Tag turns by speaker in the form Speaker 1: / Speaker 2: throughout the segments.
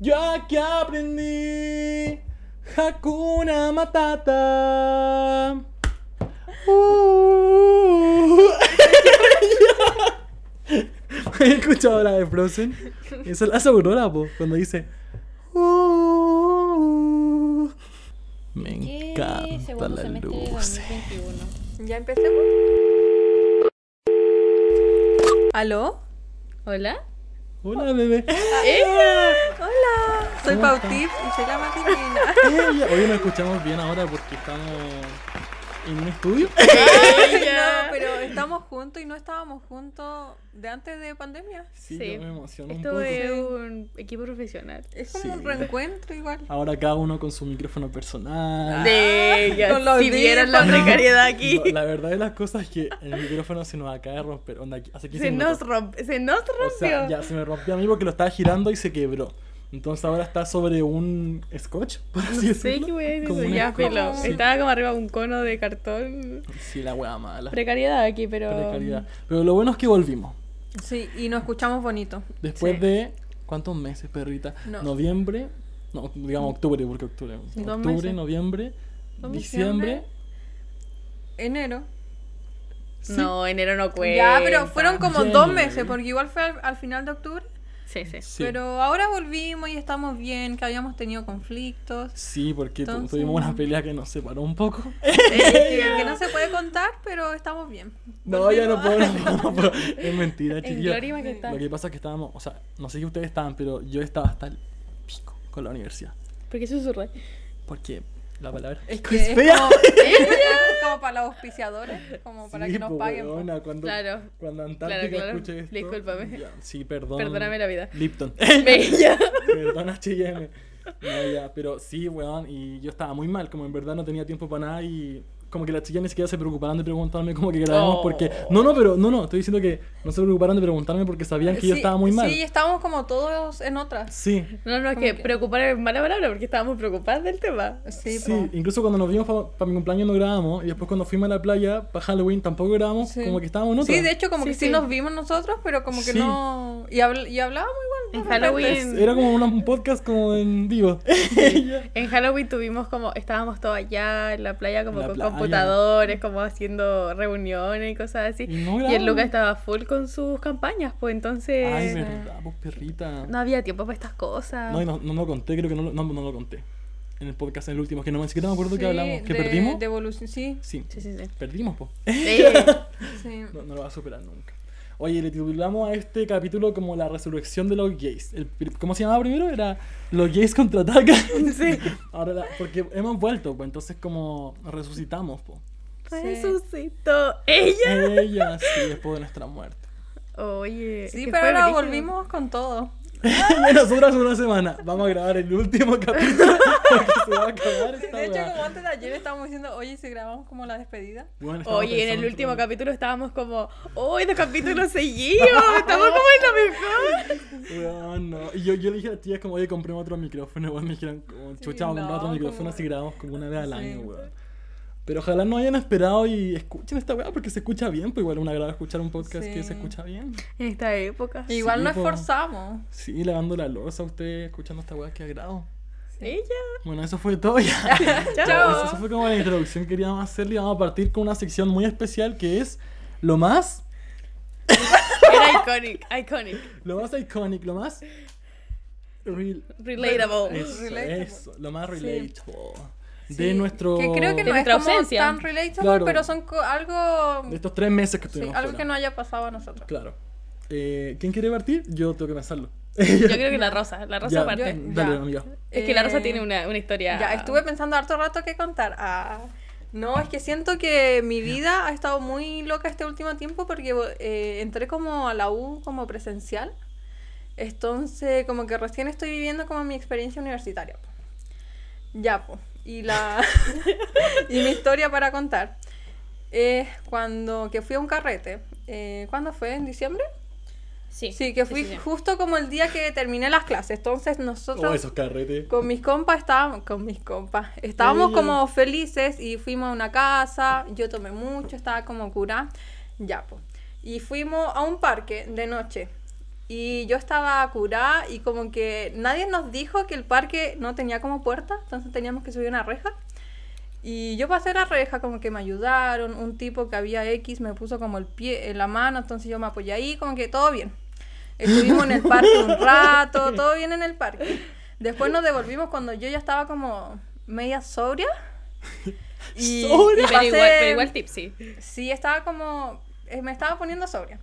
Speaker 1: Yo aquí aprendí Hakuna Matata. Uh. ¿Has escuchado la de Frozen? Esa la hace Aurora, po, cuando dice. Uh. Me
Speaker 2: ¿Qué?
Speaker 1: encanta
Speaker 2: Segundo
Speaker 1: la
Speaker 2: semestre de
Speaker 1: luz.
Speaker 2: 2021.
Speaker 3: ¿Ya empecemos? ¿Aló?
Speaker 2: ¿Hola?
Speaker 1: Hola, bebé.
Speaker 3: Hola, soy
Speaker 1: ¿Cómo
Speaker 3: Pautip y soy la Matilina.
Speaker 1: Ella- Hoy nos escuchamos bien ahora porque estamos en un estudio.
Speaker 3: No, pero estamos juntos y no estábamos juntos de antes de pandemia.
Speaker 1: Sí,
Speaker 2: Sí.
Speaker 1: yo me emociono un
Speaker 2: Esto
Speaker 1: poco.
Speaker 2: es un equipo profesional.
Speaker 3: Es como
Speaker 1: Sí.
Speaker 3: un reencuentro igual.
Speaker 1: Ahora cada uno con su micrófono personal.
Speaker 2: De ya,
Speaker 3: Con los
Speaker 2: si vieran la
Speaker 3: audífonos.
Speaker 2: precariedad aquí.
Speaker 1: No, la verdad de las cosas es que el micrófono se nos acaba de romper. Onda, aquí- hace 15
Speaker 2: se, nos
Speaker 1: minutos.
Speaker 2: rompe, se nos rompió.
Speaker 1: O sea, ya se me rompió a mí porque lo estaba girando y se quebró. Entonces ahora está sobre un scotch, por así
Speaker 2: Sí,
Speaker 1: decirlo.
Speaker 2: qué wea es
Speaker 1: Como
Speaker 2: eso,
Speaker 1: un
Speaker 2: ya,
Speaker 1: scotch,
Speaker 2: filo.
Speaker 1: sí.
Speaker 2: Estaba como arriba de un cono de cartón.
Speaker 1: Sí, la wea mala.
Speaker 2: Precariedad aquí, pero.
Speaker 1: Precariedad. Pero lo bueno es que volvimos.
Speaker 3: Sí, y nos escuchamos bonito.
Speaker 1: Después
Speaker 2: Sí.
Speaker 1: de. ¿Cuántos meses, perrita?
Speaker 3: No.
Speaker 1: Noviembre. No, digamos octubre, porque octubre.
Speaker 3: Sí, dos
Speaker 1: octubre,
Speaker 3: meses.
Speaker 1: noviembre,
Speaker 3: Dos meses.
Speaker 1: diciembre.
Speaker 3: Enero.
Speaker 1: Sí.
Speaker 2: No, enero no cuenta.
Speaker 3: Ya, pero fueron como
Speaker 1: Ya,
Speaker 3: dos
Speaker 1: ya, ya.
Speaker 3: meses, porque igual fue al, al final de octubre.
Speaker 2: Sí, sí.
Speaker 1: Sí.
Speaker 3: Pero ahora volvimos y estamos bien, que habíamos tenido conflictos.
Speaker 1: Sí, porque tu-
Speaker 3: Entonces-
Speaker 1: tuvimos una pelea que nos separó un poco.
Speaker 3: eh, que no se puede contar, pero estamos bien.
Speaker 1: No, ya no puedo,
Speaker 3: Volvimos.
Speaker 1: no puedo, no puedo. Es mentira,
Speaker 2: En
Speaker 1: chiquillos.
Speaker 2: Gloria Majestad.
Speaker 1: Lo que pasa es que estábamos, o sea, no sé si ustedes estaban, pero yo estaba hasta el pico con la universidad.
Speaker 2: ¿Por qué susurré?
Speaker 1: Porque la palabra
Speaker 3: Es
Speaker 1: pico
Speaker 3: que es
Speaker 1: fea.
Speaker 3: como, es como para los auspiciadores, como para
Speaker 1: Sí,
Speaker 3: que nos
Speaker 1: po,
Speaker 3: paguen. po.
Speaker 1: weona, cuando,
Speaker 2: Claro.
Speaker 1: Cuando Antártica
Speaker 2: claro.
Speaker 1: escuche esto.
Speaker 2: Discúlpame.
Speaker 1: ya, sí, perdón.
Speaker 2: Perdóname la vida.
Speaker 1: Lipton.
Speaker 2: Bella.
Speaker 1: Perdón, HM. No, ya, pero sí, weón, y yo estaba muy mal, como en verdad no tenía tiempo para nada y como que las chicas ni siquiera se preocuparon de preguntarme como que grabamos
Speaker 2: Oh.
Speaker 1: porque... No, no, pero no, no, estoy diciendo que no se preocuparon de preguntarme porque sabían que yo
Speaker 3: Sí,
Speaker 1: estaba muy mal.
Speaker 3: Sí, estábamos como todos en otras.
Speaker 1: Sí,
Speaker 2: No, no, es
Speaker 3: ¿Cómo
Speaker 2: que
Speaker 3: que?
Speaker 2: preocupar es mala palabra porque estábamos preocupadas del tema.
Speaker 3: Sí,
Speaker 1: sí,
Speaker 3: po.
Speaker 1: incluso cuando nos vimos para mi cumpleaños no grabamos y después cuando fuimos a la playa para Halloween tampoco grabamos,
Speaker 3: Sí.
Speaker 1: como que estábamos en otra.
Speaker 3: Sí, de hecho, como
Speaker 2: Sí,
Speaker 3: que sí.
Speaker 2: sí.
Speaker 3: nos vimos nosotros, pero como que
Speaker 1: Sí.
Speaker 3: no. Y, habl- y hablábamos igual.
Speaker 2: En
Speaker 3: de repente.
Speaker 2: Halloween.
Speaker 1: Era como una- un podcast como en vivo.
Speaker 2: En Halloween tuvimos como, estábamos todos allá en la playa como
Speaker 1: En la
Speaker 2: con
Speaker 1: playa.
Speaker 2: computadores, como haciendo reuniones y cosas así.
Speaker 1: Y no
Speaker 2: Y el
Speaker 1: grabamos.
Speaker 2: Lucas estaba full con sus campañas, pues entonces
Speaker 1: Ay, verdad, pues perrita.
Speaker 2: no había tiempo para estas cosas.
Speaker 1: No, y no, no lo conté, creo que no, lo- no, no lo conté. En el podcast, en el último, que no me siquiera me acuerdo
Speaker 3: Sí,
Speaker 1: que hablamos. ¿Que
Speaker 3: de-
Speaker 1: perdimos?
Speaker 3: De evolución, sí.
Speaker 1: Sí.
Speaker 2: Sí, sí, sí.
Speaker 1: Perdimos, po.
Speaker 2: Sí.
Speaker 3: sí.
Speaker 1: No, no lo va a superar nunca. Oye, le titulamos a este capítulo como la resurrección de los gays. El pri- ¿Cómo se llamaba primero? Era los gays contraatacan.
Speaker 2: Sí.
Speaker 1: Ahora, la- porque hemos vuelto, pues entonces como resucitamos, po.
Speaker 2: Resucitó ella.
Speaker 1: Ella, sí, después de nuestra muerte.
Speaker 2: Oye.
Speaker 3: Sí,
Speaker 2: que
Speaker 3: pero
Speaker 2: fue
Speaker 3: ahora
Speaker 2: brígido.
Speaker 3: volvimos con todo.
Speaker 1: Y nosotras una semana. Vamos a grabar el último capítulo porque se va a acabar
Speaker 3: Sí,
Speaker 1: esta
Speaker 3: de hecho,
Speaker 1: weá.
Speaker 3: como antes de ayer estábamos diciendo, oye, si grabamos como la despedida.
Speaker 1: Bueno, estamos
Speaker 2: Oye, en
Speaker 1: pensando
Speaker 2: el último
Speaker 1: otro-
Speaker 2: capítulo estábamos como, ¡Uy, dos capítulos seguidos! Estamos como en lo mejor.
Speaker 1: Weón, no. Y yo, yo le dije a las tías como, oye, compremos otro micrófono, weón. Me dijeron, como, chucha, vamos a comprar otro
Speaker 3: no,
Speaker 1: micrófono
Speaker 3: como-
Speaker 1: así grabamos como una vez al
Speaker 3: Sí.
Speaker 1: año, weón. Pero ojalá no hayan esperado y escuchen esta weá porque se escucha bien, pues igual una grada escuchar un podcast que se
Speaker 3: Sí.
Speaker 1: escucha bien.
Speaker 2: En esta época.
Speaker 3: Igual no
Speaker 1: po.
Speaker 3: esforzamos.
Speaker 1: Sí, lavando la losa, ustedes escuchando esta weá que agrado.
Speaker 2: Ella.
Speaker 1: Bueno, eso fue todo ya.
Speaker 2: Chao.
Speaker 1: Eso, eso fue como la introducción que queríamos hacerle y vamos a partir con una sección muy especial que es lo más,
Speaker 2: Era iconic, iconic,
Speaker 1: lo más iconic, lo más real,
Speaker 2: relatable.
Speaker 1: Eso,
Speaker 3: Relatable.
Speaker 1: eso, lo más
Speaker 3: pues. Sí.
Speaker 1: relatable. De
Speaker 3: Sí,
Speaker 1: nuestro.
Speaker 3: Que creo que
Speaker 2: De
Speaker 3: no es
Speaker 2: nuestra
Speaker 3: como
Speaker 2: ausencia.
Speaker 3: tan relatable,
Speaker 1: Claro.
Speaker 3: pero son co- algo.
Speaker 1: De estos tres meses que
Speaker 3: sí,
Speaker 1: estuvimos.
Speaker 3: algo
Speaker 1: fuera.
Speaker 3: que no haya pasado a nosotros.
Speaker 1: Claro. Eh, ¿Quién quiere partir? Yo tengo que pensarlo.
Speaker 2: Yo creo que la rosa, la rosa
Speaker 1: Ya,
Speaker 2: aparte.
Speaker 3: Yo-
Speaker 1: Dale,
Speaker 3: ya.
Speaker 1: amiga.
Speaker 2: Es que la rosa
Speaker 3: Eh,
Speaker 2: tiene una, una historia.
Speaker 3: Ya, estuve pensando harto rato qué contar. Ah. No, es que siento que mi vida ha estado muy loca este último tiempo porque eh, entré como a la U como presencial. Entonces, como que recién estoy viviendo como mi experiencia universitaria. po. Ya, po. Y la y mi historia para contar es cuando que fui a un carrete. Eh, ¿Cuándo fue? ¿En diciembre?
Speaker 2: Sí,
Speaker 3: Sí, que fui
Speaker 2: sí, sí.
Speaker 3: justo como el día que terminé las clases. Entonces, nosotros
Speaker 1: Oh, esos carretes.
Speaker 3: con mis compas estábamos, con mis compas, estábamos
Speaker 1: Ella.
Speaker 3: como felices y fuimos a una casa, yo tomé mucho, estaba como cura, ya pues. Y fuimos a un parque de noche Y yo estaba curada y como que nadie nos dijo que el parque no tenía como puerta, entonces teníamos que subir una reja. Y yo pasé la reja, como que me ayudaron, un tipo que había X me puso como el pie en la mano, entonces yo me apoyé ahí, como que todo bien. Estuvimos en el parque un rato, todo bien en el parque. Después nos devolvimos cuando yo ya estaba como media sobria. Y,
Speaker 2: Pero
Speaker 3: y
Speaker 2: igual,
Speaker 3: pasé-
Speaker 2: pero igual tipsy.
Speaker 3: Sí, estaba como. eh, me estaba poniendo sobria.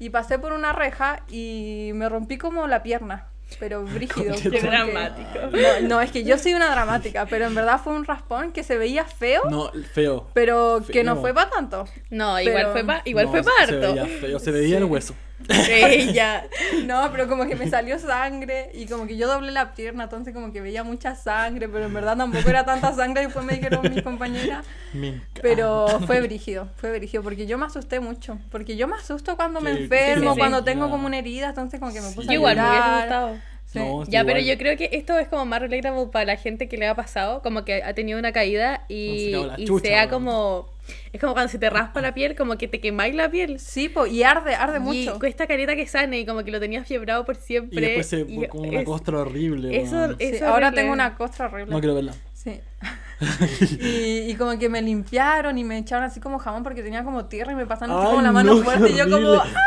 Speaker 3: Y pasé por una reja y me rompí como la pierna. Pero brígido.
Speaker 1: Qué
Speaker 3: porque-
Speaker 2: dramático.
Speaker 3: No, no, es que yo soy una dramática, pero en verdad fue un raspón que se veía feo,
Speaker 1: No, feo.
Speaker 3: pero que no
Speaker 1: Feo.
Speaker 3: fue para tanto.
Speaker 2: No,
Speaker 3: Pero-
Speaker 2: igual fue pa- igual
Speaker 1: No,
Speaker 2: fue
Speaker 1: se- Se
Speaker 2: parto.
Speaker 1: veía feo, se veía el hueso.
Speaker 2: Sí, ya.
Speaker 3: No, pero como que me salió sangre y como que yo doblé la pierna, entonces como que veía mucha sangre, pero en verdad tampoco era tanta sangre, después me dijeron mis compañeras.
Speaker 1: Me encanta.
Speaker 3: Pero fue brígido, fue brígido, porque yo me asusté mucho. Porque yo me asusto cuando me
Speaker 1: Sí,
Speaker 3: enfermo,
Speaker 2: sí, sí.
Speaker 3: cuando tengo
Speaker 1: Ya.
Speaker 3: como una herida, entonces como que me
Speaker 1: Sí.
Speaker 3: puse
Speaker 2: Yo
Speaker 3: a
Speaker 2: igual me hubiese
Speaker 3: llorar.
Speaker 2: gustado.
Speaker 3: Sí.
Speaker 1: No,
Speaker 2: Ya,
Speaker 1: igual.
Speaker 2: pero yo creo que esto es como más relatable para la gente que le ha pasado, como que ha tenido una caída y,
Speaker 1: No, se acabó la
Speaker 2: y
Speaker 1: chucha,
Speaker 2: sea
Speaker 1: weón.
Speaker 2: como... Es como cuando se te raspa la piel, como que te quemáis la piel.
Speaker 3: Sí, po, y arde, arde mucho.
Speaker 2: Y cuesta careta que sane y como que lo tenías fiebrado por
Speaker 1: Y
Speaker 2: siempre.
Speaker 1: después se
Speaker 2: y
Speaker 1: con una
Speaker 2: es-
Speaker 1: costra horrible.
Speaker 2: eso-
Speaker 1: weón.
Speaker 3: Sí,
Speaker 2: es
Speaker 3: ahora
Speaker 2: horrible.
Speaker 3: tengo una costra horrible.
Speaker 1: No quiero verla.
Speaker 3: Sí. y, y como que me limpiaron y me echaron así como jamón porque tenía como tierra y me pasaron así como
Speaker 1: Ay,
Speaker 3: la mano
Speaker 1: no, qué
Speaker 3: fuerte y yo como... "Ah". Mm,
Speaker 1: horrible.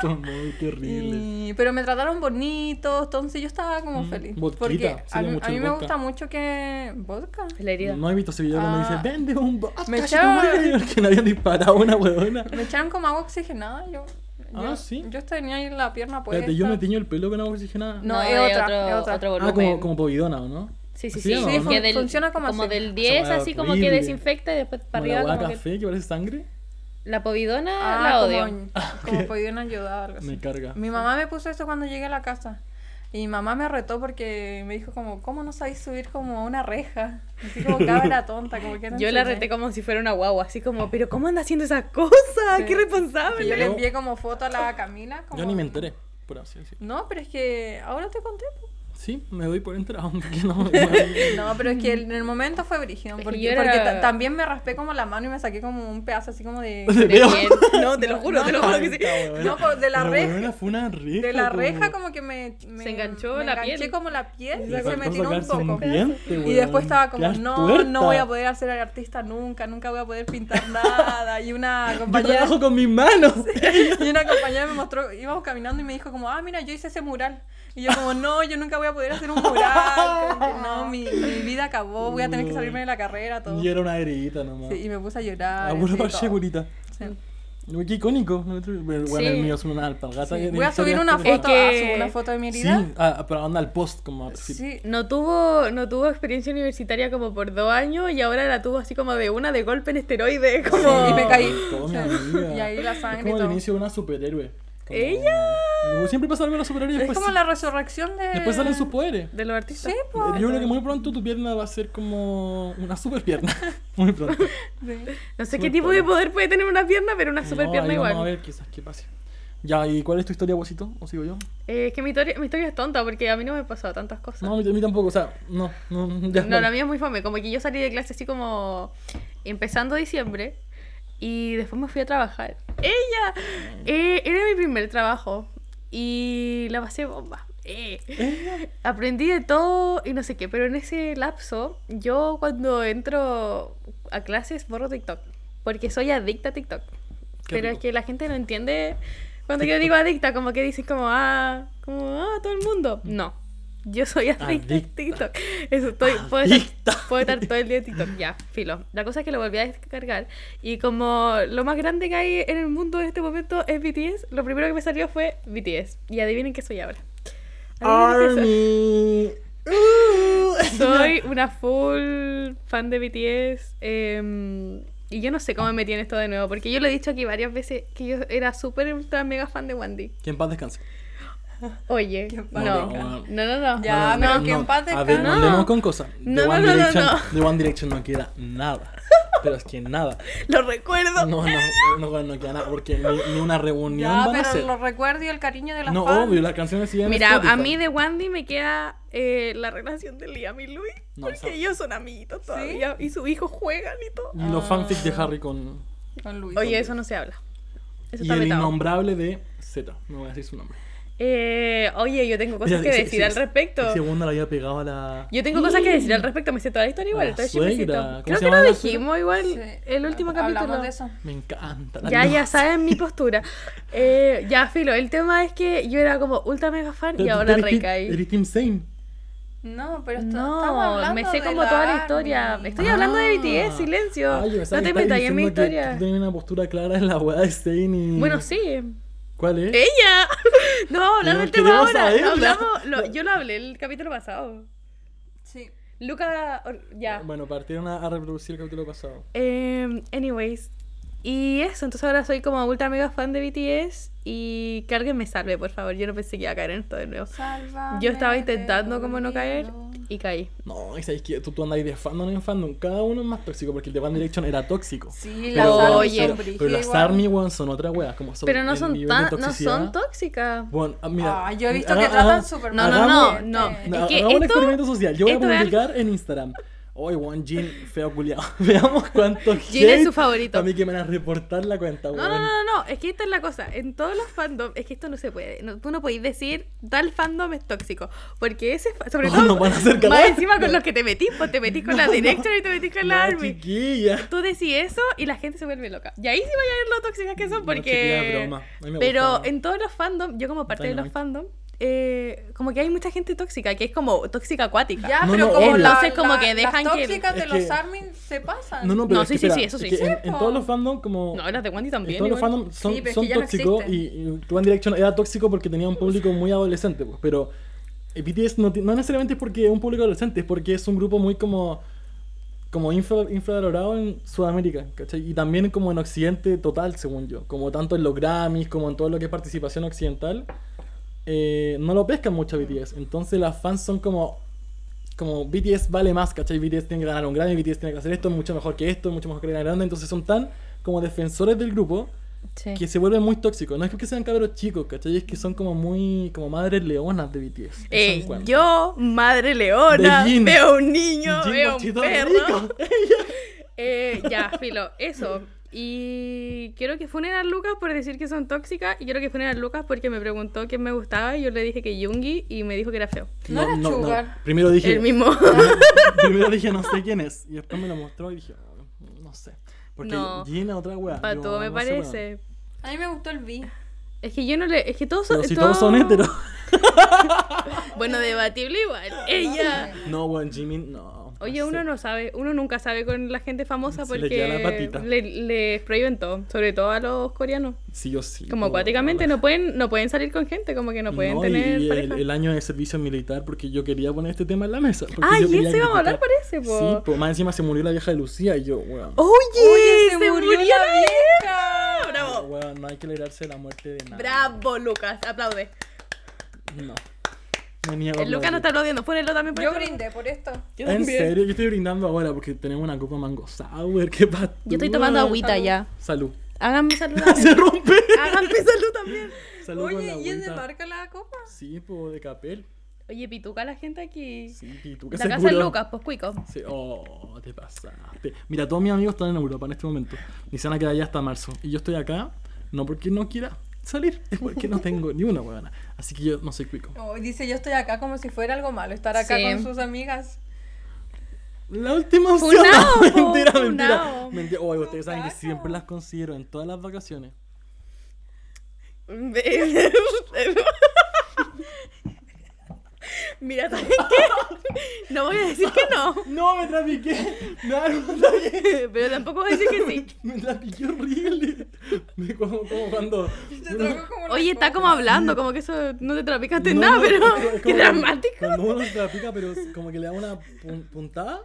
Speaker 1: Conchita madre, qué horrible.
Speaker 3: Y- pero me trataron bonito, entonces yo estaba como
Speaker 1: Mm,
Speaker 3: feliz.
Speaker 1: vodquita,
Speaker 3: porque
Speaker 1: se
Speaker 3: a,
Speaker 1: le
Speaker 3: mí-
Speaker 1: mucho
Speaker 3: a mí
Speaker 1: el
Speaker 3: me
Speaker 1: vodka.
Speaker 3: gusta mucho que... ¿Vodka?
Speaker 2: La herida.
Speaker 1: No he visto ese video cuando
Speaker 3: Ah.
Speaker 1: dice, vende un vodka,
Speaker 3: Me
Speaker 1: chica
Speaker 3: echaron-
Speaker 1: madre", porque le habían disparado a una huevona.
Speaker 3: Me echaron como agua oxigenada. Yo,
Speaker 1: Ah,
Speaker 3: yo,
Speaker 1: ¿sí?
Speaker 3: Yo tenía ahí la pierna puesta.
Speaker 1: Espérate, yo me tiño el pelo con agua oxigenada.
Speaker 3: No, es
Speaker 2: hay
Speaker 3: otra,
Speaker 2: otro,
Speaker 3: es otra.
Speaker 2: otro
Speaker 1: ah,
Speaker 2: volumen.
Speaker 1: como, como povidona, ¿o no?
Speaker 2: Sí, sí,
Speaker 1: Así
Speaker 2: sí.
Speaker 1: llama, ¿o
Speaker 3: Sí,
Speaker 1: no? Ah,
Speaker 3: fun-
Speaker 2: que del,
Speaker 3: funciona como así.
Speaker 2: del 10,
Speaker 1: Esa hueá
Speaker 2: así como que
Speaker 1: horrible.
Speaker 2: desinfecta y después
Speaker 1: Como
Speaker 2: para
Speaker 1: la
Speaker 2: arriba
Speaker 1: hueá
Speaker 2: como que-
Speaker 1: café que parece sangre.
Speaker 2: La povidona la
Speaker 3: Ah,
Speaker 2: odio.
Speaker 3: como, como podían ayudar. Algo así.
Speaker 1: Me carga.
Speaker 3: Mi mamá me puso eso cuando llegué a la casa. Y mi mamá me retó porque me dijo como, ¿cómo no sabéis subir como una reja? Así como cabra tonta, como que no
Speaker 2: Yo la
Speaker 3: enseñé.
Speaker 2: reté como si fuera una guagua, así como, pero ¿cómo anda haciendo esas cosas?
Speaker 3: Sí.
Speaker 2: ¡Qué
Speaker 3: Que yo
Speaker 2: responsable!
Speaker 3: le envié como foto a la Camila. Como...
Speaker 1: Yo ni me enteré, por así decirlo.
Speaker 3: No, pero es que ahora te conté. po.
Speaker 1: Sí, me doy por enterado, porque no. igual-
Speaker 3: No, pero es que en el momento fue brígido.
Speaker 2: que
Speaker 3: Porque,
Speaker 2: yo era-
Speaker 3: porque ta- también me raspé como la mano y me saqué como un pedazo así como de...
Speaker 1: De
Speaker 2: De
Speaker 1: veo.
Speaker 2: piel. No, te lo juro,
Speaker 3: no,
Speaker 2: te lo
Speaker 3: no.
Speaker 2: juro que sí.
Speaker 1: Esta huevona.
Speaker 3: No, pues, de la reja.
Speaker 1: huevona fue una reja.
Speaker 3: De la reja
Speaker 1: como...
Speaker 3: como que me, me-
Speaker 2: Se enganchó
Speaker 3: me
Speaker 2: la
Speaker 3: enganché
Speaker 2: piel.
Speaker 3: como la piel
Speaker 1: Le
Speaker 3: y se me
Speaker 1: faltó
Speaker 3: tiró un
Speaker 1: sacarse
Speaker 3: poco.
Speaker 1: diente,
Speaker 3: y
Speaker 1: weón.
Speaker 3: después estaba como,
Speaker 1: Quedas
Speaker 3: no,
Speaker 1: tuerta.
Speaker 3: no voy a poder ser artista nunca, nunca voy a poder pintar nada. Y una
Speaker 1: Yo
Speaker 3: compañera,
Speaker 1: trabajo con mis manos.
Speaker 3: y una compañera me mostró, íbamos caminando y me dijo como, ah, mira, yo hice ese mural. Y yo como, no, yo nunca voy a poder hacer un mural. como que, no, mi, mi vida acabó, voy a tener que salirme de la carrera, todo.
Speaker 1: Y era una herida nomás.
Speaker 3: Sí, y me puse a
Speaker 1: A
Speaker 3: llorar. así,
Speaker 1: puro parche,
Speaker 3: todo.
Speaker 1: curita.
Speaker 3: Sí.
Speaker 1: Uy, Qué icónico. ¿no? Pero, Bueno,
Speaker 2: Sí.
Speaker 1: el mío es una alpargata. que
Speaker 3: Voy
Speaker 1: tiene
Speaker 3: a subir
Speaker 1: historias,
Speaker 3: una
Speaker 1: pero-
Speaker 3: foto,
Speaker 2: que-
Speaker 3: ah, subo una foto de mi
Speaker 1: Sí,
Speaker 3: herida.
Speaker 1: ah, pero anda al post como perfil.
Speaker 3: sí.
Speaker 2: No tuvo, no tuvo experiencia universitaria como por dos años y ahora la tuvo así como de una de golpe en esteroides, como...
Speaker 3: Y me caí.
Speaker 1: Todo, mi
Speaker 3: Sí.
Speaker 1: amiga.
Speaker 3: Y ahí la
Speaker 1: Es
Speaker 3: sangre y
Speaker 1: como el
Speaker 3: todo.
Speaker 1: inicio de una superhéroe. Como-
Speaker 2: ¡Ella!
Speaker 1: Siempre pasa algo en la superhéroe y
Speaker 3: Es
Speaker 1: después,
Speaker 3: como la resurrección de.
Speaker 1: después salen sus poderes.
Speaker 2: De los artistas.
Speaker 3: Sí, pues.
Speaker 1: Yo creo que muy pronto tu pierna va a ser como una super pierna. muy pronto.
Speaker 2: No sé
Speaker 1: Súper
Speaker 2: qué tipo de
Speaker 1: bueno.
Speaker 2: poder puede tener una pierna, pero una super
Speaker 1: No,
Speaker 2: pierna
Speaker 1: ahí
Speaker 2: igual.
Speaker 1: Vamos a ver quizás qué pase. Ya, ¿y cuál es tu historia, Bosito? ¿O sigo yo?
Speaker 2: Eh, es que mi historia, mi historia es tonta porque a mí no me han pasado tantas cosas.
Speaker 1: No, a mí, a mí tampoco, o sea, no, no, ya.
Speaker 2: No,
Speaker 1: dale.
Speaker 2: la mía es muy fome. Como que yo salí de clase así como empezando diciembre y después me fui a trabajar. ¡Ella! Eh, era mi primer trabajo y la pasé bomba. Eh, Aprendí de todo y no sé qué, pero en ese lapso yo cuando entro a clases borro TikTok porque soy adicta a TikTok.
Speaker 1: Qué
Speaker 2: pero
Speaker 1: rico.
Speaker 2: es que la gente no entiende cuando yo digo adicta, como que dices como, ah, como, ah, todo el mundo. No, yo soy
Speaker 1: Adicta.
Speaker 2: adicta, a TikTok. Eso estoy, puedo estar,
Speaker 1: Adicta.
Speaker 2: puedo estar todo el día en TikTok, ya, filo. La cosa es que lo volví a descargar y como lo más grande que hay en el mundo en este momento es BTS, lo primero que me salió fue BTS. Y adivinen qué soy ahora. Adivinen qué
Speaker 1: Army.
Speaker 2: soy. Soy una full fan de BTS. em, y yo no sé cómo me metí en esto de nuevo, porque yo lo he dicho aquí varias veces que yo era súper, ultra, mega fan de Wandy.
Speaker 1: Que en paz descanse.
Speaker 2: Oye,
Speaker 3: Qué
Speaker 2: no,
Speaker 3: padre,
Speaker 2: no,
Speaker 1: cabrón.
Speaker 2: no, no.
Speaker 3: Ya, pero que en paz
Speaker 1: A ver, Ah,
Speaker 3: descanse.
Speaker 1: no andemos con cosas. De
Speaker 2: No, no,
Speaker 1: One
Speaker 2: no, no,
Speaker 1: Direction,
Speaker 2: no.
Speaker 1: De One Direction no queda nada. Pero es que nada.
Speaker 2: Lo recuerdo.
Speaker 1: No, no, no, no queda nada. Porque ni, ni una reunión
Speaker 3: Ya,
Speaker 1: van a
Speaker 3: pero
Speaker 1: hacer.
Speaker 3: los recuerdos y el cariño de la
Speaker 1: No,
Speaker 3: fans.
Speaker 1: obvio, las canciones siguen. en
Speaker 2: Mira, a
Speaker 1: Spotify.
Speaker 2: mí de Wandy me queda eh, la relación de Liam y Louis.
Speaker 1: No,
Speaker 2: porque
Speaker 1: esa-
Speaker 2: ellos son amiguitos todavía. Y sus hijos juegan y todo.
Speaker 1: Y los fanfics de Harry con.
Speaker 3: Con Luis.
Speaker 2: Oye, eso no se habla. Eso
Speaker 1: y
Speaker 2: está
Speaker 1: el
Speaker 2: vetado.
Speaker 1: innombrable de Z. No voy a decir su nombre.
Speaker 2: Eh, oye, yo tengo cosas
Speaker 1: Ella-
Speaker 2: que
Speaker 1: ese-
Speaker 2: decir
Speaker 1: ese-
Speaker 2: al respecto.
Speaker 1: Ese segundo la había pegado a la.
Speaker 2: Yo tengo cosas que decir al respecto, me sé toda la historia igual,
Speaker 1: Mm. La
Speaker 2: todo el chismecito.
Speaker 1: suegra, ¿cómo
Speaker 2: Creo
Speaker 1: se
Speaker 2: que lo
Speaker 1: llama la suegra?
Speaker 2: dijimos igual
Speaker 3: Sí.
Speaker 2: el último capítulo.
Speaker 3: Hablamos de eso.
Speaker 1: Me encanta. la
Speaker 2: Ya,
Speaker 1: luz.
Speaker 2: ya saben mi postura. Eh, ya, filo, el tema es que yo era como ultra mega fan
Speaker 1: Pero
Speaker 2: y
Speaker 1: tú
Speaker 2: ahora
Speaker 1: eres team-
Speaker 2: recaí.
Speaker 1: Eres Team Zane.
Speaker 3: No, pero esto, estamos
Speaker 2: No,
Speaker 3: hablando
Speaker 2: me sé
Speaker 3: de
Speaker 2: como toda la historia.
Speaker 3: Army.
Speaker 2: Estoy hablando de
Speaker 1: Ah.
Speaker 2: BTS, silencio.
Speaker 1: Ay, yo pensaba que
Speaker 2: no te
Speaker 1: estabas
Speaker 2: metas en
Speaker 1: diciendo
Speaker 2: mi
Speaker 1: que
Speaker 2: historia.
Speaker 1: Tú tenías una postura clara en la weá de Zane y.
Speaker 2: Bueno, sí. eh,
Speaker 1: ¿Cuál es?
Speaker 2: ella. No, vamos a hablar
Speaker 1: No,
Speaker 2: del
Speaker 1: queremos
Speaker 2: tema ahora.
Speaker 1: saberla.
Speaker 2: Lo hablamos, lo- yo lo hablé el capítulo pasado.
Speaker 3: Sí.
Speaker 2: Luca, or- ya.
Speaker 1: Bueno, partieron a, a reproducir el capítulo pasado.
Speaker 2: Em, anyways. Y eso, entonces ahora soy como ultra mega fan de BTS y que alguien me salve, por favor. Yo no pensé que iba a caer en esto de nuevo. Yo estaba intentando como no caer y caí.
Speaker 1: No, y sabes que tú, tú andáis de fandom en fandom. Cada uno es más tóxico porque el de One Direction era tóxico.
Speaker 3: Sí,
Speaker 1: Pero,
Speaker 3: las Army
Speaker 2: oye,
Speaker 3: son
Speaker 1: pero,
Speaker 3: brígidas
Speaker 1: pero las
Speaker 3: igual.
Speaker 1: Army, weón, son otra wea. Como son
Speaker 2: Pero no
Speaker 1: el
Speaker 2: son
Speaker 1: nivel
Speaker 2: tan,
Speaker 1: de
Speaker 2: no
Speaker 1: toxicidad.
Speaker 2: son tóxicas.
Speaker 1: Bueno, ah, mira,
Speaker 3: Ah, yo he visto
Speaker 1: haga-
Speaker 3: que tratan Eh,
Speaker 1: haga-
Speaker 3: súper
Speaker 2: No,
Speaker 3: mal.
Speaker 2: no, no,
Speaker 1: hagamos-
Speaker 2: no.
Speaker 3: Es
Speaker 1: no,
Speaker 2: que
Speaker 1: hagamos un
Speaker 2: esto-
Speaker 1: experimento social. Yo voy a
Speaker 2: esto es algo-
Speaker 1: publicar en Instagram. Hoy, weón, Jin, feo culiao. Veamos cuánto
Speaker 2: Jin es
Speaker 1: hate.
Speaker 2: su favorito.
Speaker 1: A mí que me van a reportar la cuenta,
Speaker 2: No,
Speaker 1: weón.
Speaker 2: no, no, no, no, es que esta es la cosa. En todos los fandoms, es que esto no se puede. No, tú no podéis decir tal fandom es tóxico. Porque ese, fa- sobre
Speaker 1: No,
Speaker 2: todo,
Speaker 1: nos van a hacer
Speaker 2: más
Speaker 1: cagar.
Speaker 2: encima con los que te metís, pues te metís con la Director y te metís con la
Speaker 1: No,
Speaker 2: Army.
Speaker 1: chiquilla.
Speaker 2: Tú decís eso y la gente se vuelve loca. Y ahí sí voy a ver lo tóxicas que son
Speaker 1: No, chiquilla, es
Speaker 2: porque.
Speaker 1: broma. A mí me
Speaker 2: Pero
Speaker 1: gusta.
Speaker 2: en todos los fandoms, yo como parte de los
Speaker 1: Dynamite.
Speaker 2: fandoms, eh, como que hay mucha gente tóxica, que es como tóxica acuática.
Speaker 3: eh, Ya,
Speaker 1: No,
Speaker 3: pero
Speaker 1: no,
Speaker 3: como
Speaker 1: obvio.
Speaker 3: la-
Speaker 2: Entonces, como
Speaker 3: la-
Speaker 2: que dejan
Speaker 3: las
Speaker 2: que-
Speaker 3: tóxicas de
Speaker 1: Es
Speaker 3: los
Speaker 1: que-
Speaker 3: Army se pasan.
Speaker 1: No, no, pero
Speaker 2: No,
Speaker 1: es
Speaker 2: sí,
Speaker 1: que
Speaker 2: sí,
Speaker 1: espera,
Speaker 2: sí, eso
Speaker 1: es
Speaker 2: sí.
Speaker 1: que en,
Speaker 3: Sí,
Speaker 1: en
Speaker 3: po.
Speaker 1: todos los fandom como...
Speaker 2: No, las de Wandy
Speaker 1: en
Speaker 2: también.
Speaker 1: todos los
Speaker 2: igual.
Speaker 1: fandom son,
Speaker 3: Sí, pero es
Speaker 1: son
Speaker 3: que ya no
Speaker 1: tóxicos y,
Speaker 3: existen.
Speaker 1: y One Direction era tóxico porque tenía un público muy adolescente, pues, pero eh, BTS no, ti- no necesariamente es porque es un público adolescente, es porque es un grupo muy como como infra, infravalorado en Sudamérica, ¿cachai? Y también como en Occidente total, según yo, como tanto en los Grammys, como en todo lo que es participación occidental, eh, no lo pescan mucho a BTS, entonces las fans son como como BTS vale más, ¿cachai? BTS tiene que ganar un Grammy, BTS tiene que hacer esto, es mucho mejor que esto, es mucho mejor que la grande, entonces son tan como defensores del grupo
Speaker 2: Sí.
Speaker 1: que se vuelven muy tóxicos. No es porque sean cabros chicos, ¿cachai? Es que son como muy, como madres leonas de BTS. Eso
Speaker 2: Eh,
Speaker 1: encuentro.
Speaker 2: yo, madre leona,
Speaker 1: De Jin.
Speaker 2: veo un niño,
Speaker 1: Jin
Speaker 2: veo un
Speaker 1: Mochito
Speaker 2: perro.
Speaker 1: Rico.
Speaker 2: Eh, ya, filo, eso. Y quiero que funen a Lucas por decir que son tóxicas. Y quiero que funen a Lucas porque me preguntó quién me gustaba. Y yo le dije que Yungi y me dijo que era feo.
Speaker 3: No era Sugar.
Speaker 1: Primero dije,
Speaker 2: El mismo.
Speaker 1: primero dije no sé quién es. Y después me lo mostró y dije, "Oh, no sé. Porque
Speaker 2: No.
Speaker 1: Gina otra wea.
Speaker 2: Para
Speaker 1: Yo,
Speaker 2: todo me
Speaker 1: no sé, weón.
Speaker 2: parece.
Speaker 3: A mí me gustó el B.
Speaker 2: Es que yo no le. Es que todos son.
Speaker 1: Pero si todos son heteros.
Speaker 2: Bueno, debatible igual. Ella.
Speaker 1: No, weón, Jimin, no.
Speaker 2: Oye, uno no sabe, uno nunca sabe con la gente famosa
Speaker 1: Se le
Speaker 2: porque
Speaker 1: queda la patita.
Speaker 2: le- les prohíben todo, sobre todo a los coreanos.
Speaker 1: Sí, yo sí.
Speaker 2: Como acuáticamente, no pueden, no pueden salir con gente, como que no pueden
Speaker 1: No, y-
Speaker 2: tener
Speaker 1: y el,
Speaker 2: pareja.
Speaker 1: el año de servicio militar porque yo quería poner este tema en la mesa. porque
Speaker 2: Ah,
Speaker 1: yo
Speaker 2: y
Speaker 1: quería
Speaker 2: eso íbamos a hablar,
Speaker 1: criticar.
Speaker 2: parece, po.
Speaker 1: Sí, po, más encima se murió la vieja de Lucía y yo, weón.
Speaker 2: ¡Oye!
Speaker 3: Oye,
Speaker 2: ¡Se, murió, la vieja!
Speaker 1: No,
Speaker 2: ¡Bravo!
Speaker 1: weón, no hay que alegrarse de la muerte de nadie.
Speaker 2: ¡Bravo, Lucas! Aplaude.
Speaker 1: No. Me niego. a
Speaker 2: El Lucas no está
Speaker 1: aplaudir.
Speaker 2: aplaudiendo, ponelo también por
Speaker 3: Yo
Speaker 2: este lado.
Speaker 3: brindé por esto.
Speaker 2: Yo
Speaker 1: En
Speaker 2: también.
Speaker 1: serio, yo estoy brindando ahora porque tenemos una copa mango sour. ¿Qué pasa?
Speaker 2: Yo estoy tomando agüita
Speaker 3: Salud.
Speaker 2: ya.
Speaker 1: Salud.
Speaker 2: Háganme salud.
Speaker 1: Se rompe.
Speaker 2: Háganme salud también.
Speaker 1: Salud con la
Speaker 3: Oye, ¿y es de
Speaker 1: agüita.
Speaker 3: marca la copa?
Speaker 1: Sí, po, de capel.
Speaker 2: Oye, pituca la gente aquí.
Speaker 1: Sí, y tú que
Speaker 2: La casa de
Speaker 1: curó.
Speaker 2: Lucas, pues cuico.
Speaker 1: Sí, oh, te pasaste. Mira, todos mis amigos están en Europa en este momento. Y se van a quedar allá hasta marzo. Y yo estoy acá, no porque no quiera salir, es porque no tengo ni una huevona. Así que yo no soy cuico.
Speaker 3: Oh, dice, yo estoy acá como si fuera algo malo, estar acá
Speaker 2: Sí.
Speaker 3: con sus amigas.
Speaker 1: La última opción.
Speaker 2: Funao, po,
Speaker 1: mentira, mentira,
Speaker 2: funao.
Speaker 1: mentira. Oye, ustedes saben que
Speaker 3: Funao.
Speaker 1: siempre las considero en todas las vacaciones.
Speaker 2: Mira, ¿sabes qué? No voy a decir que no,
Speaker 1: No, me trapiqué. No, no, no,
Speaker 2: pero tampoco voy a decir que sí.
Speaker 1: me trapiqué horrible. Me como, como cuando.
Speaker 3: Te
Speaker 1: uno-
Speaker 3: trago como la
Speaker 2: Oye, está
Speaker 3: copa.
Speaker 2: como hablando, como que eso no te trapicaste
Speaker 1: No,
Speaker 2: nada,
Speaker 1: no,
Speaker 2: pero
Speaker 1: es
Speaker 2: qué
Speaker 1: como-
Speaker 2: dramático.
Speaker 1: Cuando uno se trapica, pero como que le da una pun- puntada.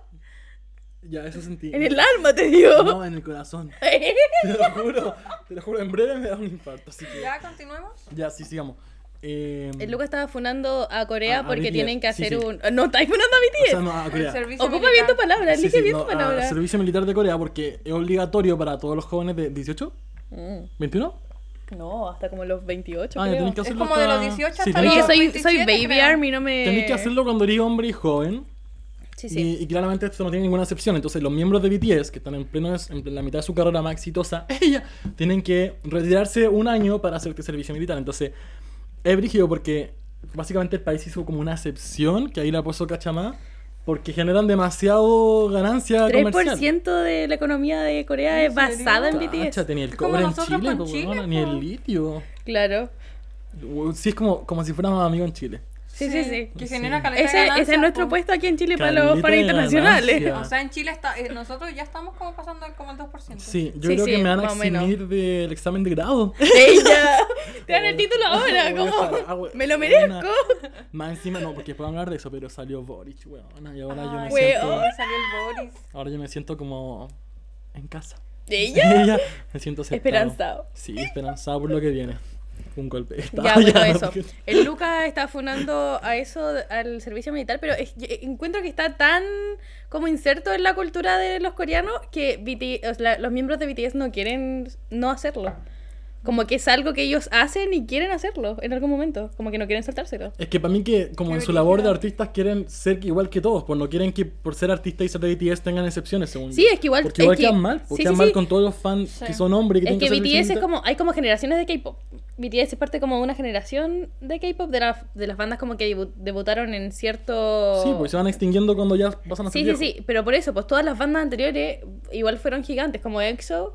Speaker 1: Ya, eso sentí.
Speaker 2: En el alma te dio.
Speaker 1: No, en el corazón. Te lo juro. Te lo juro. En breve me da un infarto. Así que.
Speaker 3: Ya, continuemos.
Speaker 1: Ya, sí, sigamos. Eh,
Speaker 2: El Lucas estaba funando a Corea
Speaker 1: A- a
Speaker 2: porque
Speaker 1: BTS,
Speaker 2: tienen que
Speaker 1: sí,
Speaker 2: hacer
Speaker 1: sí.
Speaker 2: un. No, estáis funando
Speaker 1: o
Speaker 2: a
Speaker 1: sea,
Speaker 2: BTS.
Speaker 1: no, a
Speaker 3: El
Speaker 1: Corea.
Speaker 3: servicio
Speaker 2: Ocupa bien tu
Speaker 3: militar.
Speaker 2: palabra,
Speaker 1: Sí,
Speaker 2: elige
Speaker 1: sí,
Speaker 2: bien
Speaker 1: no,
Speaker 2: tu
Speaker 1: a
Speaker 2: palabra.
Speaker 1: servicio militar de Corea porque es obligatorio para todos los jóvenes de 18,
Speaker 2: Mm,
Speaker 1: 21.
Speaker 2: No, hasta como los 28.
Speaker 1: Ah, ya
Speaker 2: creo.
Speaker 1: tenéis que
Speaker 3: Es
Speaker 1: hacerlo
Speaker 3: como de los
Speaker 1: hasta-
Speaker 3: 18
Speaker 1: sí,
Speaker 3: hasta
Speaker 1: tenéis
Speaker 2: Oye,
Speaker 1: que-
Speaker 3: los-
Speaker 2: soy,
Speaker 3: 27
Speaker 2: soy baby
Speaker 3: creo.
Speaker 2: army, no me.
Speaker 3: Eh.
Speaker 1: tenéis que hacerlo cuando eres hombre y joven.
Speaker 2: Sí, sí.
Speaker 1: Y, y claramente esto no tiene ninguna excepción. Entonces, los miembros de BTS, que están en, pleno, en la mitad de su carrera más exitosa, ella, tienen que retirarse un año para hacer este servicio militar. Entonces, Es brígido porque básicamente el país hizo como una excepción, que ahí la puso Cachamá, porque generan demasiado ganancia comercial.
Speaker 2: 3% de la economía de Corea es
Speaker 3: ¿En serio?
Speaker 2: basada en BTS.
Speaker 1: Cacha, tenía el
Speaker 3: Es como
Speaker 1: cobre en
Speaker 3: nosotros
Speaker 1: Chile,
Speaker 3: con
Speaker 1: po,
Speaker 3: Chile,
Speaker 1: weona, ni
Speaker 3: po.
Speaker 1: el litio.
Speaker 2: Claro.
Speaker 1: Weón, Uh, Sí, es como, como si fuéramos amigos en Chile.
Speaker 2: Sí, sí, sí.
Speaker 3: Que
Speaker 1: Sí.
Speaker 3: genera caleta de
Speaker 2: Ese, ese
Speaker 3: ganancias,
Speaker 2: es nuestro
Speaker 3: po.
Speaker 2: puesto aquí en Chile para
Speaker 1: Caleta
Speaker 2: los para
Speaker 1: de
Speaker 2: internacionales.
Speaker 1: ganancia.
Speaker 3: O sea, en Chile está, eh, nosotros ya estamos como pasando el- como el 2%.
Speaker 1: Sí, yo
Speaker 2: Sí,
Speaker 1: creo que
Speaker 2: sí,
Speaker 1: me van a
Speaker 2: más o menos.
Speaker 1: eximir del examen de grado.
Speaker 2: ¡Ella! Te dan el título ahora,
Speaker 1: Weona, ah,
Speaker 2: como.
Speaker 1: we-
Speaker 2: ¡Me lo
Speaker 1: weona.
Speaker 2: merezco!
Speaker 1: Más encima, no, porque puedo hablar de eso, pero salió Boric, weona, y ahora yo me
Speaker 3: Ay,
Speaker 1: siento...
Speaker 2: Ah, weón.
Speaker 3: Salió el Boris.
Speaker 1: Ahora yo me siento como en casa.
Speaker 2: ¡Ella!
Speaker 1: Ya, me siento aceptado.
Speaker 2: Esperanzado.
Speaker 1: Sí, esperanzado por lo que viene. Un golpe. de
Speaker 2: Ya,
Speaker 1: estado,
Speaker 2: bueno,
Speaker 1: Ah, ya,
Speaker 2: eso.
Speaker 1: porque-
Speaker 2: El Luca está funando a eso, al servicio militar, pero es- yo encuentro que está tan como inserto en la cultura de los coreanos que BT o sea, la- los miembros de BTS no quieren no hacerlo. Como que es algo que ellos hacen y quieren hacerlo en algún momento. Como que no quieren saltárselo.
Speaker 1: Es que para mí que, como
Speaker 3: Qué
Speaker 1: en su labor de
Speaker 3: brígido.
Speaker 1: artistas, quieren ser igual que todos, pues no quieren que por ser artista y ser de BTS tengan excepciones, según
Speaker 2: Sí,
Speaker 1: yo.
Speaker 2: es que igual-
Speaker 1: Porque
Speaker 2: es
Speaker 1: igual
Speaker 2: que-
Speaker 1: quedan mal, porque
Speaker 2: sí, sí,
Speaker 1: quedan mal
Speaker 2: sí.
Speaker 1: con todos los fans
Speaker 3: Sí.
Speaker 1: que son hombres y que
Speaker 2: Es que
Speaker 1: tienen que hacer
Speaker 2: BTS es
Speaker 1: visibilidad.
Speaker 2: como, hay como generaciones de K-pop. BTS es parte como de una generación de K-pop, de, la- de las bandas como que debu- debutaron en cierto...
Speaker 1: Sí, pues, porque se van extinguiendo cuando ya pasan a ser
Speaker 2: Sí, sí,
Speaker 1: viejos.
Speaker 2: sí, pero por eso, pues todas las bandas anteriores igual fueron gigantes, como EXO.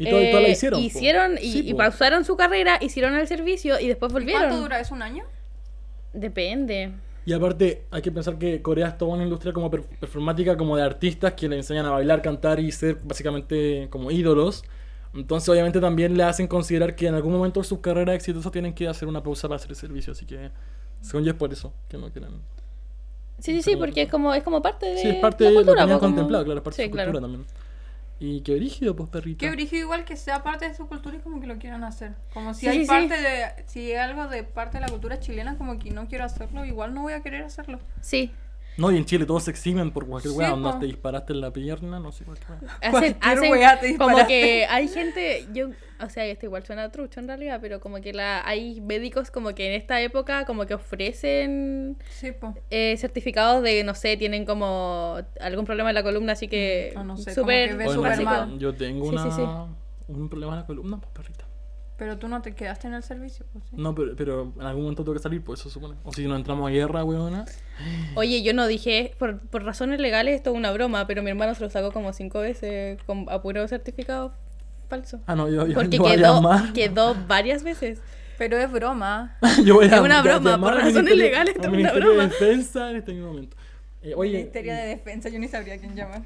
Speaker 1: Y todo- y todas la
Speaker 2: eh,
Speaker 1: hicieron, po.
Speaker 2: hicieron y,
Speaker 1: Sí, pues.
Speaker 2: y
Speaker 1: po.
Speaker 2: pausaron su carrera, hicieron el servicio y después
Speaker 3: ¿Y
Speaker 2: volvieron.
Speaker 3: ¿Cuánto dura? ¿Es un año?
Speaker 2: Depende.
Speaker 1: Y aparte, hay que pensar que Corea es toda una industria como per- performática, como de artistas que le enseñan a bailar, cantar y ser básicamente como ídolos. Entonces, obviamente, también le hacen considerar que en algún momento de sus carreras exitosas tienen que hacer una pausa para hacer el servicio. Así que, según yo, es por eso que no quieren.
Speaker 2: Sí, sí, sí, porque es como, es como parte de.
Speaker 1: Sí, es parte
Speaker 2: Eh, la
Speaker 1: de lo que
Speaker 2: cultura,
Speaker 1: tenían
Speaker 2: po, como-
Speaker 1: contemplado, claro, es parte de
Speaker 2: Sí,
Speaker 1: su
Speaker 2: claro.
Speaker 1: cultura también. Y qué brígido, pues, perrito.
Speaker 3: Qué brígido igual que sea parte de su cultura y como que lo quieran hacer. Como si
Speaker 2: Sí,
Speaker 3: hay
Speaker 2: sí, sí.
Speaker 3: parte de... Si hay algo de parte de la cultura chilena como que no quiero hacerlo, igual no voy a querer hacerlo.
Speaker 2: Sí.
Speaker 1: No, y en Chile todos se eximen por cualquier
Speaker 3: Sí,
Speaker 1: weá.
Speaker 3: po.
Speaker 1: No te disparaste en la pierna, no sé cualquier weá.
Speaker 2: Hacen,
Speaker 3: Cualquier
Speaker 2: hacen
Speaker 3: weá te
Speaker 2: como
Speaker 3: disparaste.
Speaker 2: que hay gente, yo, o sea, esto igual suena trucho en realidad, pero como que la, hay médicos como que en esta época como que ofrecen
Speaker 3: Sí, po.
Speaker 2: eh, certificados de, no sé, tienen como algún problema en la columna, así que
Speaker 3: Ah, no sé,
Speaker 2: súper
Speaker 3: como que ve
Speaker 1: Oye,
Speaker 3: súper
Speaker 2: básico.
Speaker 1: marica,
Speaker 3: mal.
Speaker 1: Yo tengo
Speaker 2: Sí,
Speaker 1: una,
Speaker 2: sí,
Speaker 1: un problema en la columna, pues, perrita.
Speaker 3: Pero tú no te quedaste en el servicio, pues sí.
Speaker 1: No, pero, pero en algún momento tengo que salir, pues eso supone. O si no entramos a guerra, weona.
Speaker 2: Oye, yo no dije, por, por razones legales esto es una broma, pero mi hermano se lo sacó como cinco veces con a puro certificado falso.
Speaker 1: Ah, no, yo, yo,
Speaker 2: Porque
Speaker 1: yo voy a
Speaker 2: quedó,
Speaker 1: llamar.
Speaker 2: quedó varias veces.
Speaker 3: Pero es broma.
Speaker 1: Yo voy a
Speaker 2: Es una
Speaker 1: llamar
Speaker 2: broma,
Speaker 1: al
Speaker 2: por razones
Speaker 1: Ministerio-
Speaker 2: legales,
Speaker 1: al
Speaker 2: esto es una
Speaker 1: Ministerio
Speaker 2: broma.
Speaker 1: de defensa en este mismo momento. Eh, oye,
Speaker 3: Ministerio de Defensa, yo ni sabría a quién llamar.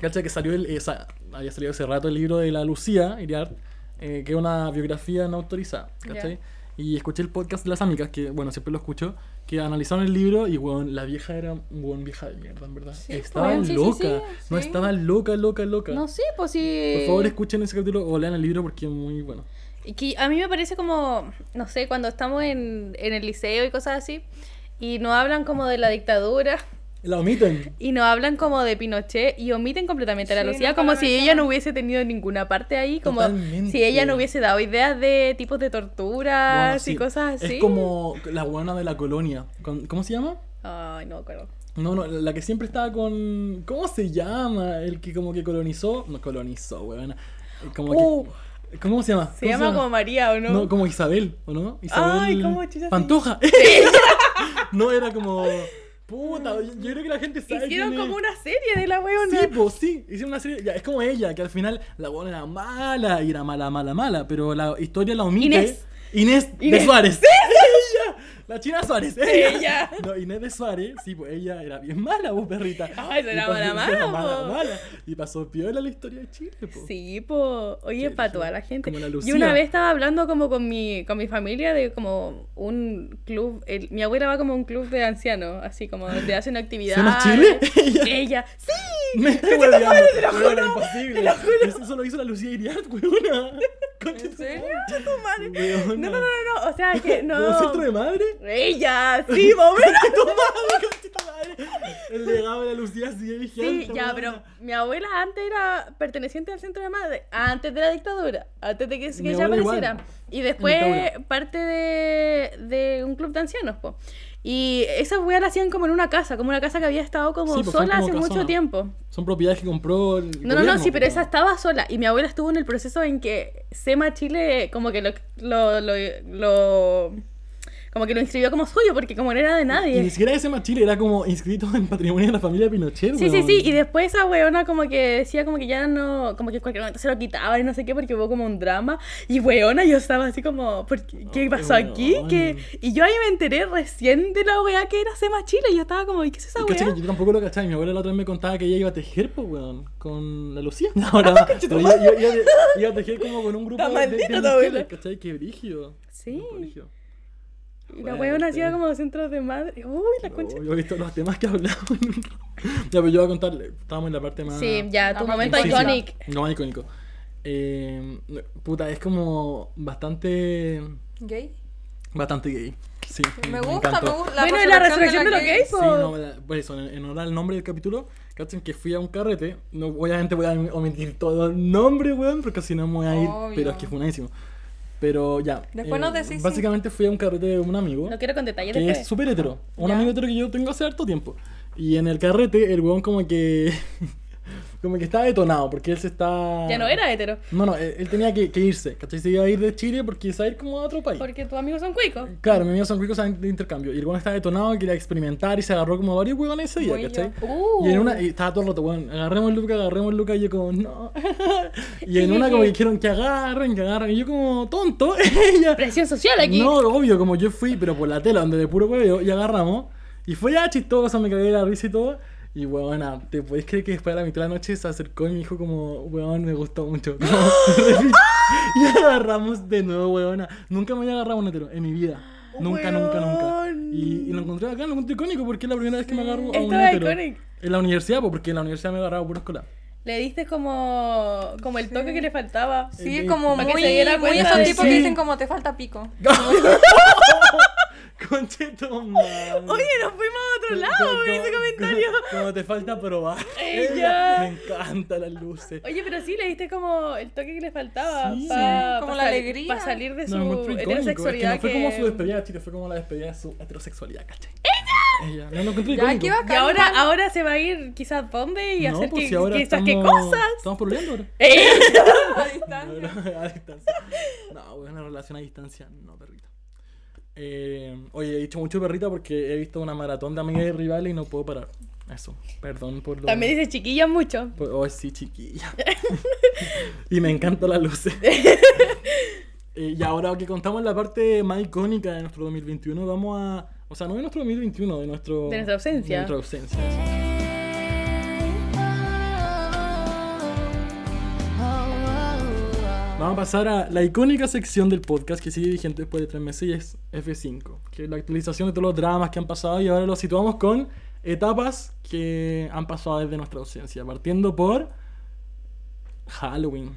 Speaker 1: cacha que salió el, eh, sa- había salido hace rato el libro de la Lucía Iriart, eh, que es una biografía no autorizada, ¿cachai? Y escuché el podcast de las amigas, que bueno, siempre lo escucho, que analizaron el libro y weón, la vieja era weón, vieja de mierda, en verdad.
Speaker 3: Sí,
Speaker 1: estaba
Speaker 2: weón, sí, sí,
Speaker 1: loca,
Speaker 3: sí,
Speaker 1: no
Speaker 3: sí.
Speaker 1: estaba loca, loca, loca.
Speaker 2: No sé, pues sí.
Speaker 1: Por favor, escuchen ese capítulo o lean el libro porque es muy bueno.
Speaker 2: Y que a mí me parece como, no sé, cuando estamos en, en el liceo y cosas así, y no hablan como de la dictadura,
Speaker 1: La omiten.
Speaker 2: y no hablan como de Pinochet, y omiten completamente a la
Speaker 3: Sí,
Speaker 2: Lucía,
Speaker 3: nunca
Speaker 2: como
Speaker 3: la
Speaker 2: si ella
Speaker 3: mencionan.
Speaker 2: no hubiese tenido ninguna parte ahí, como
Speaker 1: Totalmente.
Speaker 2: si ella no hubiese dado ideas de tipos de torturas
Speaker 1: Bueno,
Speaker 2: y
Speaker 1: sí.
Speaker 2: Ah, cosas así.
Speaker 1: Es como la buena de la colonia. Con- ¿Cómo se llama?
Speaker 2: Ay, no me acuerdo.
Speaker 1: No, no, la que siempre estaba con. ¿Cómo se llama? El que como que colonizó. No colonizó, weón. Como que-
Speaker 2: Uh.
Speaker 1: ¿Cómo se llama?
Speaker 2: Se
Speaker 1: ¿Cómo
Speaker 2: llama como María, ¿o no?
Speaker 1: No, como Isabel, ¿o no? Isabel.
Speaker 2: Ay, ¿cómo chucha se
Speaker 1: ¡Pantoja! no, era como. Puta, yo, yo creo que la gente sabe.
Speaker 2: Hicieron
Speaker 1: quién es.
Speaker 2: como una serie de la weona.
Speaker 1: Sí, pues sí, hicieron una serie. ya, es como ella, que al final la buena era mala y era mala, mala, mala, pero la historia la omite.
Speaker 2: Inés.
Speaker 1: Inés de
Speaker 2: Inés.
Speaker 1: Suárez. ¡Ella! La China Suárez.
Speaker 2: ella.
Speaker 1: No, Inés de Suárez, sí, pues ella era bien mala, vos perrita.
Speaker 2: Ay, esa
Speaker 1: Y
Speaker 2: era
Speaker 1: pasó-
Speaker 2: mala,
Speaker 1: era
Speaker 2: mala,
Speaker 1: mala,
Speaker 2: po.
Speaker 1: mala. Y pasó piola la historia de Chile, pues.
Speaker 2: Sí, po. Oye,
Speaker 1: Sí,
Speaker 2: para
Speaker 1: sí.
Speaker 2: toda la gente.
Speaker 1: Como la
Speaker 2: Yo
Speaker 1: Lucía.
Speaker 2: una vez estaba hablando como con mi, con mi familia de como un club. el- mi abuela va como a un club de ancianos, así como donde hacen actividades.
Speaker 1: ¿Suena Chile? Ella.
Speaker 2: Ella. ¡Sí!
Speaker 1: Me estoy hueveando. Era imposible. Eso solo hizo la Lucía Iriart, weona. Concha
Speaker 3: ¿En
Speaker 1: tu
Speaker 3: serio?
Speaker 1: madre. Weona.
Speaker 2: No, no, no, no, no. O sea, que
Speaker 1: ¿Como
Speaker 2: no.
Speaker 1: filtro de madre?
Speaker 2: Ella, sí, momento.
Speaker 1: tu madre, conchita madre. El legado de la Lucía sigue vigente.
Speaker 2: Sí, ya,
Speaker 1: weona.
Speaker 2: pero mi abuela antes era perteneciente al centro de madre, antes de la dictadura, antes de que, que
Speaker 1: Mi
Speaker 2: ella
Speaker 1: abuela igual.
Speaker 2: apareciera. Y
Speaker 1: En
Speaker 2: después
Speaker 1: dictadura.
Speaker 2: parte de, de un club de ancianos, po. Y esas weas la hacían como en una casa, como una casa que había estado como
Speaker 1: Sí, pues, son
Speaker 2: sola
Speaker 1: como
Speaker 2: hace mucho
Speaker 1: casonas.
Speaker 2: tiempo.
Speaker 1: Son propiedades que compró el
Speaker 2: No, no, no,
Speaker 1: gobierno,
Speaker 2: sí, pero
Speaker 1: po.
Speaker 2: esa estaba sola. Y mi abuela estuvo en el proceso en que SEMA Chile como que lo... lo, lo, lo- Como que lo inscribió como suyo, porque como no era de
Speaker 1: Y
Speaker 2: nadie.
Speaker 1: ni siquiera ese más Chile, era como inscrito en patrimonio de la familia Pinochet.
Speaker 2: Sí, sí,
Speaker 1: weón.
Speaker 2: sí. Y después esa weona como que decía como que ya no, como que en cualquier momento se lo quitaba y no sé qué, porque hubo como un drama. Y weona, yo estaba así como, ¿por qué, qué
Speaker 1: Ay,
Speaker 2: pasó aquí?
Speaker 1: weón.
Speaker 2: ¿Qué? Y yo ahí me enteré recién de la wea que era Sema Chile. Y yo estaba como, ¿y qué es esa
Speaker 1: Y
Speaker 2: wea?
Speaker 1: cacha que yo tampoco lo cachaba. y Mi abuela la otra vez me contaba que ella iba a tejer, pues, weón, con la Lucía.
Speaker 2: Ah,
Speaker 1: Ahora, pero iba, iba- iba- iba a tejer como con un grupo de,
Speaker 2: Está
Speaker 1: de
Speaker 2: maldita tu
Speaker 1: mujeres,
Speaker 2: abuela.
Speaker 1: ¿cachai? Qué brígido.
Speaker 2: Sí.
Speaker 1: Brígido.
Speaker 2: Y la
Speaker 1: Fuerte.
Speaker 2: weona hacía como centros de madre. Uy, la concha.
Speaker 1: Yo he visto los temas que hablamos. ya, pero yo voy a contarle. Estábamos en la parte más.
Speaker 2: Sí, ya, tu
Speaker 3: Aparte
Speaker 2: momento
Speaker 3: que-
Speaker 2: iconic.
Speaker 1: Lo más icónico. Eh, puta, es como bastante.
Speaker 3: ¿Gay?
Speaker 1: Bastante gay. Sí.
Speaker 3: Me gusta, me
Speaker 1: encantó.
Speaker 3: gusta.
Speaker 2: Bueno, y la resurrección de los
Speaker 3: los
Speaker 2: gays,
Speaker 1: Sí,
Speaker 2: po.
Speaker 1: no, la- por eso, en, en honor al nombre del capítulo, cachen que fui a un carrete. No, obviamente voy a omitir todo el nombre, weón, porque si no me voy a ir.
Speaker 3: Obvio.
Speaker 1: Pero es que fue buenísimo. Pero ya. eh,
Speaker 3: Después nos decís si-
Speaker 1: Básicamente fui a un carrete de un amigo
Speaker 2: No quiero con detalles
Speaker 1: que es
Speaker 2: después.
Speaker 1: súper hetero. Un
Speaker 3: Ya.
Speaker 1: amigo hetero que yo tengo hace harto tiempo. Y en el carrete, el weón como que. como que estaba detonado, porque él se está.
Speaker 2: Ya no era hetero.
Speaker 1: No, no, él, él tenía que, que irse, ¿cachai? Se iba a ir de Chile porque se iba a ir como a otro país.
Speaker 2: Porque tus amigos son cuicos.
Speaker 1: Claro, mis amigos son ricos de intercambio. Y el weón estaba detonado, quería experimentar y se agarró como varios weones ese día,
Speaker 3: Muy
Speaker 1: ¿cachai?
Speaker 2: Uh.
Speaker 1: Y en una, y estaba todo el rato, weón, agarremos Luca, agarremos Luca, y yo como, no. y en
Speaker 2: Y
Speaker 1: una
Speaker 2: dije-
Speaker 1: como que dijeron que agarren, que agarren, y yo como, tonto, ella.
Speaker 2: Presión social aquí.
Speaker 1: No, obvio, como yo fui, pero por la tela, donde de puro hueveo, y agarramos. Y fue ya chistoso, me cagué de la risa y todo. Y huevona, ¿te podés creer que después de la mitad de la noche se acercó y me dijo como, huevón, me gustó mucho? Como, y agarramos de nuevo, huevona. Nunca me había agarrado un hetero en mi vida. Nunca, nunca, nunca. Y, y lo encontré acá, lo encontré icónico porque es la primera vez que me agarro a un
Speaker 2: Estaba
Speaker 1: hetero.
Speaker 2: icónico.
Speaker 1: En la universidad, pues, porque en la universidad me agarraba puro escolar.
Speaker 2: Le diste como, como el toque que le faltaba.
Speaker 3: Sí,
Speaker 1: Eh,
Speaker 3: es como
Speaker 2: Para que
Speaker 3: muy,
Speaker 2: se diera
Speaker 3: muy
Speaker 2: cuenta
Speaker 3: esos
Speaker 2: de
Speaker 3: tipos
Speaker 1: sí.
Speaker 3: que dicen como te falta pico.
Speaker 1: Concheto, madre.
Speaker 2: Oye, nos fuimos a otro
Speaker 1: Como-
Speaker 2: lado con ese
Speaker 1: como-
Speaker 2: comentario.
Speaker 1: Como te falta probar.
Speaker 2: Ella.
Speaker 1: Me encantan las luces.
Speaker 2: Oye, pero sí, le diste como el toque que le faltaba.
Speaker 1: Sí.
Speaker 2: pa-
Speaker 3: Sí, como
Speaker 2: pa
Speaker 3: la
Speaker 2: sal-
Speaker 3: alegría.
Speaker 2: pa salir de su
Speaker 1: No, lo encuentro icónico. Es que
Speaker 2: heterosexualidad.
Speaker 1: no fue como
Speaker 2: que-
Speaker 1: su despedida de Chile, fue como la despedida de su heterosexualidad, ¿cachai? ¡Ella! Ella. No, lo encuentro
Speaker 3: Ya,
Speaker 1: icónico.
Speaker 3: qué bacán.
Speaker 2: Y ahora, ahora se va a ir quizás dónde y
Speaker 1: no,
Speaker 2: hacer
Speaker 1: pues
Speaker 2: que,
Speaker 1: si ahora
Speaker 2: que
Speaker 1: estamos,
Speaker 2: saque cosas. Ah.
Speaker 1: Estamos pololeando ahora.
Speaker 2: ¡Eh!
Speaker 3: Ahí está.
Speaker 1: a distancia. No, güey, una relación a distancia, no, perrito. Eh, oye, he dicho mucho perrita porque he visto una maratón de amigas y rivales y no puedo parar. Eso, perdón por lo.
Speaker 2: También dice chiquilla mucho.
Speaker 1: Pues, oh, sí, chiquilla. y me encantan las luces. Eh, y ahora que contamos la parte más icónica de nuestro 2021, vamos a... O sea, no de nuestro 2021, de nuestro...
Speaker 2: De nuestra
Speaker 1: de
Speaker 2: ausencia.
Speaker 1: nuestra ausencia, sí. Vamos a pasar a la icónica sección del podcast que sigue vigente después de tres meses y es F5, que es la actualización de todos los dramas que han pasado y ahora lo situamos con etapas que han pasado desde nuestra ausencia, partiendo por Halloween.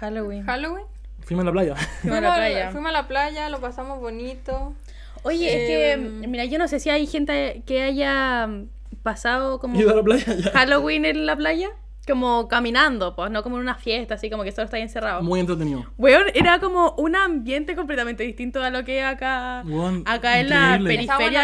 Speaker 2: Halloween.
Speaker 3: Halloween.
Speaker 1: Fuimos a la playa.
Speaker 2: Fuimos a la playa.
Speaker 3: fuimos a la playa, lo pasamos bonito.
Speaker 2: Oye, es que,
Speaker 3: Em,
Speaker 2: mira, yo no sé si hay gente que haya mm, pasado como
Speaker 1: Ido a la playa ya.
Speaker 2: Halloween en la playa, como caminando, pues, no como en una fiesta, así como que solo está ahí encerrado.
Speaker 1: Muy entretenido.
Speaker 2: Weón, era como un ambiente completamente distinto a lo que acá,
Speaker 1: Weón,
Speaker 2: acá en la
Speaker 1: increíble.
Speaker 2: periferia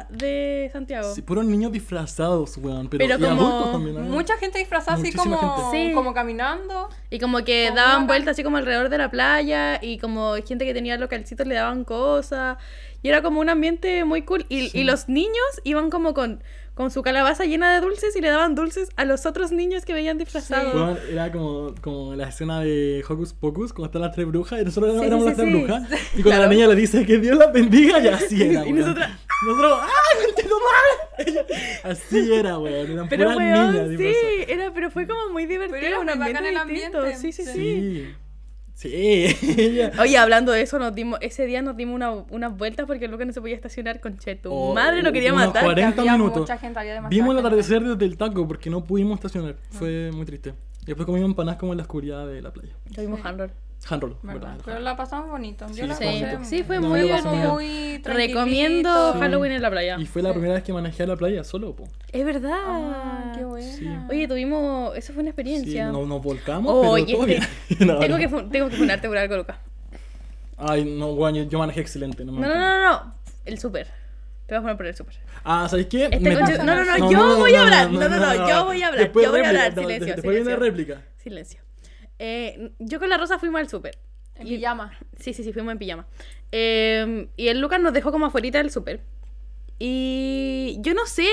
Speaker 3: Estaba
Speaker 2: de Santiago.
Speaker 1: Sí, puros niños disfrazados, weón. Pero,
Speaker 2: Pero
Speaker 1: y
Speaker 2: como
Speaker 1: adultos también. ¿eh?
Speaker 3: Mucha gente disfrazada así
Speaker 1: Muchísima
Speaker 3: como,
Speaker 2: gente. Sí.
Speaker 3: como caminando.
Speaker 2: Y como que
Speaker 3: Como
Speaker 2: daban
Speaker 3: una
Speaker 2: vueltas así como alrededor de la playa y como gente que tenía localcitos le daban cosas. Y era como un ambiente muy cool. Y,
Speaker 1: Sí.
Speaker 2: y los niños iban como con, con su calabaza llena de dulces y le daban dulces a los otros niños que veían disfrazados.
Speaker 1: Weón, era como, como la escena de Hocus Pocus, cuando están las tres brujas, y nosotros
Speaker 2: Sí,
Speaker 1: éramos
Speaker 2: sí,
Speaker 1: las tres
Speaker 2: sí.
Speaker 1: brujas. Y cuando la niña le dice que Dios las bendiga, y así era.
Speaker 2: Y
Speaker 1: weón.
Speaker 2: nosotras-
Speaker 1: Nosotros, ¡ah, contigo mal! Ella- Así era, weón. Eran
Speaker 2: Pero
Speaker 1: puras
Speaker 2: weón,
Speaker 1: niñas
Speaker 2: sí,
Speaker 1: disfrazadas.
Speaker 2: era, pero fue como muy divertido,
Speaker 3: era
Speaker 2: un
Speaker 3: muy bacán
Speaker 2: ambiente
Speaker 3: el
Speaker 2: distinto.
Speaker 3: ambiente,
Speaker 2: Sí, sí, sí,
Speaker 3: sí.
Speaker 1: Sí. Sí. ella-
Speaker 2: Oye, hablando de eso, nos dimos, ese día nos dimos una- unas vueltas porque Luca no se podía estacionar con Cheto.
Speaker 1: Oh,
Speaker 2: Madre lo quería
Speaker 1: unos
Speaker 2: matar.
Speaker 1: 40
Speaker 3: había
Speaker 1: minutos.
Speaker 3: mucha gente, había demasiada
Speaker 1: Vimos el
Speaker 3: gente.
Speaker 1: atardecer desde el taco porque no pudimos estacionar.
Speaker 2: Ah.
Speaker 1: Fue muy triste. Y después comimos empanadas como en la oscuridad de la playa.
Speaker 2: Lo vimos Handroll.
Speaker 1: Hand roll,
Speaker 3: ¿verdad?
Speaker 1: ¿verdad?
Speaker 3: Pero la pasamos bonito. Yo
Speaker 1: Sí,
Speaker 3: la
Speaker 1: sí.
Speaker 2: Sí,
Speaker 3: pasé
Speaker 2: sí, fue
Speaker 1: No,
Speaker 2: muy
Speaker 1: yo
Speaker 3: como
Speaker 1: paso
Speaker 2: divertido.
Speaker 1: miedo.
Speaker 3: muy tranquilito.
Speaker 2: Recomiendo
Speaker 1: Sí.
Speaker 2: Halloween en la playa.
Speaker 1: Y fue la primera vez que manejé a la playa solo, po.
Speaker 2: Es verdad.
Speaker 3: Ah, qué bueno.
Speaker 1: Sí.
Speaker 2: Oye, tuvimos. Eso fue una experiencia.
Speaker 1: Sí, nos, nos volcamos,
Speaker 2: Oye,
Speaker 1: pero todo bien.
Speaker 2: te-
Speaker 1: No,
Speaker 2: tengo,
Speaker 1: no.
Speaker 2: que fun- tengo que funarte por algo, Luca.
Speaker 1: Ay, no, bueno, yo, yo manejé excelente. No, me
Speaker 2: No, no,
Speaker 1: entiendo.
Speaker 2: no, no. El súper. Te vas a poner por el súper.
Speaker 1: Ah, ¿sabéis qué?
Speaker 2: Este
Speaker 1: Me-
Speaker 2: conche- no, no, no, yo voy a hablar. No, no, no, yo voy a hablar, yo voy a hablar.
Speaker 1: no, de-
Speaker 2: Silencio,
Speaker 1: Después viene
Speaker 2: silencio.
Speaker 1: réplica.
Speaker 2: Silencio. Eh, yo con la Rosa fuimos al súper.
Speaker 3: En
Speaker 2: Y-
Speaker 3: pijama.
Speaker 2: Sí, sí, sí, fuimos en pijama. Eh, y el Lucas nos dejó como afuerita del súper. Y yo no sé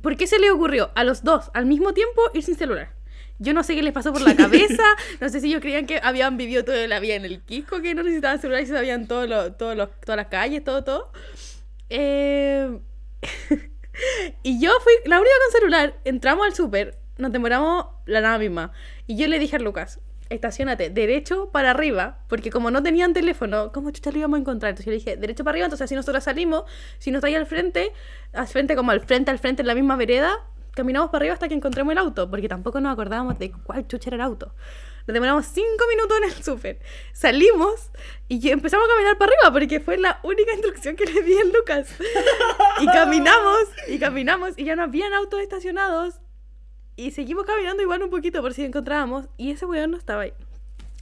Speaker 2: por qué se le ocurrió a los dos al mismo tiempo ir sin celular. Yo no sé qué les pasó por la cabeza. No sé si ellos creían que habían vivido toda la vida en el Quisco, que no necesitaban celular y se sabían todos los- todos los- todas las calles, todo, todo. Eh, y yo fui la única con celular. Entramos al súper, nos demoramos la nada misma. Y yo le dije a Lucas, estacionate derecho para arriba, porque como no tenían teléfono, ¿cómo chucha lo íbamos a encontrar? Entonces yo le dije, derecho para arriba, entonces así nosotros salimos. Si nos trae al frente, al frente como al frente, al frente en la misma vereda, caminamos para arriba hasta que encontremos el auto, porque tampoco nos acordábamos de cuál chucha era el auto. Nos demoramos cinco minutos en el súper. Salimos y yo- empezamos a caminar para arriba porque fue la única instrucción que le di a Lucas. Y caminamos, y caminamos, y ya no habían autos estacionados. Y seguimos caminando igual un poquito por si encontrábamos. Y ese weón no estaba ahí.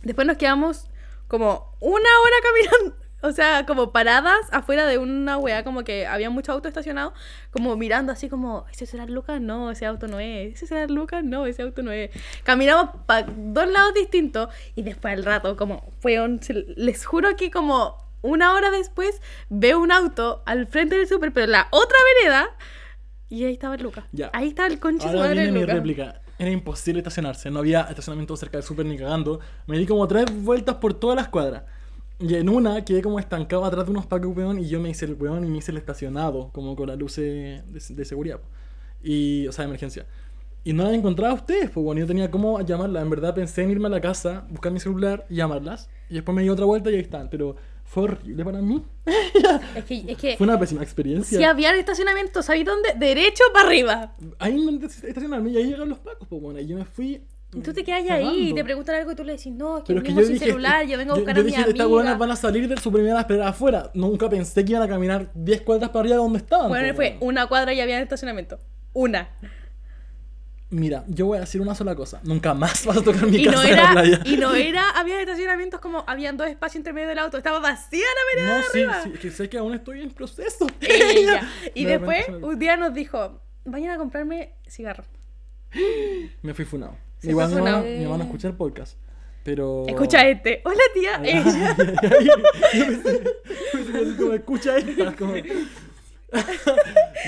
Speaker 2: Después nos quedamos como una hora caminando. O sea, como paradas afuera de una weá, como que había mucho auto estacionado, como mirando así como, ¿ese será Lucas? No, ese auto no es. ¿Ese será Lucas? No, ese auto no es. Caminamos para dos lados distintos y después al rato, como, fue un- se- les juro que como una hora después veo un auto al frente del súper, pero en la otra vereda, y ahí estaba el Lucas.
Speaker 1: Ya.
Speaker 2: Ahí estaba el conche su
Speaker 1: Ahora
Speaker 2: madre
Speaker 1: viene
Speaker 2: el
Speaker 1: mi
Speaker 2: Lucas.
Speaker 1: réplica. Era imposible estacionarse, no había estacionamiento cerca del súper ni cagando. Me di como tres vueltas por todas las cuadras. Y en una quedé como estancado atrás de unos pacos, weón, y yo me hice el weón y me hice el estacionado, como con las luces de, de seguridad. po. Y, o sea, de emergencia. Y no la encontraba a ustedes, pues, bueno, yo tenía cómo llamarla. En verdad pensé en irme a la casa, buscar mi celular y llamarlas. Y después me di otra vuelta y ahí están, pero fue horrible para mí.
Speaker 2: Es que, es que
Speaker 1: Fue una pésima experiencia.
Speaker 2: Eh, si había estacionamiento, ¿sabéis dónde? Derecho para arriba.
Speaker 1: Ahí me estacionarme y ahí llegaron los pacos, pues, bueno, y yo me fui. mm,
Speaker 2: Y Tú te quedas ahí y
Speaker 1: cagando.
Speaker 2: te preguntan algo y tú le decís, no, es que
Speaker 1: Pero es que
Speaker 2: venimos
Speaker 1: yo
Speaker 2: sin
Speaker 1: dije,
Speaker 2: celular, yo vengo a buscar
Speaker 1: yo
Speaker 2: a mi
Speaker 1: dije,
Speaker 2: amiga.
Speaker 1: estas hueonas van a salir de su primera esperar afuera. Nunca pensé que iban a caminar 10 cuadras para arriba de donde estaban.
Speaker 2: Bueno,
Speaker 1: po,
Speaker 2: fue
Speaker 1: weón.
Speaker 2: una cuadra y había estacionamiento. Una.
Speaker 1: Mira, yo voy a decir una sola cosa. Nunca más vas a tocar mi
Speaker 2: Y
Speaker 1: casa
Speaker 2: no,
Speaker 1: en la
Speaker 2: era,
Speaker 1: playa.
Speaker 2: y no era, había estacionamientos como habían dos espacios entre medio del auto, estaba vacía la vereda.
Speaker 1: No,
Speaker 2: de
Speaker 1: sí,
Speaker 2: arriba.
Speaker 1: sí, es que sé que aún estoy en proceso.
Speaker 2: Eh, ya. Y
Speaker 1: De repente
Speaker 2: después
Speaker 1: se me-
Speaker 2: un día nos dijo, vayan a comprarme cigarro.
Speaker 1: Me fui funado.
Speaker 2: Se
Speaker 1: Igual
Speaker 2: fue
Speaker 1: me van, a,
Speaker 2: funado.
Speaker 1: me van a escuchar podcast. Pero.
Speaker 2: Escucha este. Hola tía. Eh,
Speaker 1: Yo pensé- pensé que así como, escucha esta. como-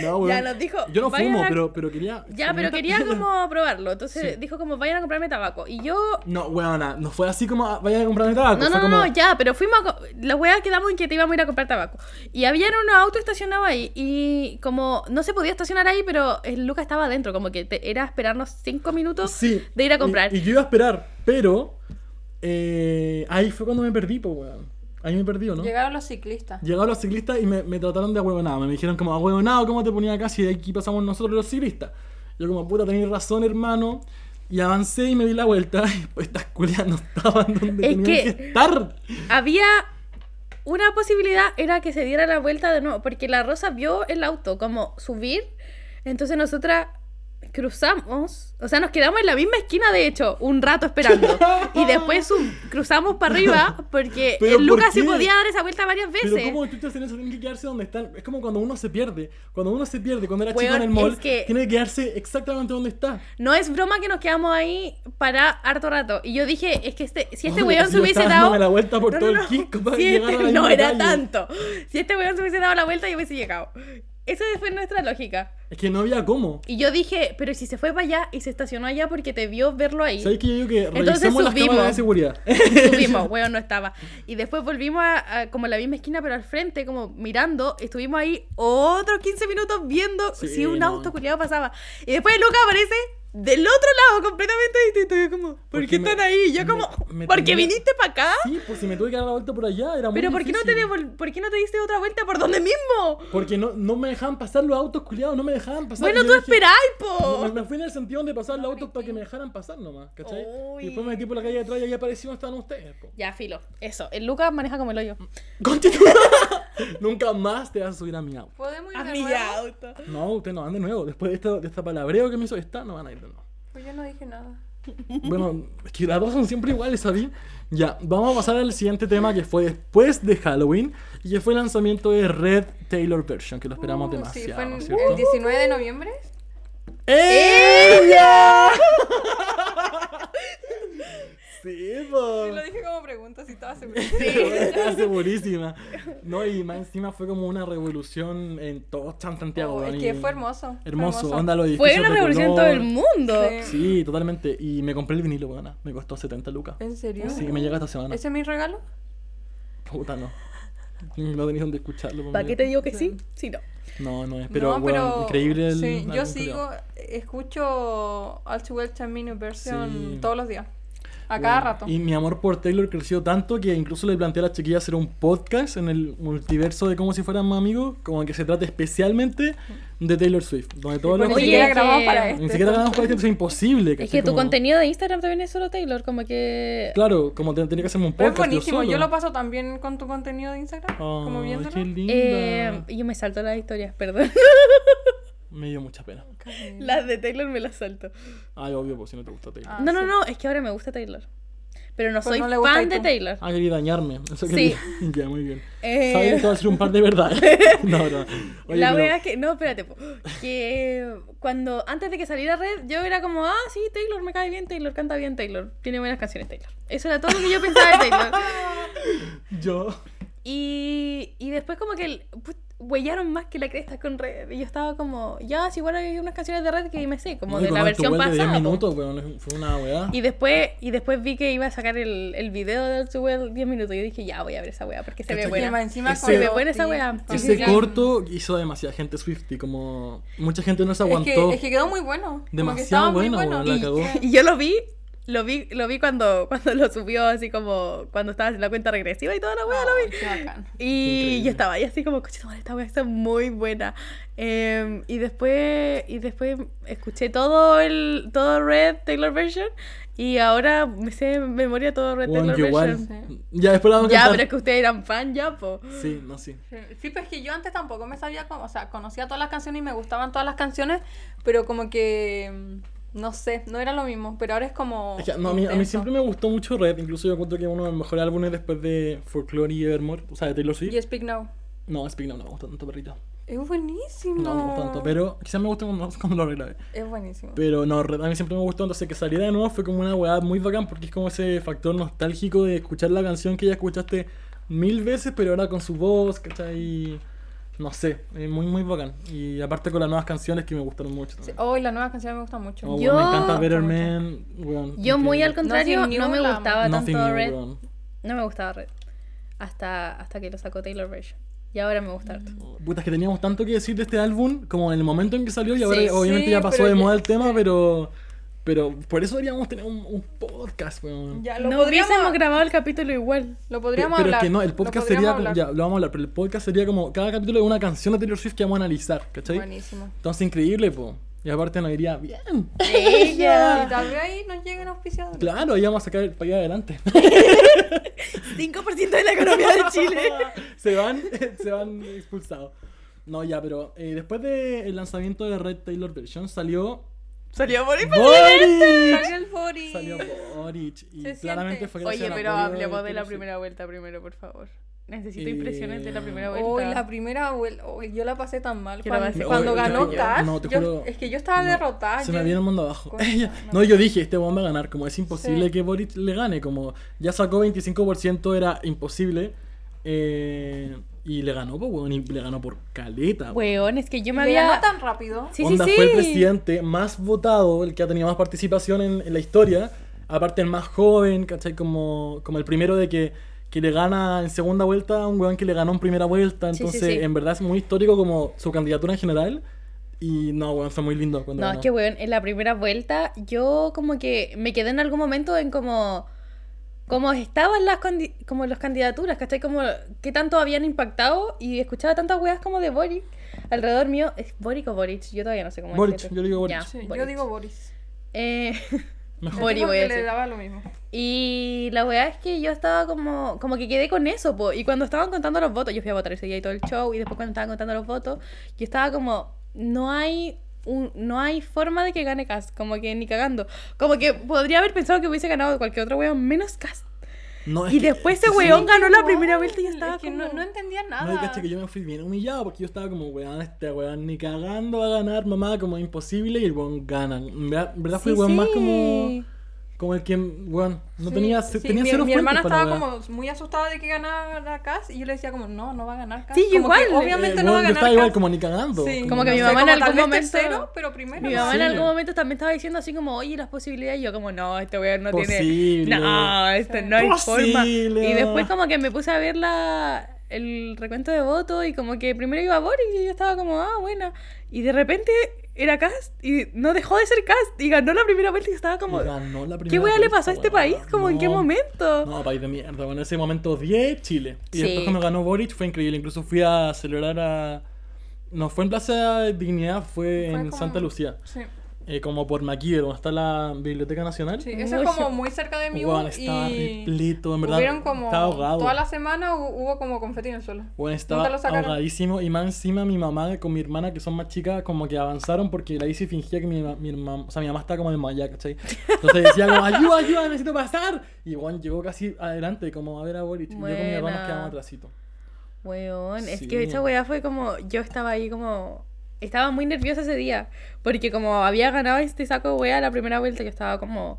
Speaker 1: No,
Speaker 2: Ya
Speaker 1: weón.
Speaker 2: nos dijo,
Speaker 1: Yo no
Speaker 2: vayan
Speaker 1: fumo,
Speaker 2: a-
Speaker 1: pero, pero quería.
Speaker 2: ya,
Speaker 1: comentar-
Speaker 2: pero quería como probarlo. Entonces
Speaker 1: Sí.
Speaker 2: dijo como vayan a comprarme tabaco. Y yo
Speaker 1: No, weona, no fue así como "Ah, vaya a comprarme tabaco.
Speaker 2: No,
Speaker 1: fue
Speaker 2: no,
Speaker 1: como,
Speaker 2: no, ya, pero fuimos a... co- La weá quedamos en que te íbamos a ir a comprar tabaco. Y había unos autos estacionados ahí y como no se podía estacionar ahí, pero el Lucas estaba adentro, como que te- era esperarnos cinco minutos
Speaker 1: Sí.
Speaker 2: de ir a comprar.
Speaker 1: Y, y yo iba a esperar, pero eh, ahí fue cuando me perdí, pues, weón. Ahí me perdí, ¿o ¿no?
Speaker 3: Llegaron los ciclistas.
Speaker 1: Llegaron los ciclistas y me, me trataron de ahueonado. Me dijeron como, ahueonado, ¿cómo te ponía acá si de aquí pasamos nosotros los ciclistas? Yo como, puta, tenéis razón, hermano. Y avancé y me di la vuelta y pues estas culias no estaban donde
Speaker 2: Es
Speaker 1: tenían
Speaker 2: que-
Speaker 1: que... estar.
Speaker 2: Había... Una posibilidad era que se diera la vuelta de nuevo, porque la Rosa vio el auto como subir, entonces nosotras cruzamos, o sea, nos quedamos en la misma esquina, de hecho, un rato esperando, y después sub- cruzamos para arriba, porque
Speaker 1: ¿Pero
Speaker 2: el
Speaker 1: por
Speaker 2: Lucas se
Speaker 1: qué?
Speaker 2: podía dar esa vuelta varias veces.
Speaker 1: Pero cómo tú te hacen eso, tienen que quedarse donde están. Es como cuando uno se pierde. Cuando uno se pierde, cuando era chico
Speaker 2: Weón,
Speaker 1: en el mall,
Speaker 2: es que-
Speaker 1: tiene que quedarse exactamente donde está.
Speaker 2: No es broma que nos quedamos ahí para harto rato. Y yo dije, es que este, si este
Speaker 1: No,
Speaker 2: weón
Speaker 1: si
Speaker 2: se
Speaker 1: yo
Speaker 2: hubiese
Speaker 1: estaba
Speaker 2: dado.
Speaker 1: dándome la vuelta por todo el Quisco para
Speaker 2: Si
Speaker 1: llegar a
Speaker 2: este-
Speaker 1: la
Speaker 2: no
Speaker 1: misma
Speaker 2: era
Speaker 1: calle.
Speaker 2: tanto. Si este weón se hubiese dado la vuelta, yo hubiese llegado. Esa fue nuestra lógica.
Speaker 1: Es que no había cómo.
Speaker 2: Y yo dije, pero si se fue para allá y se estacionó allá porque te vio verlo ahí.
Speaker 1: ¿Sabes que yo digo que
Speaker 2: Entonces
Speaker 1: revisemos las
Speaker 2: subimos.
Speaker 1: cámaras de seguridad?
Speaker 2: Subimos, weón, no estaba. Y después volvimos a, a como la misma esquina, pero al frente, como mirando. Estuvimos ahí otros 15 minutos viendo
Speaker 1: Sí,
Speaker 2: si un
Speaker 1: no.
Speaker 2: auto culiado pasaba. Y después Lucas aparece del otro lado, completamente distinto. Yo como, ¿por
Speaker 1: Porque
Speaker 2: qué
Speaker 1: me-
Speaker 2: están ahí? Y Yo
Speaker 1: me-
Speaker 2: como,
Speaker 1: me
Speaker 2: ¿porque
Speaker 1: tenía-
Speaker 2: viniste para acá?
Speaker 1: Sí, pues si me tuve que dar la vuelta por allá, era muy
Speaker 2: Pero ¿por qué, no te
Speaker 1: difícil.
Speaker 2: devol- ¿por qué no te diste otra vuelta por donde mismo?
Speaker 1: Porque no, no me dejaban pasar los autos, culiados, no me dejaban pasar.
Speaker 2: bueno,
Speaker 1: Y
Speaker 2: tú
Speaker 1: yo dije-
Speaker 2: esperáis,
Speaker 1: Me,
Speaker 2: po.
Speaker 1: me fui en el sentido donde pasaban los autos para que me dejaran pasar nomás, ¿cachai?
Speaker 2: Uy.
Speaker 1: Y después me metí por la calle de atrás y ahí aparecieron, estaban ustedes, po.
Speaker 2: Ya, filo. Eso. El Lucas maneja como el hoyo.
Speaker 1: Continúa. Nunca más te vas a subir a Ah, mi auto.
Speaker 3: ¿Podemos ir
Speaker 2: A
Speaker 3: de
Speaker 2: mi
Speaker 3: nuevo?
Speaker 2: auto.
Speaker 1: No, ustedes no van de nuevo. Después de esta, de esta palabreo que me hizo esta, no van a ir de nuevo.
Speaker 3: Pues yo no dije nada.
Speaker 1: Bueno, es que las dos son siempre iguales, ¿sabí? Ya, vamos a pasar al siguiente tema que fue después de Halloween y que fue el lanzamiento de Red Taylor Version, que lo esperamos
Speaker 3: Uh,
Speaker 1: demasiado,
Speaker 3: Sí, fue en-
Speaker 1: ¿no es
Speaker 3: el
Speaker 1: cierto?
Speaker 3: 19 de noviembre.
Speaker 1: ¡Ella! Sí, po.
Speaker 3: Sí, lo dije como pregunta, si estaba segura.
Speaker 1: Estaba segurísima. No, y más encima fue como una revolución en todo San Santiago.
Speaker 3: Oh, es
Speaker 1: weón,
Speaker 3: que
Speaker 1: y-
Speaker 3: fue hermoso. fue
Speaker 1: Hermoso, onda los
Speaker 2: Fue
Speaker 1: edificios
Speaker 2: una
Speaker 1: de
Speaker 2: revolución en todo
Speaker 1: color.
Speaker 2: el mundo.
Speaker 3: Sí.
Speaker 1: Sí, totalmente. Y me compré el vinilo, weón. Me costó 70 lucas.
Speaker 3: ¿En serio?
Speaker 1: Sí, me llega esta semana.
Speaker 3: ¿Ese es mi regalo?
Speaker 1: Puta, no. No tenéis dónde escucharlo.
Speaker 2: ¿Para qué te digo que sí?
Speaker 3: Sí.
Speaker 2: Sí, no.
Speaker 1: No, no es. Pero,
Speaker 3: No,
Speaker 1: weón, increíble el.
Speaker 3: sí, yo
Speaker 1: álbum,
Speaker 3: sigo, escucho All Too Well Time Minute Version
Speaker 1: Sí.
Speaker 3: todos los días. A
Speaker 1: Bueno,
Speaker 3: cada rato.
Speaker 1: Y mi amor por Taylor creció tanto que incluso le planteé a la chiquilla hacer un podcast en el multiverso de como si fueran más amigos, como que se trata especialmente de Taylor Swift, donde todos
Speaker 3: Bueno,
Speaker 1: los
Speaker 3: ni
Speaker 2: Oye,
Speaker 3: siquiera
Speaker 2: que-
Speaker 3: grabamos para
Speaker 1: ni
Speaker 3: este.
Speaker 1: siquiera ganamos podcast, es imposible.
Speaker 2: Es
Speaker 1: ¿cachai?
Speaker 2: que tu
Speaker 1: Como-
Speaker 2: contenido de Instagram también es solo Taylor, como que...
Speaker 1: Claro, como te- tenía que hacerme un
Speaker 3: Pero es
Speaker 1: podcast.
Speaker 3: buenísimo, yo
Speaker 1: solo. Oh,
Speaker 3: lo paso también con tu contenido de Instagram, como
Speaker 1: Ay,
Speaker 3: viéndolo.
Speaker 1: qué linda.
Speaker 2: Eh, yo me salto las historias, perdón.
Speaker 1: Me dio mucha pena.
Speaker 3: Cariño.
Speaker 2: las de Taylor me las salto.
Speaker 1: Ay, obvio, pues si no te gusta Taylor.
Speaker 3: Ah.
Speaker 2: No, no,
Speaker 3: sí.
Speaker 2: no, es que ahora me gusta Taylor. Pero no
Speaker 3: Pero
Speaker 2: soy
Speaker 3: no le gusta
Speaker 2: fan
Speaker 3: y
Speaker 2: de
Speaker 3: tú.
Speaker 2: Taylor.
Speaker 1: Ah, quería dañarme. Eso
Speaker 2: Sí.
Speaker 1: quería. ya, muy bien.
Speaker 2: Eh,
Speaker 1: Sabía que te iba a decir un par de verdades. no, no. Oye,
Speaker 2: la
Speaker 1: pero-
Speaker 2: wea es que, no, espérate, po. que cuando, antes de que saliera Red, yo era como, ah, sí, Taylor, me cae bien Taylor, canta bien Taylor, tiene buenas canciones Taylor. Eso era todo lo que yo pensaba de Taylor.
Speaker 1: Yo.
Speaker 2: Y, y después como que el- put- huellaron más que la cresta con Red. Y yo estaba como, ya, si igual hay unas canciones de Red que me sé,
Speaker 1: No,
Speaker 2: como
Speaker 1: y
Speaker 2: de la
Speaker 1: con Alto
Speaker 2: versión
Speaker 1: Vuelo de 10
Speaker 2: pasada. po.
Speaker 1: minutos, weón, Fue una weá.
Speaker 2: Y después, y después vi que iba a sacar el, el video de All Too Well 10 minutos. Y yo dije, ya voy a ver esa wea porque se ve
Speaker 1: Cacha que-
Speaker 3: Y más
Speaker 2: buena.
Speaker 3: encima
Speaker 1: Ese-
Speaker 3: con
Speaker 1: Se ve
Speaker 3: los
Speaker 2: buena esa
Speaker 3: tips,
Speaker 2: weá.
Speaker 3: con
Speaker 1: Ese
Speaker 3: tips.
Speaker 1: Este corto hizo a demasiada gente Swifty, como mucha gente no se
Speaker 3: Es
Speaker 1: aguantó.
Speaker 3: que, es que quedó muy bueno. Como que
Speaker 1: Demasiado
Speaker 3: estaba muy
Speaker 1: bueno,
Speaker 3: bueno.
Speaker 1: weón, la cagó.
Speaker 2: Y yo lo vi, lo vi, lo vi cuando, cuando lo subió, así como cuando estaba en la cuenta regresiva y toda la wea, lo vi.
Speaker 3: Ay, Oh, qué bacán.
Speaker 2: Y
Speaker 1: Increíble.
Speaker 2: yo estaba ahí así como, coche, esta wea está muy buena. Eh, y después y después escuché todo el todo Red Taylor Version y ahora me sé de memoria todo Red
Speaker 1: Weón,
Speaker 2: Taylor
Speaker 1: yo
Speaker 2: Version.
Speaker 1: igual. Ya, después la vamos a
Speaker 2: Ya,
Speaker 1: cantar.
Speaker 2: pero es que ustedes eran fan ya, po.
Speaker 1: Sí, no, sí.
Speaker 3: Sí, pues que yo antes tampoco me sabía como, o sea, conocía todas las canciones y me gustaban todas las canciones, pero como que, mm, no sé, no era lo mismo, pero ahora es como...
Speaker 1: Es que, no, a, mí, a mí
Speaker 3: intenso.
Speaker 1: siempre me gustó mucho Red, incluso yo encuentro que es uno de los mejores álbumes después de Folklore y Evermore, o sea, de Taylor Swift.
Speaker 3: Y Speak Now.
Speaker 1: No, Speak Now no me gusta tanto, perrito.
Speaker 3: Es buenísimo.
Speaker 1: No, me gusta tanto, pero quizás me gusta cuando, cuando lo eh. regrabé.
Speaker 3: Es buenísimo.
Speaker 1: Pero no, Red a mí siempre me gustó, entonces que saliera de nuevo fue como una weá muy bacán, porque es como ese factor nostálgico de escuchar la canción que ya escuchaste mil veces, pero ahora con su voz, ¿cachai? Y No sé, es muy, muy bacán. Y aparte con las nuevas canciones que me gustaron mucho.
Speaker 3: Sí,
Speaker 1: también.
Speaker 3: Oh, y las nuevas canciones me gustan mucho.
Speaker 1: Oh,
Speaker 2: Yo-
Speaker 1: weón, me encanta
Speaker 2: Me
Speaker 1: Better
Speaker 3: gusta
Speaker 1: Man, weón,
Speaker 2: Yo muy al
Speaker 1: increíble.
Speaker 2: contrario
Speaker 3: Nothing
Speaker 2: no me
Speaker 3: New la-
Speaker 2: gustaba
Speaker 1: Nothing
Speaker 2: tanto
Speaker 1: New,
Speaker 2: Red.
Speaker 1: weón.
Speaker 2: No me gustaba Red. Hasta, hasta que lo sacó Taylor Version. Y ahora me gusta harto.
Speaker 1: Puta, es que teníamos tanto que decir de este álbum, como en el momento en que salió, y ahora
Speaker 2: Sí,
Speaker 1: obviamente
Speaker 3: sí,
Speaker 1: ya pasó
Speaker 3: pero
Speaker 1: de
Speaker 3: ya-
Speaker 1: moda el tema, pero... Pero por eso deberíamos tener un, un podcast, weón.
Speaker 3: Ya, lo
Speaker 2: No hubiésemos
Speaker 3: podríamos,
Speaker 2: grabado el capítulo igual.
Speaker 3: lo podríamos
Speaker 1: pero
Speaker 3: hablar.
Speaker 1: es que no, el
Speaker 3: lo
Speaker 1: podcast
Speaker 3: podríamos
Speaker 1: sería como,
Speaker 3: hablar.
Speaker 1: ya, lo vamos a hablar, pero el podcast sería como cada capítulo de una canción de Taylor Swift que vamos a analizar, ¿cachai?
Speaker 3: Buenísimo.
Speaker 1: Entonces increíble, po. Y aparte nos iría bien.
Speaker 3: Y
Speaker 2: Ella.
Speaker 3: tal vez ahí nos lleguen auspiciadores.
Speaker 1: Claro, ahí vamos a sacar el país adelante.
Speaker 2: 5% de la economía de Chile.
Speaker 1: se van, se van expulsados. No, ya, pero eh, después del lanzamiento de Red Taylor Version salió
Speaker 2: Salió por ahí.
Speaker 1: Boric.
Speaker 3: Salió el body.
Speaker 1: Salió Boric. Y
Speaker 3: Se
Speaker 1: claramente
Speaker 3: siente.
Speaker 1: fue gracias
Speaker 2: Oye,
Speaker 1: al
Speaker 2: pero
Speaker 1: apoyo
Speaker 2: hablemos de la
Speaker 1: Taylor Swift.
Speaker 2: primera vuelta primero, por favor. Necesito
Speaker 1: Eh,
Speaker 2: impresiones de la primera vuelta.
Speaker 3: Hoy la primera vuelta, oh, yo la pasé tan mal
Speaker 2: Yo la
Speaker 3: cuando,
Speaker 2: pasé
Speaker 3: cuando
Speaker 1: Oye,
Speaker 3: ganó
Speaker 1: yo-
Speaker 3: Cash.
Speaker 1: no, te
Speaker 3: yo-
Speaker 1: juro,
Speaker 3: es que yo estaba
Speaker 1: no,
Speaker 3: derrotada.
Speaker 2: Ah,
Speaker 1: Se
Speaker 3: yo-
Speaker 1: me viene el mundo abajo.
Speaker 3: Concha,
Speaker 1: Ella-
Speaker 3: no.
Speaker 1: no, yo dije, este weón va a ganar. Como es imposible
Speaker 3: Sí.
Speaker 1: que Boric le gane. Como ya sacó 25%, era imposible. eh, y le ganó, pues, weón. Y le ganó por caleta. weón.
Speaker 2: Weón, es que yo me
Speaker 3: Le ganó
Speaker 2: había.
Speaker 3: tan rápido.
Speaker 2: Sí, sí,
Speaker 1: Onda
Speaker 2: sí.
Speaker 1: fue el presidente más votado, el que ha tenido más participación en, en la historia. Aparte, el más joven, ¿cachai? Como, como el primero de que, que le gana en segunda vuelta a un weón que le ganó en primera vuelta.
Speaker 2: Sí, sí,
Speaker 1: Entonces,
Speaker 2: sí.
Speaker 1: en verdad es muy histórico como su candidatura en general. Y no, weón, fue muy lindo cuando
Speaker 2: No, es
Speaker 1: ganó.
Speaker 2: que, weón, en la primera vuelta yo como que me quedé en algún momento en como... Como estaban las condi- como las candidaturas, ¿cachai? Como qué tanto habían impactado y escuchaba tantas weas como de Boric alrededor mío. ¿Es Boric o Boric? Yo todavía no sé cómo
Speaker 1: Boric,
Speaker 2: decirlo.
Speaker 1: yo le digo Boric.
Speaker 2: Ya,
Speaker 3: Sí,
Speaker 2: Boric.
Speaker 3: yo digo Boris.
Speaker 2: Eh,
Speaker 1: Mejor.
Speaker 2: Boris,
Speaker 3: Yo creo
Speaker 2: voy a
Speaker 3: que le
Speaker 2: decir.
Speaker 3: daba lo mismo.
Speaker 2: Y la weá es que yo estaba como, como que quedé con eso, po. Y cuando estaban contando los votos, yo fui a votar ese día y todo el show, y después cuando estaban contando los votos, yo estaba como, no hay un, no hay forma de que gane Cass, como que ni cagando. Como que podría haber pensado que hubiese ganado cualquier otro weón menos Cass.
Speaker 1: No, es
Speaker 2: Y
Speaker 1: que-
Speaker 2: después ese
Speaker 1: sí,
Speaker 2: weón ganó la primera
Speaker 3: Igual,
Speaker 2: vuelta y yo estaba
Speaker 3: es que no,
Speaker 2: como-
Speaker 3: no entendía
Speaker 1: No,
Speaker 3: nada.
Speaker 1: y caché que yo me fui bien humillado porque yo estaba como, weón, este weón ni cagando va a ganar, mamá, como imposible. Y el weón gana. En verdad, en verdad fue el
Speaker 2: Sí,
Speaker 1: weón más
Speaker 2: sí.
Speaker 1: como, Como el que, weón, no
Speaker 3: Sí,
Speaker 1: tenía,
Speaker 3: sí,
Speaker 1: tenía
Speaker 3: mi,
Speaker 1: cero
Speaker 3: mi hermana
Speaker 1: fuentes para
Speaker 3: estaba
Speaker 1: la weá.
Speaker 3: como muy asustada de que ganara Cass y yo le decía como, no, no va a ganar Cass.
Speaker 2: Sí,
Speaker 3: Como que
Speaker 2: igual.
Speaker 3: Obviamente
Speaker 1: Eh,
Speaker 3: no va a
Speaker 1: weón, yo
Speaker 3: ganar
Speaker 1: estaba igual
Speaker 3: Cass.
Speaker 1: como ni cagando.
Speaker 3: Sí,
Speaker 2: Como que mi
Speaker 3: no
Speaker 2: mamá
Speaker 3: sé, como
Speaker 2: en algún
Speaker 3: tal vez
Speaker 2: momento-
Speaker 3: tercero, pero primero.
Speaker 2: Mi
Speaker 3: no.
Speaker 2: mamá en
Speaker 1: Sí.
Speaker 2: algún momento también estaba diciendo así como, oye, las posibilidades. Y yo como, no, este weón no
Speaker 1: Posible.
Speaker 2: tiene... No, este, no hay
Speaker 1: Posible.
Speaker 2: forma. Y después como que me puse a ver la, el recuento de votos y como que primero iba Boris y yo estaba como, ah, bueno. Y de repente era Cast y no dejó de ser Cast y ganó la primera vuelta y estaba como...
Speaker 1: Y ganó la
Speaker 2: ¿Qué
Speaker 1: primera
Speaker 2: weá le
Speaker 1: vuelta,
Speaker 2: pasó a este
Speaker 1: weón.
Speaker 2: país? Como en qué
Speaker 1: No.
Speaker 2: momento.
Speaker 1: No, país de mierda. Bueno, en ese momento 10 Chile. Y
Speaker 2: Sí.
Speaker 1: después cuando ganó Boric fue increíble. Incluso fui a celebrar a... No fue en Plaza de Dignidad, fue,
Speaker 3: Fue
Speaker 1: en
Speaker 3: como-
Speaker 1: Santa Lucía.
Speaker 3: Sí,
Speaker 1: Eh, como por Maquillo, donde está la Biblioteca Nacional.
Speaker 3: sí, eso es
Speaker 2: Ojo.
Speaker 3: como muy cerca de mi U
Speaker 1: Weón, estaba
Speaker 3: y
Speaker 1: repleto, en verdad.
Speaker 3: hubieron como
Speaker 1: estaba ahogado.
Speaker 3: toda la semana hu- hubo como confeti en el suelo.
Speaker 1: Bueno, estaba
Speaker 3: Nunca lo sacaron.
Speaker 1: ahogadísimo y más encima mi mamá con mi hermana, que son más chicas, como que avanzaron porque la Isi fingía que mi, ma- mi herma- o sea, mi mamá estaba como desmayada, ¿cachai? Entonces decía como, ayuda, ayuda, necesito pasar. Y Juan llegó casi adelante, como a ver a Boric. Y yo con mi hermana nos
Speaker 2: Buena.
Speaker 1: quedamos atrasito.
Speaker 2: Weón, es
Speaker 1: Sí.
Speaker 2: que esa weá fue como. Yo estaba ahí como. Estaba muy nerviosa ese día. Porque como había ganado este saco de weá la primera vuelta, yo estaba como.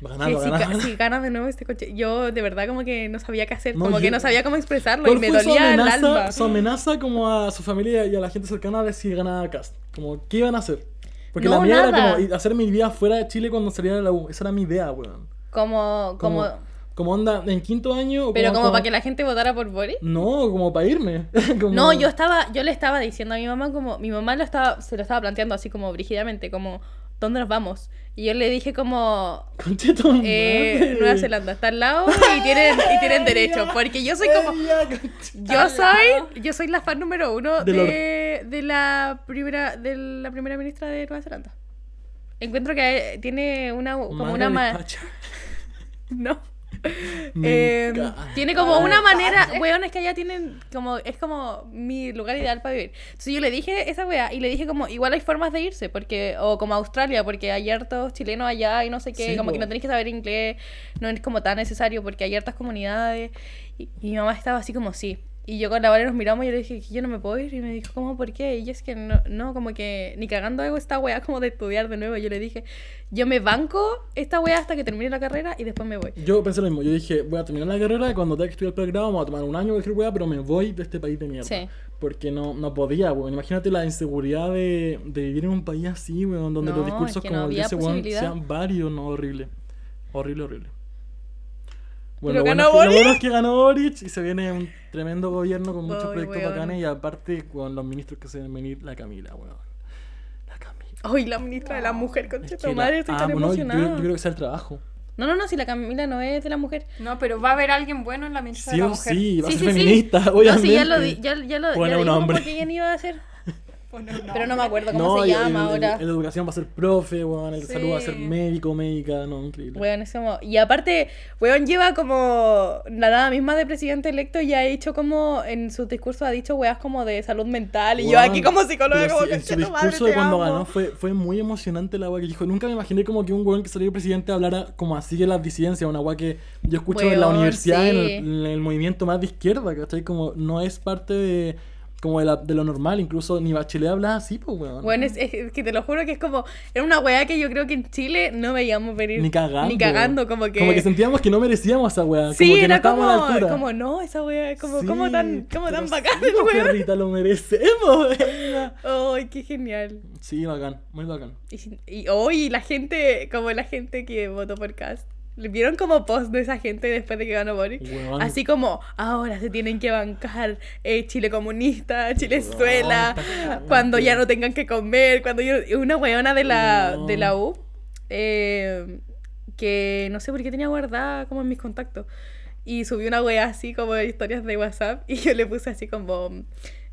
Speaker 1: Ganando,
Speaker 2: que si,
Speaker 1: ganando.
Speaker 2: ga- si ganas de nuevo este coche. Yo de verdad como que no sabía qué hacer.
Speaker 1: No,
Speaker 2: como
Speaker 1: yo-
Speaker 2: que no sabía cómo expresarlo.
Speaker 1: Pero
Speaker 2: y me
Speaker 1: fue su
Speaker 2: dolía el
Speaker 1: amenaza,
Speaker 2: alma.
Speaker 1: su amenaza como a su familia y a la gente cercana a ver si ganaba Cast. Como, ¿qué iban a hacer? Porque
Speaker 2: No,
Speaker 1: la mía era
Speaker 2: nada.
Speaker 1: como ir- hacer mi vida fuera de Chile cuando saliera de la U. Esa era mi idea, weón.
Speaker 2: Como, como.
Speaker 1: como onda, en quinto año.
Speaker 2: Pero como para que la gente votara por Boris.
Speaker 1: No, como para irme. Como-
Speaker 2: No, yo estaba, yo le estaba diciendo a mi mamá como, mi mamá lo estaba, se lo estaba planteando así como brígidamente, como, ¿dónde nos vamos? Y yo le dije como,
Speaker 1: Conche tu
Speaker 2: Eh,
Speaker 1: madre.
Speaker 2: Nueva Zelanda está al lado y tienen, y tienen derecho. Porque yo soy como.
Speaker 1: Ella, conche-
Speaker 2: Yo soy, yo soy la fan número uno
Speaker 1: De
Speaker 2: de, de la primera de la primera ministra de Nueva Zelanda. Encuentro que eh, tiene una como
Speaker 1: Madre
Speaker 2: una
Speaker 1: de
Speaker 2: ma-
Speaker 1: Pacha.
Speaker 2: no.
Speaker 1: Me
Speaker 2: Eh,
Speaker 1: encanta.
Speaker 2: tiene como una manera, weón, es que allá tienen como, es como mi lugar ideal para vivir. Entonces yo le dije esa weá y le dije como, igual hay formas de irse, porque, o como Australia, porque hay hartos chilenos allá y no sé qué,
Speaker 1: Sí,
Speaker 2: como que
Speaker 1: po.
Speaker 2: no tenés que saber inglés, no es como tan necesario porque hay hartas comunidades. Y, y mi mamá estaba así como, sí. Y yo con la Vale nos miramos y yo le dije que yo no me puedo ir. Y me dijo, ¿cómo? ¿Por qué? Y yo es que no, no como que ni cagando hago esta weá como de estudiar de nuevo. Yo le dije, yo me banco esta weá hasta que termine la carrera y después me voy.
Speaker 1: Yo pensé lo mismo. Yo dije, voy a terminar la carrera. Cuando tenga que estudiar el pregrado, vamos a tomar un año de cualquier weá, pero me voy de este país de mierda.
Speaker 2: Sí.
Speaker 1: Porque no, no podía, weón. Imagínate la inseguridad de, de vivir en un país así, weón, donde
Speaker 2: No,
Speaker 1: los
Speaker 2: es
Speaker 1: discursos
Speaker 2: que no
Speaker 1: como el de
Speaker 2: había
Speaker 1: ese weón
Speaker 2: posibilidad.
Speaker 1: sean varios, no horrible. Horrible, horrible. Bueno,
Speaker 2: Pero
Speaker 1: lo, bueno
Speaker 2: ganó
Speaker 1: es que, lo
Speaker 2: Boric.
Speaker 1: bueno es que ganó Boric y se viene un tremendo gobierno con muchos
Speaker 2: Ay,
Speaker 1: proyectos
Speaker 2: weón.
Speaker 1: bacanes y aparte con los ministros que se deben venir, la Camila, weón. La Camila.
Speaker 2: Ay, la ministra de la mujer, concha
Speaker 1: Es
Speaker 2: tu
Speaker 1: que
Speaker 2: madre,
Speaker 1: la
Speaker 2: estoy tan
Speaker 1: amo, no, yo,
Speaker 2: emocionada.
Speaker 1: yo creo que sea el trabajo.
Speaker 2: No, no, no, si la Camila no es de la mujer.
Speaker 3: No, pero va a haber alguien bueno en la ministra
Speaker 1: Sí
Speaker 3: de la
Speaker 1: o
Speaker 3: mujer.
Speaker 1: sí, va a
Speaker 2: Sí,
Speaker 1: ser
Speaker 2: sí, sí.
Speaker 1: feminista,
Speaker 2: No,
Speaker 1: obviamente.
Speaker 2: sí, ya lo di, ya, ya lo
Speaker 1: Pone
Speaker 2: ya
Speaker 1: un
Speaker 2: dijo como
Speaker 1: hombre.
Speaker 2: que ella ni iba a hacer.
Speaker 3: Bueno, no.
Speaker 2: Pero no me acuerdo cómo
Speaker 1: No,
Speaker 2: se
Speaker 1: y- y el-
Speaker 2: llama ahora.
Speaker 1: El, de educación va a ser profe, weón, el de salud va a ser
Speaker 3: Sí.
Speaker 1: médico, médica, no, increíble.
Speaker 2: Weón, es como... Y aparte, weón lleva como la nada misma de presidente electo y ha hecho como, en su discurso ha dicho weas como de salud mental y yo
Speaker 1: Weón,
Speaker 2: aquí como psicóloga
Speaker 1: pero
Speaker 2: como
Speaker 1: sí,
Speaker 2: que
Speaker 1: en su discurso de cuando ganó fue, fue muy emocionante la weá que dijo. Nunca me imaginé como que un weón que salió presidente hablara como así de las disidencias, una weá que yo escucho en la
Speaker 2: Weón,
Speaker 1: universidad, en, el,
Speaker 2: sí.
Speaker 1: en el movimiento más de izquierda, ¿cachai? Como no es parte de, como de, la- de lo normal, incluso ni Bachelet hablaba así, pues weón.
Speaker 2: Bueno, es, es que te lo juro que es como. Era una weá que yo creo que en Chile no veíamos venir.
Speaker 1: ni cagando.
Speaker 2: Ni cagando, como que.
Speaker 1: Como que sentíamos que no merecíamos esa weá.
Speaker 2: Sí,
Speaker 1: como que no
Speaker 2: era
Speaker 1: estábamos
Speaker 2: como,
Speaker 1: a la altura.
Speaker 2: como no, esa wea, como,
Speaker 1: Sí,
Speaker 2: como tan, como
Speaker 1: pero
Speaker 2: tan
Speaker 1: sí,
Speaker 2: bacán
Speaker 1: pues,
Speaker 2: el weón.
Speaker 1: perrita, lo merecemos. venga.
Speaker 2: Ay, qué genial.
Speaker 1: Sí, bacán, muy bacán.
Speaker 2: Y, sin- y hoy la gente, como la gente que votó por Cast, le vieron como post de esa gente después de que ganó Boris.
Speaker 1: Weón.
Speaker 2: Así como, ahora se tienen que bancar eh, Chile comunista,
Speaker 1: Ah,
Speaker 2: Chilezuela,
Speaker 1: Weón,
Speaker 2: cuando
Speaker 1: cagante.
Speaker 2: ya no tengan que comer, cuando yo... Una weona de la, de la
Speaker 1: Weón.
Speaker 2: U, eh, que no sé por qué tenía guardada como en mis contactos, y subí una wea así como de historias de WhatsApp, y yo le puse así como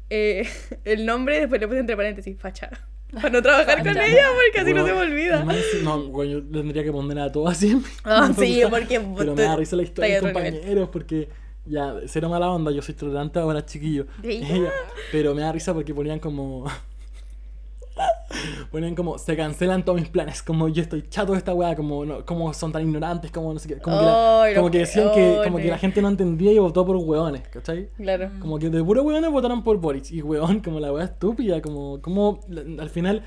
Speaker 2: eh, el nombre, después le puse entre paréntesis, facha. Para no trabajar con
Speaker 1: Facha.
Speaker 2: ella, porque así no se me
Speaker 1: Weón, y
Speaker 2: olvida.
Speaker 1: más encima- No, güey, yo tendría que poner a todo así.
Speaker 2: Ah, sí, porque
Speaker 1: Pero me
Speaker 2: te-
Speaker 1: da risa la historia de
Speaker 2: está ahí otro nivel.
Speaker 1: compañeros porque ya, cero mala onda, yo soy tolerante ahora chiquillo.
Speaker 2: Sí.
Speaker 1: Ella- pero me da risa porque ponían como. Ponían como, se cancelan todos mis planes, como yo estoy chato de esta weá, como, no, como son tan ignorantes, como no sé qué, como, que, la-
Speaker 2: Ay, los
Speaker 1: como que decían que, como que la
Speaker 2: weones.
Speaker 1: gente no entendía y votó por weones, ¿cachai?
Speaker 2: Claro.
Speaker 1: Como que de puro weones votaron por Boric. Y weón, como la weá estúpida, como, como la- al final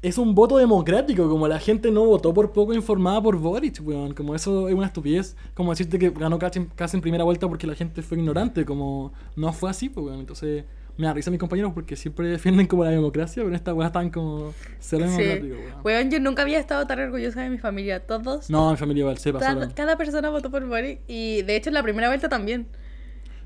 Speaker 1: es un voto democrático, como la gente no votó por poco informada por Boric, weón. Como eso es una estupidez. Como decirte que ganó casi, casi en primera vuelta porque la gente fue ignorante, como no fue así, pues, weón. Entonces me arriesgan mis compañeros porque siempre defienden como la democracia, pero en esta weá están como cero
Speaker 2: Sí.
Speaker 1: democrático, weón.
Speaker 2: Weón, yo nunca había estado tan orgullosa de mi familia. Todos.
Speaker 1: No, mi familia igual, sepa,
Speaker 2: cada, cada persona votó por Boric. Y de hecho, en la primera vuelta también.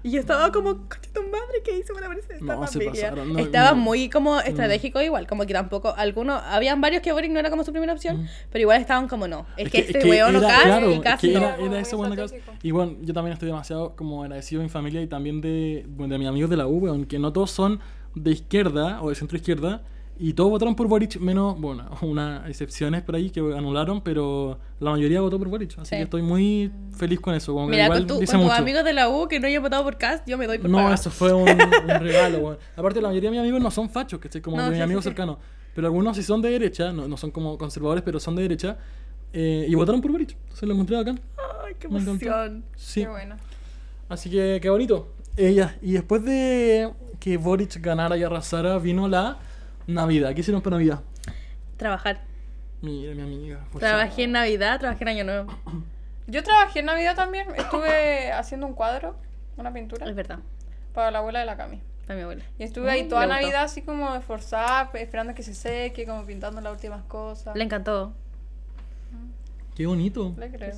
Speaker 2: Y yo estaba como, coche tu madre, ¿qué hizo para merecer esta
Speaker 1: Mm. No, se
Speaker 2: familia?
Speaker 1: pasaron, no,
Speaker 2: estaba
Speaker 1: no. Mm.
Speaker 2: muy como estratégico igual, como que tampoco, algunos, habían varios que Boric no era como su primera opción,
Speaker 1: Mm.
Speaker 2: pero igual estaban como no. Es, que, este weón no
Speaker 1: era-
Speaker 2: cae
Speaker 1: claro,
Speaker 2: y
Speaker 1: es
Speaker 2: casi
Speaker 1: que
Speaker 2: no.
Speaker 1: era,
Speaker 3: no.
Speaker 1: era eso,
Speaker 3: Muy
Speaker 1: bueno, casi.
Speaker 3: estratégico.
Speaker 1: Y bueno, yo también estoy demasiado como agradecido de mi familia y también de, bueno, de mis amigos de la U, weón, que no todos son de izquierda o de centro izquierda. Y todos votaron por Boric, menos, bueno, unas excepciones por ahí que anularon, pero la mayoría votó por Boric. Así
Speaker 2: Sí.
Speaker 1: que estoy muy feliz con eso. Como que
Speaker 2: Mira,
Speaker 1: igual
Speaker 2: con, tu-
Speaker 1: dice
Speaker 2: con tus
Speaker 1: mucho.
Speaker 2: amigos de la U que no hayan votado por Cast, yo me doy por
Speaker 1: No,
Speaker 2: pagada.
Speaker 1: eso fue un, un regalo, weón. Aparte, la mayoría de mis amigos no son fachos, que como
Speaker 2: No,
Speaker 1: de mis
Speaker 2: sí, sí,
Speaker 1: amigos
Speaker 2: sí.
Speaker 1: cercanos. Pero algunos sí son de derecha, no, no son como conservadores, pero son de derecha. eh, y votaron por Boric. Se lo encontré acá.
Speaker 2: Ay, qué
Speaker 1: Me encantó.
Speaker 2: emoción.
Speaker 1: Sí.
Speaker 3: Qué bueno.
Speaker 1: Así que qué bonito. Ella. Y después de que Boric ganara y arrasara, vino la Navidad. ¿Qué hicieron para Navidad?
Speaker 2: Trabajar.
Speaker 1: Mira, mi amiga. pues, por
Speaker 2: Trabajé en Navidad, trabajé en Año Nuevo.
Speaker 3: Yo trabajé en Navidad también. Estuve haciendo un cuadro, una pintura,
Speaker 2: Es verdad,
Speaker 3: para la abuela de la Cami.
Speaker 2: para mi abuela.
Speaker 3: Y estuve ahí
Speaker 2: Mm,
Speaker 3: toda
Speaker 2: le gustó.
Speaker 3: Navidad así como esforzada, esperando que se seque, como pintando las últimas cosas.
Speaker 2: Le encantó.
Speaker 1: favor. Qué bonito.
Speaker 3: Le creo.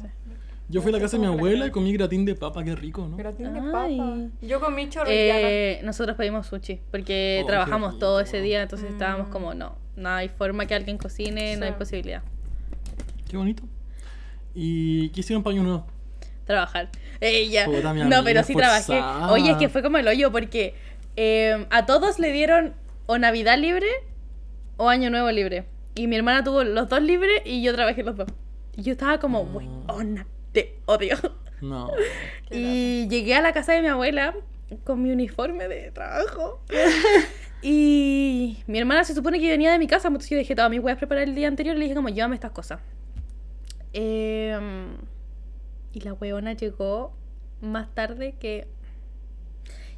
Speaker 1: Yo fui a la casa de mi abuela y comí gratín de papa, qué rico, ¿no?
Speaker 3: Pero tiene
Speaker 2: Ay.
Speaker 3: papa. Yo comí chorrillana.
Speaker 2: Eh, nosotros pedimos sushi porque
Speaker 1: Oh, qué
Speaker 2: trabajamos
Speaker 1: rico.
Speaker 2: todo ese día, entonces
Speaker 3: Mm.
Speaker 2: estábamos como, no, no hay forma que alguien cocine, no hay
Speaker 3: Sí.
Speaker 2: posibilidad.
Speaker 1: Qué bonito. ¿Y qué hicieron para año nuevo?
Speaker 2: Trabajar. Ella.
Speaker 1: Puta, mi
Speaker 2: No,
Speaker 1: amiga,
Speaker 2: pero sí trabajé.
Speaker 1: forzada.
Speaker 2: Oye, es que fue como el hoyo porque eh, a todos le dieron o Navidad libre o Año Nuevo libre. Y mi hermana tuvo los dos libres y yo trabajé los dos. Y yo estaba como,
Speaker 1: Ah.
Speaker 2: weona, te odio.
Speaker 1: No.
Speaker 3: Qué
Speaker 2: Y llegué a la casa de mi abuela con mi uniforme de trabajo. y mi hermana se supone que venía de mi casa, entonces yo dejé todas mis weas preparadas el día anterior y le dije como, llévame estas cosas. Em, y la weona llegó más tarde que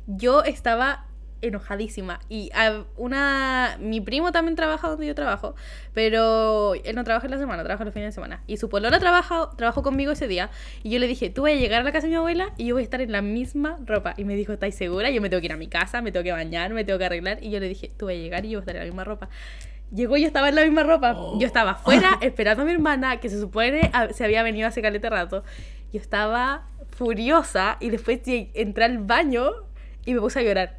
Speaker 2: yo estaba enojadísima y a una mi primo también trabaja donde yo trabajo pero él no trabaja en la semana trabaja los fines de semana y su polola trabaja trabajó conmigo ese día y yo le dije tú vas a llegar a la casa de mi abuela y yo voy a estar en la misma ropa y me dijo ¿estás segura? yo me tengo que ir a mi casa me tengo que bañar me tengo que arreglar y yo le dije tú vas a llegar y yo voy a estar en la misma ropa Llegó y yo estaba en la misma ropa. Yo estaba afuera esperando a mi hermana, que se supone a- se había venido hace caleta rato. Yo estaba furiosa y después lleg- entré al baño y me puse a llorar.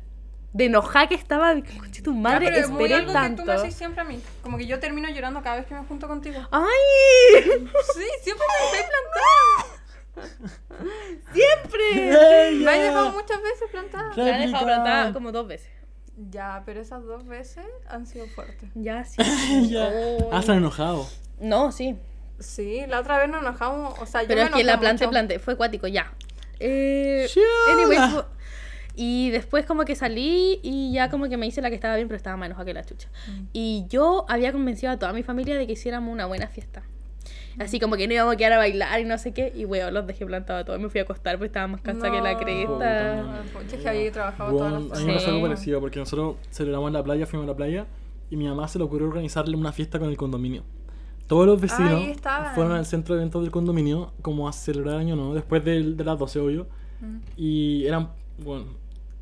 Speaker 2: De enojada que estaba. dije, "Conche tu
Speaker 3: Ya,
Speaker 2: madre,
Speaker 3: Ah, pero es muy
Speaker 2: esperé
Speaker 3: algo que
Speaker 2: tanto.
Speaker 3: tú me haces siempre a mí. Como que yo termino llorando cada vez que me junto contigo.
Speaker 2: ¡Ay!
Speaker 3: Sí, siempre me dejáis plantada.
Speaker 2: ¡Siempre!
Speaker 3: Me has dejado muchas veces plantada.
Speaker 2: Me han dejado brotada como dos veces.
Speaker 3: Ya, pero esas dos veces han sido fuertes.
Speaker 2: Ya, sí.
Speaker 1: Ya.
Speaker 2: Oh.
Speaker 1: Ah, se han enojado.
Speaker 2: No, sí.
Speaker 3: Sí, la otra vez nos enojamos. O sea, yo
Speaker 2: Pero
Speaker 3: me
Speaker 2: es que la
Speaker 3: enojé
Speaker 2: planté,
Speaker 3: mucho.
Speaker 2: planté. Fue acuático, ya. Eh,
Speaker 1: Chiola.
Speaker 2: anyway, fue- y después como que salí y ya como que me hice la que estaba bien, pero estaba más enojada que la chucha.
Speaker 3: Mm.
Speaker 2: Y yo había convencido a toda mi familia de que hiciéramos una buena fiesta.
Speaker 3: Mm.
Speaker 2: Así como que no íbamos a quedar a bailar y no sé qué. Y weón, los dejé plantado a todos. Me fui a acostar porque estaba más cansada que la
Speaker 3: No.
Speaker 1: Puta,
Speaker 2: cresta.
Speaker 1: mi
Speaker 3: Ah, pucha, es que había trabajado
Speaker 1: Bueno,
Speaker 3: todas las
Speaker 1: a mí me pasó algo
Speaker 2: Sí.
Speaker 1: parecido, porque nosotros celebramos en la playa, fuimos a la playa, y mi mamá se le ocurrió organizarle una fiesta con el condominio. Todos los vecinos
Speaker 3: Ahí estaban.
Speaker 1: fueron al centro de eventos del condominio como a celebrar año nuevo, después del- de las 12 hoyo,
Speaker 3: Mm.
Speaker 1: y eran, bueno,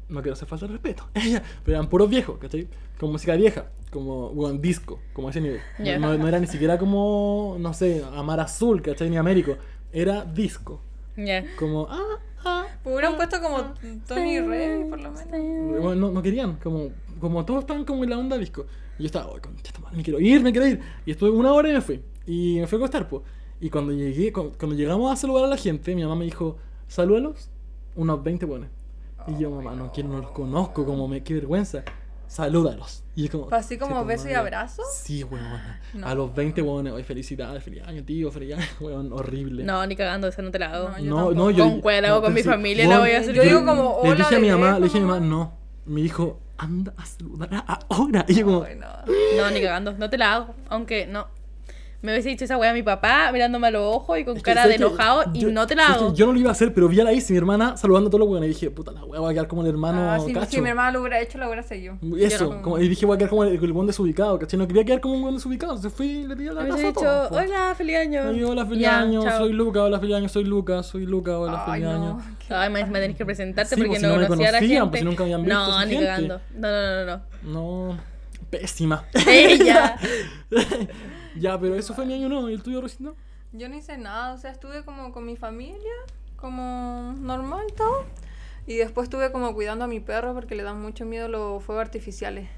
Speaker 1: no quiero hacer falta de respeto, pero eran puros viejos, ¿cachai? Con música vieja, como, bueno, disco, como a ese nivel. No-
Speaker 2: Ya.
Speaker 1: No, no era ni siquiera como, no sé, Amar Azul, ¿cachai? Ni Américo, era disco,
Speaker 2: Ya.
Speaker 1: como, ah, ah,
Speaker 3: Hubieran puesto
Speaker 2: Ah.
Speaker 3: como Tony Rey, por lo menos.
Speaker 1: bueno, no, no querían, como, como todos estaban como en la onda disco. Y yo estaba, oh, concha, tu madre, me quiero ir, me quiero ir. Y estuve una hora y me fui. Y me fui a acostar, po. Y cuando llegué, cu- cuando llegamos a saludar a la gente, mi mamá me dijo, salúdalos, unos 20 buenos. Y yo, mamá, no quiero, no los conozco, como me, qué vergüenza. Salúdalos. Y yo como.
Speaker 3: Fue así como
Speaker 1: "Concha tu
Speaker 3: beso y
Speaker 1: madre".
Speaker 3: abrazo.
Speaker 1: Sí, huevona.
Speaker 3: No.
Speaker 1: A los 20 buenos, oye, felicidades, feliz año, tío, feliz año, huevón, horrible.
Speaker 2: No, ni cagando, esa no te la hago.
Speaker 3: No, yo
Speaker 1: No, no,
Speaker 3: tampoco.
Speaker 1: yo.
Speaker 2: Con cuál hago con mi familia, la
Speaker 1: no,
Speaker 2: voy a hacer
Speaker 3: yo
Speaker 2: con-
Speaker 3: digo como,
Speaker 1: Le
Speaker 3: "Hola,
Speaker 1: dije a mi
Speaker 3: bebé",
Speaker 1: mamá, le dije a mi mamá,
Speaker 3: como-
Speaker 1: no. Me dijo, anda a saludar ahora. Y yo como,
Speaker 3: Ay, no.
Speaker 2: No, ni cagando, no te la hago. Aunque no. Me hubiese dicho esa weá a mi papá mirándome a los ojos y con
Speaker 1: Es que,
Speaker 2: cara de
Speaker 1: ¿sabes qué?
Speaker 2: enojado y
Speaker 1: Yo-
Speaker 2: no te la
Speaker 1: ¿sabes qué?
Speaker 2: hago.
Speaker 1: Yo no lo iba a hacer, pero vi a la Isi, mi hermana, saludando a todos los weones. Y dije, puta, la wea va a quedar como el hermano
Speaker 3: Ah, si,
Speaker 1: cacho.
Speaker 3: si mi hermana lo hubiera hecho, lo hubiera seguido.
Speaker 1: Eso,
Speaker 3: Yo no-
Speaker 1: como- y dije, voy a quedar como el, el buen desubicado, ¿cachai? No quería quedar como un buen desubicado, entonces fui y le tiré la
Speaker 2: Me
Speaker 1: casa
Speaker 2: hubiese
Speaker 1: a
Speaker 2: dicho,
Speaker 1: todos, po.
Speaker 2: hola, feliz año.
Speaker 1: Ay, hola, feliz
Speaker 2: Ya,
Speaker 1: año,
Speaker 2: chao.
Speaker 1: soy Luca, hola, feliz año, soy Luca, soy Luca, hola,
Speaker 3: Ay,
Speaker 1: feliz año.
Speaker 3: no.
Speaker 2: Ay, me, me tenés que
Speaker 1: Sí,
Speaker 2: presentarte porque
Speaker 1: pues, si
Speaker 2: no,
Speaker 1: no me
Speaker 2: conocía a la
Speaker 1: conocían,
Speaker 2: gente.
Speaker 1: pues, si nunca habían visto
Speaker 2: no,
Speaker 1: esa
Speaker 2: ni
Speaker 1: gente.
Speaker 2: cagando. No, no, no, no.
Speaker 1: No, pésima.
Speaker 2: Ella.
Speaker 1: ya, pero eso fue mi año no, ¿y el tuyo recién no?
Speaker 3: Yo no hice nada, o sea, estuve como con mi familia, como normal todo. Y después estuve como cuidando a mi perro porque le dan mucho miedo los fuegos artificiales.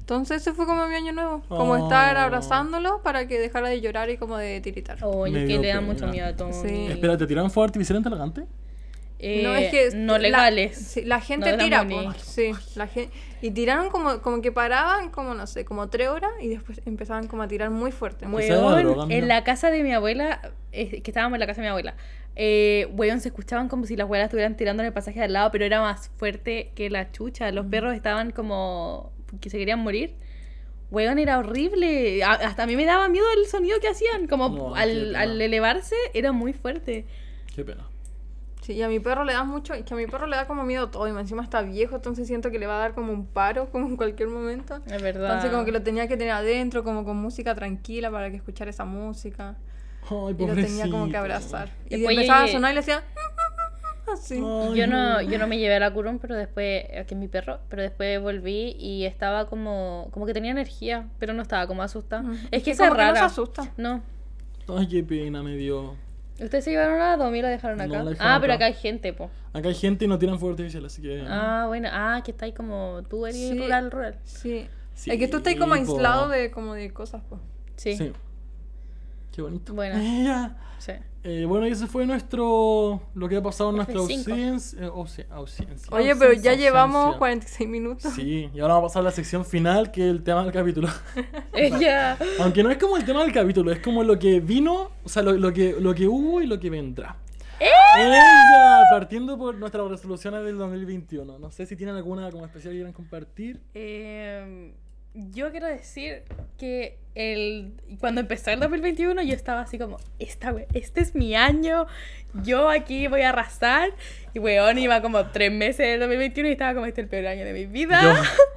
Speaker 3: Entonces ese fue como mi año nuevo, como estar
Speaker 1: Oh.
Speaker 3: abrazándolo para que dejara de llorar y como de tiritar.
Speaker 2: Oye,
Speaker 1: Me
Speaker 2: que
Speaker 1: dio
Speaker 2: le da
Speaker 1: pena.
Speaker 2: mucho miedo a Tommy.
Speaker 3: Sí.
Speaker 1: Espera, ¿te tiraron fuego artificial en Talagante?
Speaker 2: Eh,
Speaker 3: no, es que
Speaker 2: no
Speaker 3: la-
Speaker 2: legales.
Speaker 3: sí, La, gente
Speaker 2: No de las
Speaker 3: tira,
Speaker 2: Moni.
Speaker 3: po, sí, la gente y tiraron como como que paraban como no sé, como tres horas y después empezaban como a tirar muy fuerte. muy-
Speaker 1: Quizá era
Speaker 2: Weón,
Speaker 1: droga, mira.
Speaker 2: en la casa de mi abuela, eh, que estábamos en la casa de mi abuela, eh, weón, se escuchaban como si las abuelas estuvieran tirando en el pasaje de al lado, pero era más fuerte que la chucha.
Speaker 1: Mm.
Speaker 2: Los perros estaban como que se querían morir. Weón, era horrible. A- hasta a mí me daba miedo el sonido que hacían. Como
Speaker 1: No, qué
Speaker 2: al,
Speaker 1: pena.
Speaker 2: al elevarse, era muy fuerte.
Speaker 1: Qué pena.
Speaker 3: Sí, y a mi perro le da mucho, es que a mi perro le da como miedo todo y más encima está viejo, entonces siento que le va a dar como un paro como en cualquier momento.
Speaker 2: Es verdad.
Speaker 3: Entonces como que lo tenía que tener adentro, como con música tranquila para que escuchara esa música.
Speaker 1: Ay,
Speaker 3: Y lo tenía como que
Speaker 1: pobrecito.
Speaker 3: abrazar. Y
Speaker 2: Después
Speaker 3: empezaba
Speaker 2: llegué-
Speaker 3: a sonar y le hacía... Así.
Speaker 1: Ay,
Speaker 2: Yo no, yo no me llevé a la curón, pero después, aquí es mi perro, pero después volví y estaba como, como que tenía energía, pero no estaba como asustada.
Speaker 3: Mm.
Speaker 2: Es que
Speaker 3: Y
Speaker 2: esa es
Speaker 3: como que no
Speaker 2: rara.
Speaker 3: se asusta.
Speaker 2: No.
Speaker 1: Ay, qué pena me dio.
Speaker 2: ¿Ustedes se llevaron a la Domi y la dejaron
Speaker 1: No,
Speaker 2: acá?
Speaker 1: la dejaron
Speaker 2: ah, pero
Speaker 1: acá.
Speaker 2: acá hay gente, po.
Speaker 1: Acá hay gente y no tiran fuego artificial, así que...
Speaker 2: Ah, bueno. Ah, que está ahí como tú eres
Speaker 3: Sí.
Speaker 2: rural, rural.
Speaker 3: Sí.
Speaker 1: Sí,
Speaker 3: Es que tú estás como
Speaker 1: po.
Speaker 3: aislado de, como de cosas, pues.
Speaker 2: Sí. Sí.
Speaker 1: Qué bonito.
Speaker 2: Bueno.
Speaker 1: Ya. Eh, bueno, y ese fue nuestro. Lo que ha pasado en nuestra
Speaker 2: F5.
Speaker 1: ausencia. eh, ausen- ausencia.
Speaker 3: Oye, pero ya
Speaker 1: Ausencia.
Speaker 3: llevamos 46 minutos.
Speaker 1: Sí, y ahora vamos a pasar a la sección final, que es el tema del capítulo.
Speaker 2: Ella.
Speaker 1: Aunque no es como el tema del capítulo, es como lo que vino, o sea, lo, lo que, lo que hubo y lo que vendrá.
Speaker 2: ¡Eh!
Speaker 1: ¡Ella! Partiendo por nuestras resoluciones del 2021. No sé si tienen alguna como especial que quieran compartir.
Speaker 2: Eh, yo quiero decir que el, cuando empezó el 2021 yo estaba así como, Esta, we- este es mi año, yo aquí voy a arrasar. Y weón, iba como tres meses del 2021 y estaba como, este es el peor año de mi vida.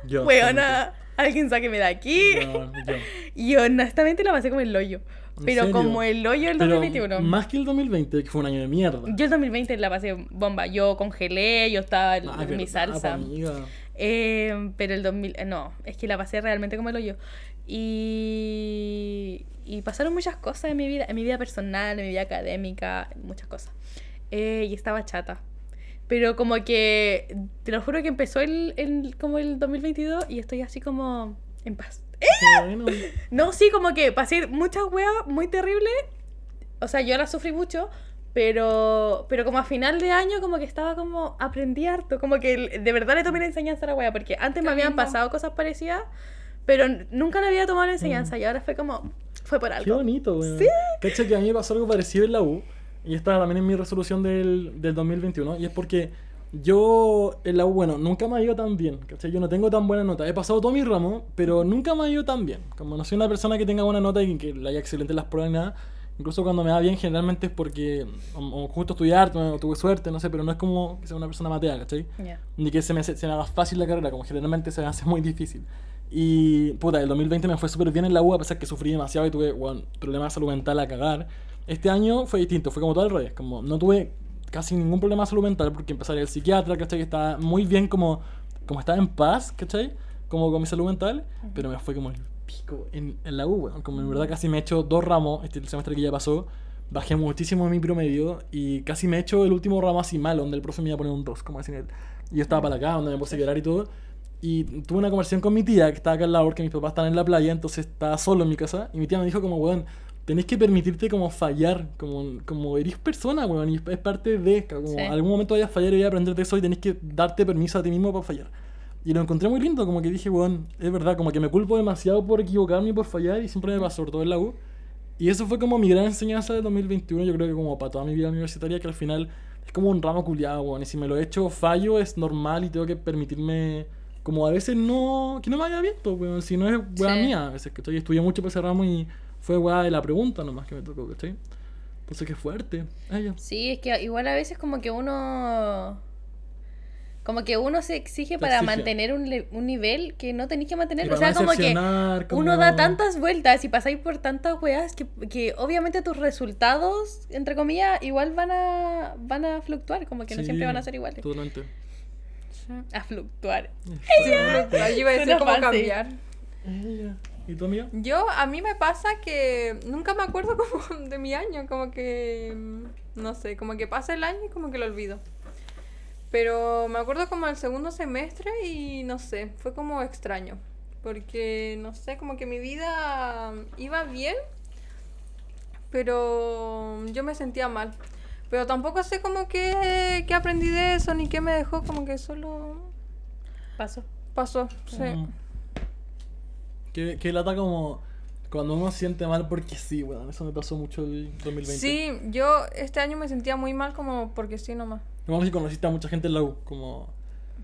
Speaker 1: Yo, yo,
Speaker 2: Weona, alguien sáqueme de aquí.
Speaker 1: Yo, yo.
Speaker 2: Y honestamente la pasé como el hoyo.
Speaker 1: ¿En
Speaker 2: Pero
Speaker 1: serio?
Speaker 2: como el hoyo el
Speaker 1: Pero
Speaker 2: 2021.
Speaker 1: más que el 2020, que fue un año de mierda.
Speaker 2: Yo el 2020 la pasé bomba. Yo congelé, yo estaba en
Speaker 1: Ah,
Speaker 2: mi
Speaker 1: verdad,
Speaker 2: salsa.
Speaker 1: po, amiga.
Speaker 2: Eh, pero el 2000, eh, no, es que la pasé realmente como el hoyo. Y, y pasaron muchas cosas en mi vida, en mi vida personal, en mi vida académica, muchas cosas. Eh, y estaba chata. Pero como que, te lo juro que empezó el, el- como el 2022 y estoy así como en paz.
Speaker 1: Qué bueno.
Speaker 2: No, sí, como que pasé muchas weas muy terribles. O sea, yo las sufrí mucho, pero, pero como a final de año como que estaba como aprendí harto, como que l- de verdad le tomé la enseñanza a la wea, porque antes
Speaker 3: Qué
Speaker 2: me habían
Speaker 3: lindo.
Speaker 2: pasado cosas parecidas, pero n- nunca le había tomado la enseñanza y ahora fue como, fue por
Speaker 1: Mm. Qué
Speaker 2: algo.
Speaker 1: bonito, weón. Cacha que a mí me pasó algo parecido en la U. Y esta también es mi resolución del, del 2021. Y es porque yo en la U, bueno, nunca me ha ido tan bien. ¿Cachai? Yo no tengo tan buena nota. He pasado todo mi ramo, pero nunca me ha ido tan bien. Como no soy una persona que tenga buena nota y que le haya excelente en las pruebas ni nada. Incluso cuando me va bien, generalmente es porque o, o justo estudiar, o tuve suerte, no sé, pero no es como que sea una persona matea, ¿cachai?
Speaker 2: Ya.
Speaker 1: ni que se me, hace- se me haga fácil la carrera, como generalmente se me hace muy difícil. Y puta, el 2020 me fue súper bien en la U, a pesar que sufrí demasiado y tuve weón, problemas de salud mental a cagar. Este año fue distinto, fue como todo al revés, como no tuve casi ningún problema de salud mental porque empecé a ir al psiquiatra, ¿cachai? Que estaba muy bien como, como estaba en paz, ¿cachai? Como con mi salud mental, pero me fue como el pico en, en la U, weón. Como en verdad casi me he hecho dos ramos este el semestre que ya pasó. Bajé muchísimo mi promedio y casi me he hecho el último ramo así malo, donde el profe me iba a poner un 2, como decía él. Y yo estaba para acá, donde me puse a llorar y todo. Y tuve una conversación con mi tía, que estaba acá al lado, porque mis papás están en la playa, entonces estaba solo en mi casa. Y mi tía me dijo como, weón, tenés que permitirte como fallar, como, como eres persona, weón, y es parte de, como
Speaker 2: Sí.
Speaker 1: algún momento vayas a fallar y vayas a aprender de eso y tenés que darte permiso a ti mismo para fallar. Y lo encontré muy lindo, como que dije, weón, es verdad, como que me culpo demasiado por equivocarme y por fallar y siempre me pasó, sobre todo en la U. Y eso fue como mi gran enseñanza de 2021, yo creo que como para toda mi vida universitaria, que al final es como un ramo culiado, weón. Y si me lo he hecho fallo, es normal y tengo que permitirme, como a veces no, que no me haya abierto, pues, weón. Si no es weá
Speaker 2: Sí.
Speaker 1: mía, a veces que estoy estudié mucho para ese ramo y fue weá de la pregunta nomás que me tocó, ¿cachai? Entonces qué fuerte. Ah, ya.
Speaker 2: Sí, es que igual a veces como que uno... Como que uno se exige
Speaker 1: Te
Speaker 2: para
Speaker 1: exige.
Speaker 2: mantener un, le- un nivel que no tenéis que
Speaker 1: Y
Speaker 2: mantener. O
Speaker 1: para
Speaker 2: sea,
Speaker 1: no
Speaker 2: como que
Speaker 1: decepcionar, como-
Speaker 2: uno da tantas vueltas y pasáis por tantas weas que, que obviamente tus resultados, entre comillas, igual van a, van a fluctuar. Como que no
Speaker 1: Sí,
Speaker 2: siempre van a ser iguales.
Speaker 1: Totalmente.
Speaker 2: A fluctuar.
Speaker 3: Ahí iba a decir
Speaker 2: Suena
Speaker 3: cómo
Speaker 2: fancy.
Speaker 3: cambiar.
Speaker 1: Ella. ¿Y tu amiga?
Speaker 3: Yo, a mí me pasa que nunca me acuerdo como de mi año, como que, mm, no sé, como que pasa el año y como que lo olvido. Pero me acuerdo como el segundo semestre y no sé, fue como extraño, porque no sé, como que mi vida mm, iba bien, pero yo me sentía mal. Pero tampoco sé como que, que aprendí de eso ni qué me dejó, como que solo
Speaker 2: Paso.
Speaker 3: pasó. Sí.
Speaker 1: Mm. Que, que lata como cuando uno se siente mal porque sí, bueno, eso me pasó mucho el 2020.
Speaker 3: Sí, yo este año me sentía muy mal como porque sí nomás.
Speaker 1: Igual que conociste a mucha gente en la U, como...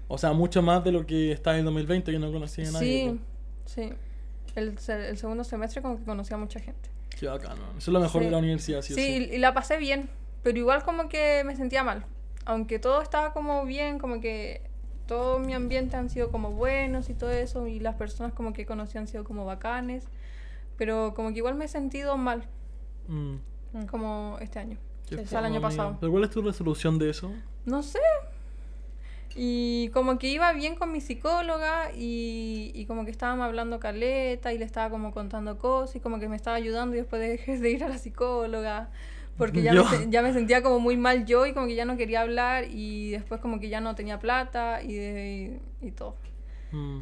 Speaker 1: O sea, mucho más de lo que estaba en el 2020, que no conocía a nadie.
Speaker 3: Sí, sí. El, se- el segundo semestre como que conocí a mucha gente.
Speaker 1: pues. Qué bacán, ¿no? Eso es lo mejor
Speaker 3: Sí.
Speaker 1: de la universidad, sí
Speaker 3: Sí,
Speaker 1: o sí.
Speaker 3: y la pasé bien, pero igual como que me sentía mal. Aunque todo estaba como bien, como que todo mi ambiente han sido como buenos y todo eso, y las personas como que conocí han sido como bacanes, pero como que igual me he sentido mal
Speaker 1: Mm.
Speaker 3: como este año.
Speaker 1: Qué
Speaker 3: O sea,
Speaker 1: fome,
Speaker 3: el año
Speaker 1: amiga.
Speaker 3: pasado.
Speaker 1: ¿Pero cuál es tu resolución de eso?
Speaker 3: No sé. Y como que iba bien con mi psicóloga y, y como que estábamos hablando caleta y le estaba como contando cosas y como que me estaba ayudando y después dejé de ir a la psicóloga porque ya,
Speaker 1: Yo.
Speaker 3: me, se- ya me sentía como muy mal yo y como que ya no quería hablar y después como que ya no tenía plata y, de- y todo.
Speaker 1: Mm.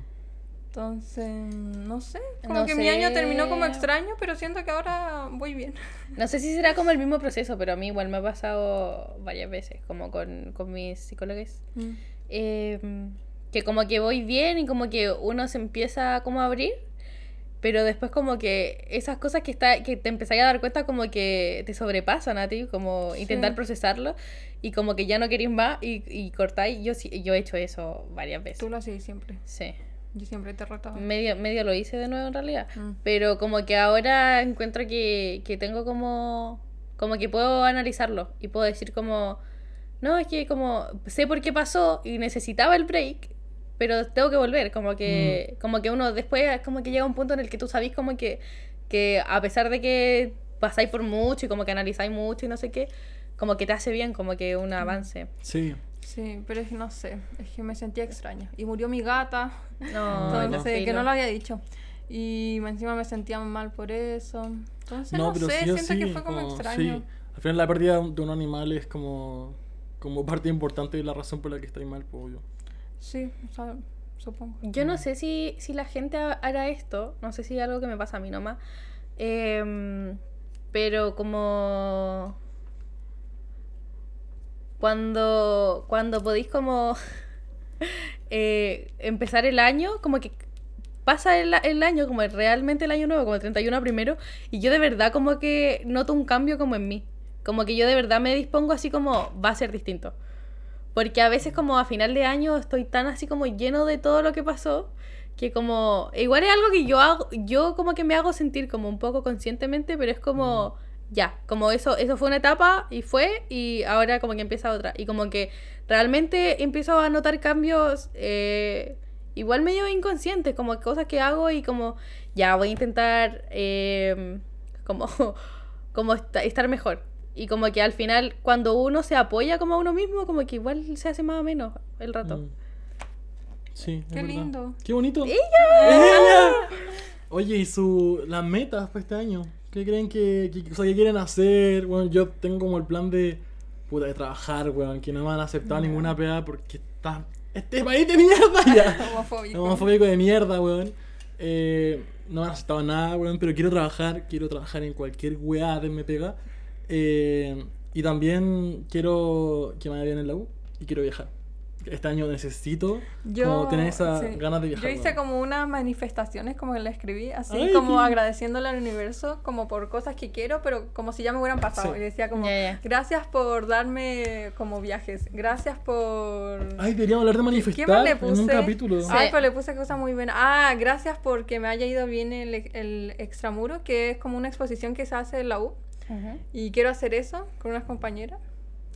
Speaker 3: Entonces, no sé, como
Speaker 2: No
Speaker 3: que mi año terminó como
Speaker 2: sé.
Speaker 3: extraño, pero siento que ahora voy bien.
Speaker 2: No sé si será como el mismo proceso, pero a mí igual me ha pasado varias veces, como con, con mis psicólogas.
Speaker 3: Mm.
Speaker 2: Eh, que como que voy bien y como que uno se empieza como a abrir, pero después como que esas cosas que, está, que te empezáis a dar cuenta como que te sobrepasan a ti, como intentar
Speaker 3: Sí.
Speaker 2: procesarlo y como que ya no queréis más y, y cortáis. Yo, sí- yo he hecho eso varias veces.
Speaker 3: Tú lo hacías siempre,
Speaker 2: Sí.
Speaker 3: yo siempre te retaba.
Speaker 2: Medio, medio lo hice de nuevo en realidad.
Speaker 3: Mm.
Speaker 2: Pero como que ahora encuentro que, que tengo como. Como que puedo analizarlo y puedo decir como. No, es que como sé por qué pasó y necesitaba el break, pero tengo que volver. Como que, como que uno después, como que llega un punto en el que tú sabes como que, que a pesar de que pasáis por mucho y como que analizáis mucho y no sé qué, como que te hace bien, como que un avance.
Speaker 1: Sí.
Speaker 3: Sí, pero es que no sé, es que me sentía extraña. Y murió mi gata,
Speaker 2: No,
Speaker 1: Ay,
Speaker 3: entonces, que
Speaker 2: filo.
Speaker 3: no lo había dicho. Y encima me sentía mal por eso. Entonces, no, sé,
Speaker 1: sí o
Speaker 3: siento que
Speaker 1: sí,
Speaker 3: fue como,
Speaker 1: sí.
Speaker 3: extraño.
Speaker 1: Al final la pérdida de un animal es como, como parte importante de la razón por la que estáis mal, pues, obvio.
Speaker 3: Sí, o sea, supongo.
Speaker 2: Yo no sé si, si la gente ha- hará esto, no sé si es algo que me pasa a mí nomás, em, pero como cuando, cuando podéis como eh, empezar el año, como que pasa el, el año, como realmente el año nuevo, como el 31 primero, y yo de verdad como que noto un cambio como en mí, como que yo de verdad me dispongo así como va a ser distinto. Porque a veces como a final de año estoy tan así como lleno de todo lo que pasó que como igual es algo que yo hago, yo como que me hago sentir como un poco conscientemente, pero es como ya, como eso eso fue una etapa y fue y ahora como que empieza otra y como que realmente empiezo a notar cambios eh, igual medio inconscientes, como cosas que hago y como ya voy a intentar eh, como como esta- estar mejor. Y como que al final, cuando uno se apoya como a uno mismo, como que igual se hace más o menos el rato.
Speaker 1: Mm. Sí, es
Speaker 3: Qué
Speaker 1: verdad.
Speaker 3: lindo.
Speaker 1: Qué bonito. ¡Ella! Oye, y su, las metas para este año. ¿Qué creen que, que- o sea, qué quieren hacer? Bueno, yo tengo como el plan de, puta, de trabajar, weón, que no me van a aceptar ninguna pega porque está este país de mierda ya.
Speaker 3: Homofóbico.
Speaker 1: Homofóbico de mierda, weón. Eh, no me han aceptado nada, weón, pero quiero trabajar, quiero trabajar en cualquier weá de me pega. Eh, y también quiero que me vaya bien en la U y quiero viajar. este año necesito
Speaker 3: Yo,
Speaker 1: como tener esa
Speaker 3: sí.
Speaker 1: ganas de viajar.
Speaker 3: Yo hice
Speaker 1: weón.
Speaker 3: como unas manifestaciones, como que la escribí, así
Speaker 1: Ay,
Speaker 3: como
Speaker 1: qué-
Speaker 3: agradeciéndole al universo, como por cosas que quiero, pero como si ya me hubieran pasado.
Speaker 1: Sí.
Speaker 3: Y decía como,
Speaker 2: Ya, ya.
Speaker 3: gracias por darme como viajes, gracias por...
Speaker 1: Ay, deberíamos hablar de
Speaker 3: ¿Qué más
Speaker 1: manifestar
Speaker 3: le
Speaker 1: en
Speaker 3: puse?
Speaker 1: un capítulo.
Speaker 2: Sí.
Speaker 3: Ay, pero le puse cosas muy buenas. Ah, gracias porque me haya ido bien el, el extramuro, que es como una exposición que se hace en la U.
Speaker 2: Ujú.
Speaker 3: Y quiero hacer eso con unas compañeras.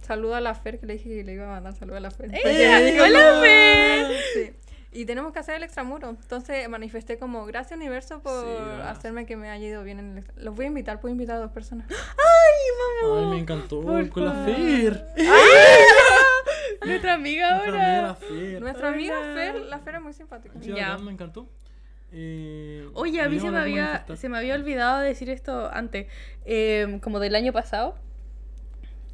Speaker 3: Saludo a la Fer, que le dije que le iba a mandar saludo a la Fer.
Speaker 2: ¡Ey! ¡Hola,
Speaker 1: Fer!
Speaker 3: Sí. Y tenemos que hacer el extramuro. Entonces manifesté como, gracias universo por
Speaker 1: Sí, gracias.
Speaker 3: hacerme que me haya ido bien en el extra-". Los voy a invitar, puedo invitar a dos personas.
Speaker 1: Ay, me encantó.
Speaker 2: Por
Speaker 1: Con la
Speaker 2: favor.
Speaker 1: Fer. Nuestra
Speaker 2: Nuestra amiga
Speaker 1: amiga la
Speaker 2: ahora.
Speaker 1: Fer.
Speaker 3: Nuestra amiga
Speaker 2: Hola.
Speaker 3: Fer, la Fer es muy simpática.
Speaker 1: Sí, la
Speaker 2: Ya.
Speaker 1: verdad, me encantó. Eh,
Speaker 2: Oye, a mí se
Speaker 1: deberíamos
Speaker 2: me,
Speaker 1: hablar de
Speaker 2: había,
Speaker 1: manifestar.
Speaker 2: se me había olvidado decir esto antes, eh, como del año pasado,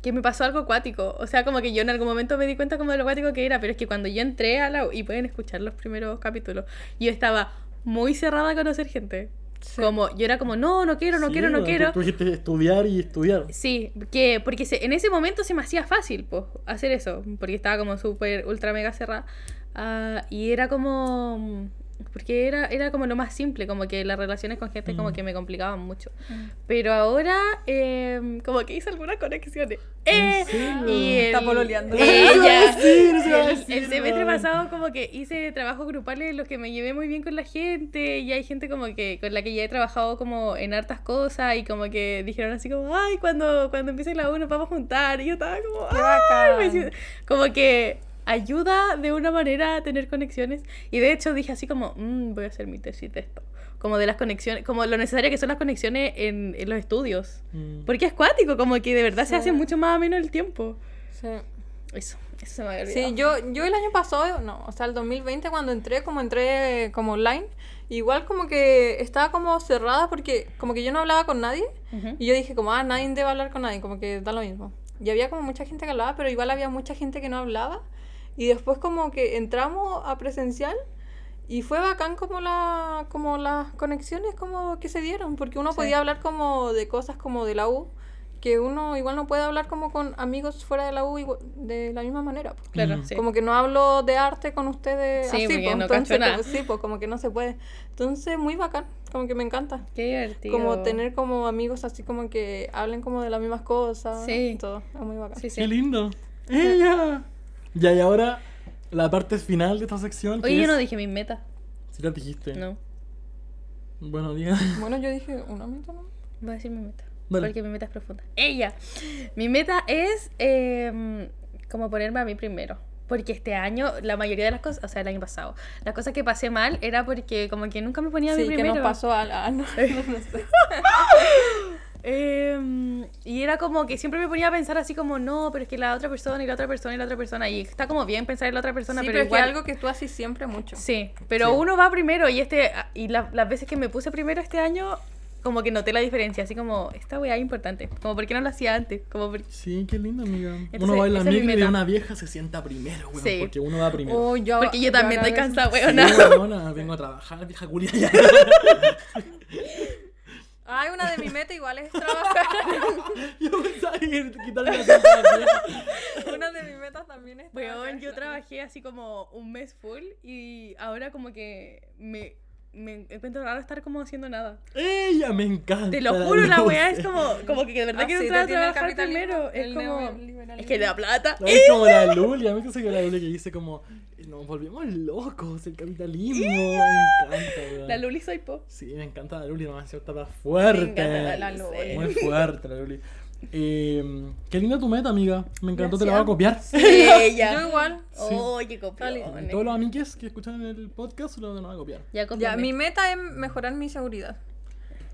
Speaker 2: que me pasó algo acuático. O sea, como que yo en algún momento me di cuenta como de lo acuático que era, pero es que cuando yo entré a la... U- y pueden escuchar los primeros capítulos, yo estaba muy cerrada a conocer gente. Como, yo era como, no, no quiero, no
Speaker 1: Sí,
Speaker 2: quiero, no
Speaker 1: weón, tú-
Speaker 2: quiero.
Speaker 1: Tú dijiste estudiar y estudiar.
Speaker 2: Sí, que, porque se- en ese momento se me hacía fácil po, hacer eso, porque estaba como súper, ultra, mega cerrada. Ah, y era como... mm, Porque era, era como lo más simple, como que las relaciones con gente como
Speaker 1: Mm.
Speaker 2: que me complicaban mucho.
Speaker 3: Mm.
Speaker 2: Pero ahora em, como que hice algunas conexiones.
Speaker 1: ¿En
Speaker 2: ¡Eh!
Speaker 1: serio?
Speaker 2: Y
Speaker 3: Está
Speaker 2: el-
Speaker 3: pololeando.
Speaker 1: Eso iba a
Speaker 2: ¡Ella!
Speaker 1: decir, eso iba a
Speaker 2: el, el
Speaker 1: decir,
Speaker 2: semestre
Speaker 1: weón.
Speaker 2: pasado como que hice trabajos grupales en los que me llevé muy bien con la gente y hay gente como que con la que ya he trabajado como en hartas cosas y como que dijeron así como, ay, cuando, cuando empiece la U nos vamos a juntar. Y yo estaba como,
Speaker 3: Qué
Speaker 2: "Ay",
Speaker 3: bacán.
Speaker 2: me siento- como que ayuda de una manera a tener conexiones. Y de hecho dije así como, "Mm, voy a hacer mi tesis de esto. Como de las conexiones, como lo necesaria que son las conexiones en, en los estudios.
Speaker 1: Mm.
Speaker 2: Porque es cuático, como que de verdad
Speaker 3: Sí.
Speaker 2: se hace mucho más o menos el tiempo.
Speaker 3: Sí.
Speaker 2: Eso, eso se me había olvidado.
Speaker 3: Sí, yo, yo el año pasado, no, o sea, el 2020 cuando entré, como entré como online, igual como que estaba como cerrada porque como que yo no hablaba con nadie
Speaker 2: Ujú.
Speaker 3: y yo dije como, ah, nadie debe hablar con nadie, como que da lo mismo. Y había como mucha gente que hablaba, pero igual había mucha gente que no hablaba y después como que entramos a presencial y fue bacán como, la, como las conexiones como que se dieron, porque uno
Speaker 2: Sí.
Speaker 3: podía hablar como de cosas como de la U. Que uno igual no puede hablar como con amigos fuera de la U igual- de la misma manera. po.
Speaker 2: Claro,
Speaker 1: Mm.
Speaker 2: sí.
Speaker 3: Como que no hablo de arte con ustedes
Speaker 2: Sí,
Speaker 3: así, po,
Speaker 2: porque no cacho
Speaker 3: entonces,
Speaker 2: nada.
Speaker 3: como, sí, po, como que no se puede. Entonces, muy bacán, como que me encanta.
Speaker 2: Qué divertido.
Speaker 3: Como tener como amigos así como que hablen como de las mismas cosas,
Speaker 2: Sí.
Speaker 3: y todo, es muy bacán.
Speaker 2: Sí, sí.
Speaker 1: Qué lindo.
Speaker 2: Ah.
Speaker 1: Ella. Ya, y ahora la parte final de esta sección. que
Speaker 2: Oye, yo
Speaker 1: es-
Speaker 2: no dije mis metas.
Speaker 1: Sí, la dijiste.
Speaker 2: No.
Speaker 1: Bueno, diga.
Speaker 3: Bueno, yo dije, una meta, ¿no?
Speaker 2: Voy a decir mi meta.
Speaker 1: Dale.
Speaker 2: Porque mi meta es profunda. Ella. Mi meta es eh, como ponerme a mí primero. Porque este año, la mayoría de las cosas, o sea, el año pasado, las cosas que pasé mal era porque como que nunca me ponía a mí
Speaker 3: Sí, que
Speaker 2: primero.
Speaker 3: nos pasó a la... no, no sé.
Speaker 2: Eh, y era como que siempre me ponía a pensar así como, no, pero es que la otra persona y la otra persona y la otra persona. Y está como bien pensar en la otra persona,
Speaker 3: Sí,
Speaker 2: pero,
Speaker 3: pero es que
Speaker 2: igual...
Speaker 3: algo que tú haces siempre mucho.
Speaker 2: Sí, pero
Speaker 1: Sí.
Speaker 2: uno va primero y este y la- las veces que me puse primero este año como que noté la diferencia, así como esta weá es importante, como por qué no lo hacía antes, como por-
Speaker 1: Sí, qué lindo, amiga.
Speaker 2: Entonces,
Speaker 1: uno va en la
Speaker 2: esa es mi
Speaker 1: micro y
Speaker 2: meta.
Speaker 1: una vieja se sienta primero, weón.
Speaker 2: Sí.
Speaker 1: Porque uno va primero.
Speaker 3: Oh, yo-
Speaker 2: porque yo también
Speaker 3: ahora
Speaker 2: estoy
Speaker 3: ves-
Speaker 2: cansada,
Speaker 1: Sí,
Speaker 2: weona.
Speaker 1: weona, vengo a trabajar, vieja culia. Ya.
Speaker 3: Ay, una de mis metas igual es trabajar.
Speaker 1: Yo pensaba que quitarle la tapa a la vieja.
Speaker 3: una de mis metas también es
Speaker 2: Weón, yo
Speaker 3: trabajar.
Speaker 2: trabajé así como un mes full y ahora como que me, me encuentro raro estar como haciendo nada.
Speaker 1: Ella me encanta.
Speaker 2: Te lo juro, la weá es
Speaker 1: Luce.
Speaker 2: como, como que de verdad
Speaker 3: Así
Speaker 2: quiero
Speaker 3: te
Speaker 2: entrar a
Speaker 3: tiene el
Speaker 2: trabajar
Speaker 3: capitalismo,
Speaker 2: primero. Es
Speaker 3: el
Speaker 2: como,
Speaker 3: neoliberalismo.
Speaker 2: es que la plata.
Speaker 1: Es como la Luli, a mí me parece que la Luli que dice como, nos volvemos locos, el capitalismo, me encanta, weón.
Speaker 2: La Luli soy po.
Speaker 1: Sí, me eanta la Luli, además está más fuerte.
Speaker 2: encanta la
Speaker 3: Luli.
Speaker 2: Luli.
Speaker 1: Muy fuerte la Luli. Eh, qué linda tu meta, amiga. Me encantó, te la voy a
Speaker 2: Gracias.
Speaker 1: copiar.
Speaker 2: Ella.
Speaker 3: Yo igual.
Speaker 2: Oh, qué copión.
Speaker 1: Todos los amigues que escuchan el podcast lo van a copiar.
Speaker 2: Ya,
Speaker 3: Ya,
Speaker 2: cópiame.
Speaker 3: mi meta es mejorar mi seguridad.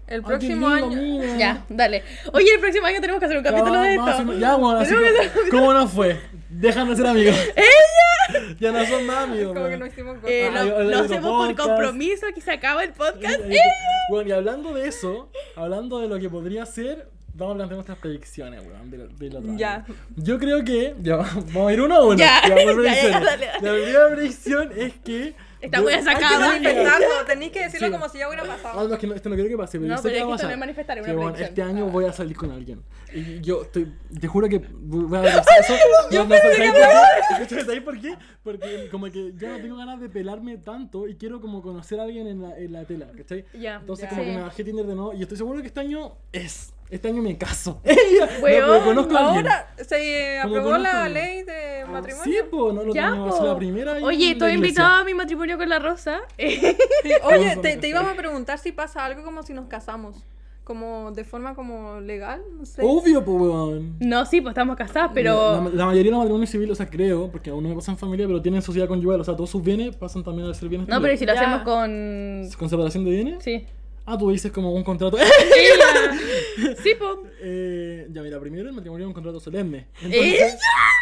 Speaker 3: El
Speaker 1: Ay,
Speaker 3: próximo
Speaker 1: qué lindo,
Speaker 3: año.
Speaker 1: amiga.
Speaker 2: Ya, dale. Oye, el próximo año tenemos que hacer un capítulo de
Speaker 1: Vamos a
Speaker 2: esto.
Speaker 1: hacer- Ya, bueno, así
Speaker 2: Tenemos que hacer-
Speaker 1: como- ¿Cómo no fue? Dejan de ser amigos. ¡Ella! Ya no son más amigos.
Speaker 3: Como que
Speaker 1: weón.
Speaker 3: nos hicimos cortos.
Speaker 2: Eh,
Speaker 1: Ay,
Speaker 2: lo,
Speaker 1: Ah, el
Speaker 2: lo
Speaker 1: otro
Speaker 2: hacemos por
Speaker 1: podcast. Eh,
Speaker 2: compromiso, que se acaba el podcast.
Speaker 1: Bueno, y hablando de eso, hablando de lo que podría ser, Vamos a plantear nuestras predicciones, weón, de la, de la
Speaker 3: Ya.
Speaker 1: tarde. Yo creo que. Ya, vamos a ir uno a uno.
Speaker 2: Ya,
Speaker 1: por
Speaker 2: ya, ya,
Speaker 1: predicciones.
Speaker 2: dale, dale.
Speaker 1: La primera predicción es que.
Speaker 2: Está
Speaker 1: yo-
Speaker 2: muy
Speaker 1: Ay,
Speaker 2: sacada.
Speaker 1: qué bonito.
Speaker 3: manifestarlo, tenéis que decirlo
Speaker 1: ah, Sí.
Speaker 3: como si ya hubiera
Speaker 1: Ah,
Speaker 3: pasado.
Speaker 1: no, es que no, esto no quiero que pase, pero
Speaker 2: No,
Speaker 1: yo sé
Speaker 2: pero
Speaker 1: que
Speaker 2: es
Speaker 1: va a
Speaker 2: que esto no
Speaker 1: pasar.
Speaker 2: es manifestar, es
Speaker 1: Que,
Speaker 2: una
Speaker 1: bueno,
Speaker 2: predicción.
Speaker 1: este año
Speaker 2: Ah.
Speaker 1: voy a salir con alguien. Y yo estoy, te juro que voy a abrazar eso. Yo pensé que ¿Sabes por qué? Porque como que ya no tengo ganas de pelarme tanto y quiero como conocer a alguien en la, en la tela, ¿cachai?
Speaker 2: Ya.
Speaker 1: Entonces
Speaker 3: Ya.
Speaker 1: como que
Speaker 2: Sí.
Speaker 1: me bajé Tinder de nuevo y estoy seguro que este año es. Este año me caso. No, pero
Speaker 2: Weón,
Speaker 1: conozco a alguien.
Speaker 3: Ahora se
Speaker 1: Como
Speaker 3: aprobó
Speaker 1: conozco
Speaker 3: la
Speaker 1: a alguien.
Speaker 3: ley de
Speaker 1: Sí,
Speaker 3: matrimonio.
Speaker 1: pues, no lo
Speaker 2: Ya,
Speaker 1: teníamos
Speaker 2: po.
Speaker 1: la primera. y
Speaker 2: Oye,
Speaker 1: la
Speaker 2: estoy
Speaker 1: iglesia.
Speaker 2: invitado a mi matrimonio con la Rosa. Eh,
Speaker 3: Sí, Oye,
Speaker 1: Vamos a
Speaker 3: te, te
Speaker 1: ver.
Speaker 3: íbamos a preguntar si pasa algo como si nos casamos. Como de forma como legal, no sé.
Speaker 1: Obvio, pues, weón.
Speaker 2: no, sí, pues estamos casadas, pero.
Speaker 1: La, la- la mayoría de los matrimonios civiles, o sea, creo, porque aún no me pasan familia, pero tienen sociedad conyugal, o sea, todos sus bienes pasan también a ser bienes.
Speaker 2: no, pero
Speaker 1: tuyos.
Speaker 2: si lo
Speaker 3: Ya.
Speaker 2: hacemos con.
Speaker 1: ¿Con separación de bienes?
Speaker 2: Sí.
Speaker 1: Ah, tú dices como un contrato.
Speaker 2: Ella. sí, po.
Speaker 1: Eh, ya, mira, primero el matrimonio es un contrato solemne. Entonces,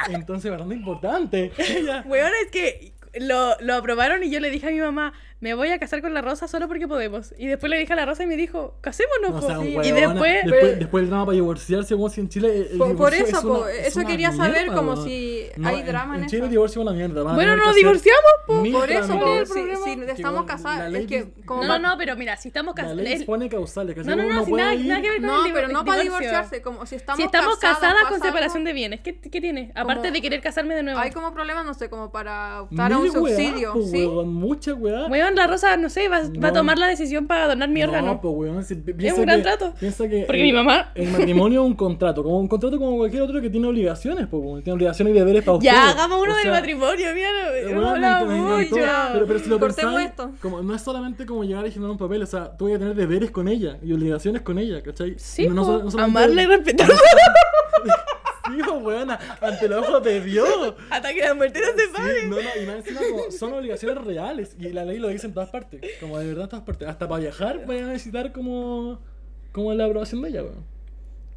Speaker 1: entonces bastante importante. Pues Ya.
Speaker 2: Weón, Eh. es que lo, lo aprobaron y yo le dije a mi mamá, me voy a casar con la Rosa solo porque podemos. Y después le dije a la Rosa y me dijo, casémonos,
Speaker 1: No
Speaker 2: po".
Speaker 1: sean
Speaker 2: Sí.
Speaker 1: huevonas.
Speaker 2: Y después,
Speaker 1: después, después el drama para divorciarse, como si en Chile. eh, el- el
Speaker 3: Por, por
Speaker 1: divorcio
Speaker 3: eso,
Speaker 1: es
Speaker 3: po,
Speaker 1: una- es
Speaker 3: eso
Speaker 1: una
Speaker 3: quería saber
Speaker 1: mierda,
Speaker 3: como
Speaker 1: weón.
Speaker 3: si
Speaker 1: No,
Speaker 3: hay drama en,
Speaker 1: en Chile el
Speaker 3: eso.
Speaker 1: divorcio es una mierda. van a tener
Speaker 2: bueno,
Speaker 1: que
Speaker 2: nos
Speaker 1: hacer
Speaker 2: divorciamos, po.
Speaker 1: mil
Speaker 3: Por eso,
Speaker 1: trámites.
Speaker 2: ¿cuál
Speaker 3: po,
Speaker 2: es el
Speaker 3: si,
Speaker 2: problema?
Speaker 3: si
Speaker 1: Que
Speaker 3: estamos
Speaker 1: bueno, la
Speaker 3: casados,
Speaker 1: ley
Speaker 3: es que
Speaker 1: dice-
Speaker 3: como
Speaker 2: No,
Speaker 3: pa-
Speaker 2: no, no, pero mira, si estamos
Speaker 1: La
Speaker 2: casadas...
Speaker 1: ley expone causales.
Speaker 2: No, no, no, si nada, nada que ver con
Speaker 3: No,
Speaker 2: el divor-
Speaker 3: pero no para
Speaker 2: divorcio.
Speaker 3: divorciarse, como si estamos,
Speaker 2: si estamos casadas, con
Speaker 3: pasa
Speaker 2: separación
Speaker 3: algo,
Speaker 2: de bienes, ¿qué, qué tiene? Aparte
Speaker 3: Como-
Speaker 2: de querer casarme de nuevo.
Speaker 3: Hay como problemas, no sé, como para optar a un
Speaker 1: Mil weá,
Speaker 3: subsidio,
Speaker 1: po,
Speaker 3: ¿sí?
Speaker 1: weón, mucha weá.
Speaker 2: Weón, la Rosa, no sé, va, va a
Speaker 1: No.
Speaker 2: tomar la decisión para donar mi
Speaker 1: No, pues, eh,
Speaker 2: órgano.
Speaker 1: po, weón, si pi- piensa
Speaker 2: un gran
Speaker 1: que-
Speaker 2: trato.
Speaker 1: Piensa que
Speaker 2: Porque
Speaker 1: el-
Speaker 2: mi mamá-
Speaker 1: El matrimonio es un contrato, como un contrato como cualquier otro que tiene obligaciones, po, weón, tiene obligaciones y deberes para ustedes.
Speaker 2: ya, hagamos uno
Speaker 1: O
Speaker 2: del
Speaker 1: sea,
Speaker 2: matrimonio, mira,
Speaker 1: weón,
Speaker 2: hemos
Speaker 1: me
Speaker 2: hablado
Speaker 1: encanta, me
Speaker 2: mucho.
Speaker 1: encantó. Pero, pero si lo
Speaker 3: Cortemos
Speaker 1: pensáis,
Speaker 3: esto.
Speaker 1: como, no es solamente como llegar y generar un papel, o sea, tú vas a tener deberes con ella y obligaciones con ella, ¿cachai?
Speaker 2: Sí,
Speaker 1: No- no
Speaker 2: po,
Speaker 1: so- no solamente-
Speaker 2: amarla y respetarla.
Speaker 1: Sí, po, weón, ante los ojos de Dios.
Speaker 2: Hasta que la muerte no se
Speaker 1: Sí,
Speaker 2: pare.
Speaker 1: no, no, y más encima como son obligaciones reales. Y la ley lo dice en todas partes. Como de verdad en todas partes. Hasta para viajar voy a necesitar como, como la aprobación de ella, weón.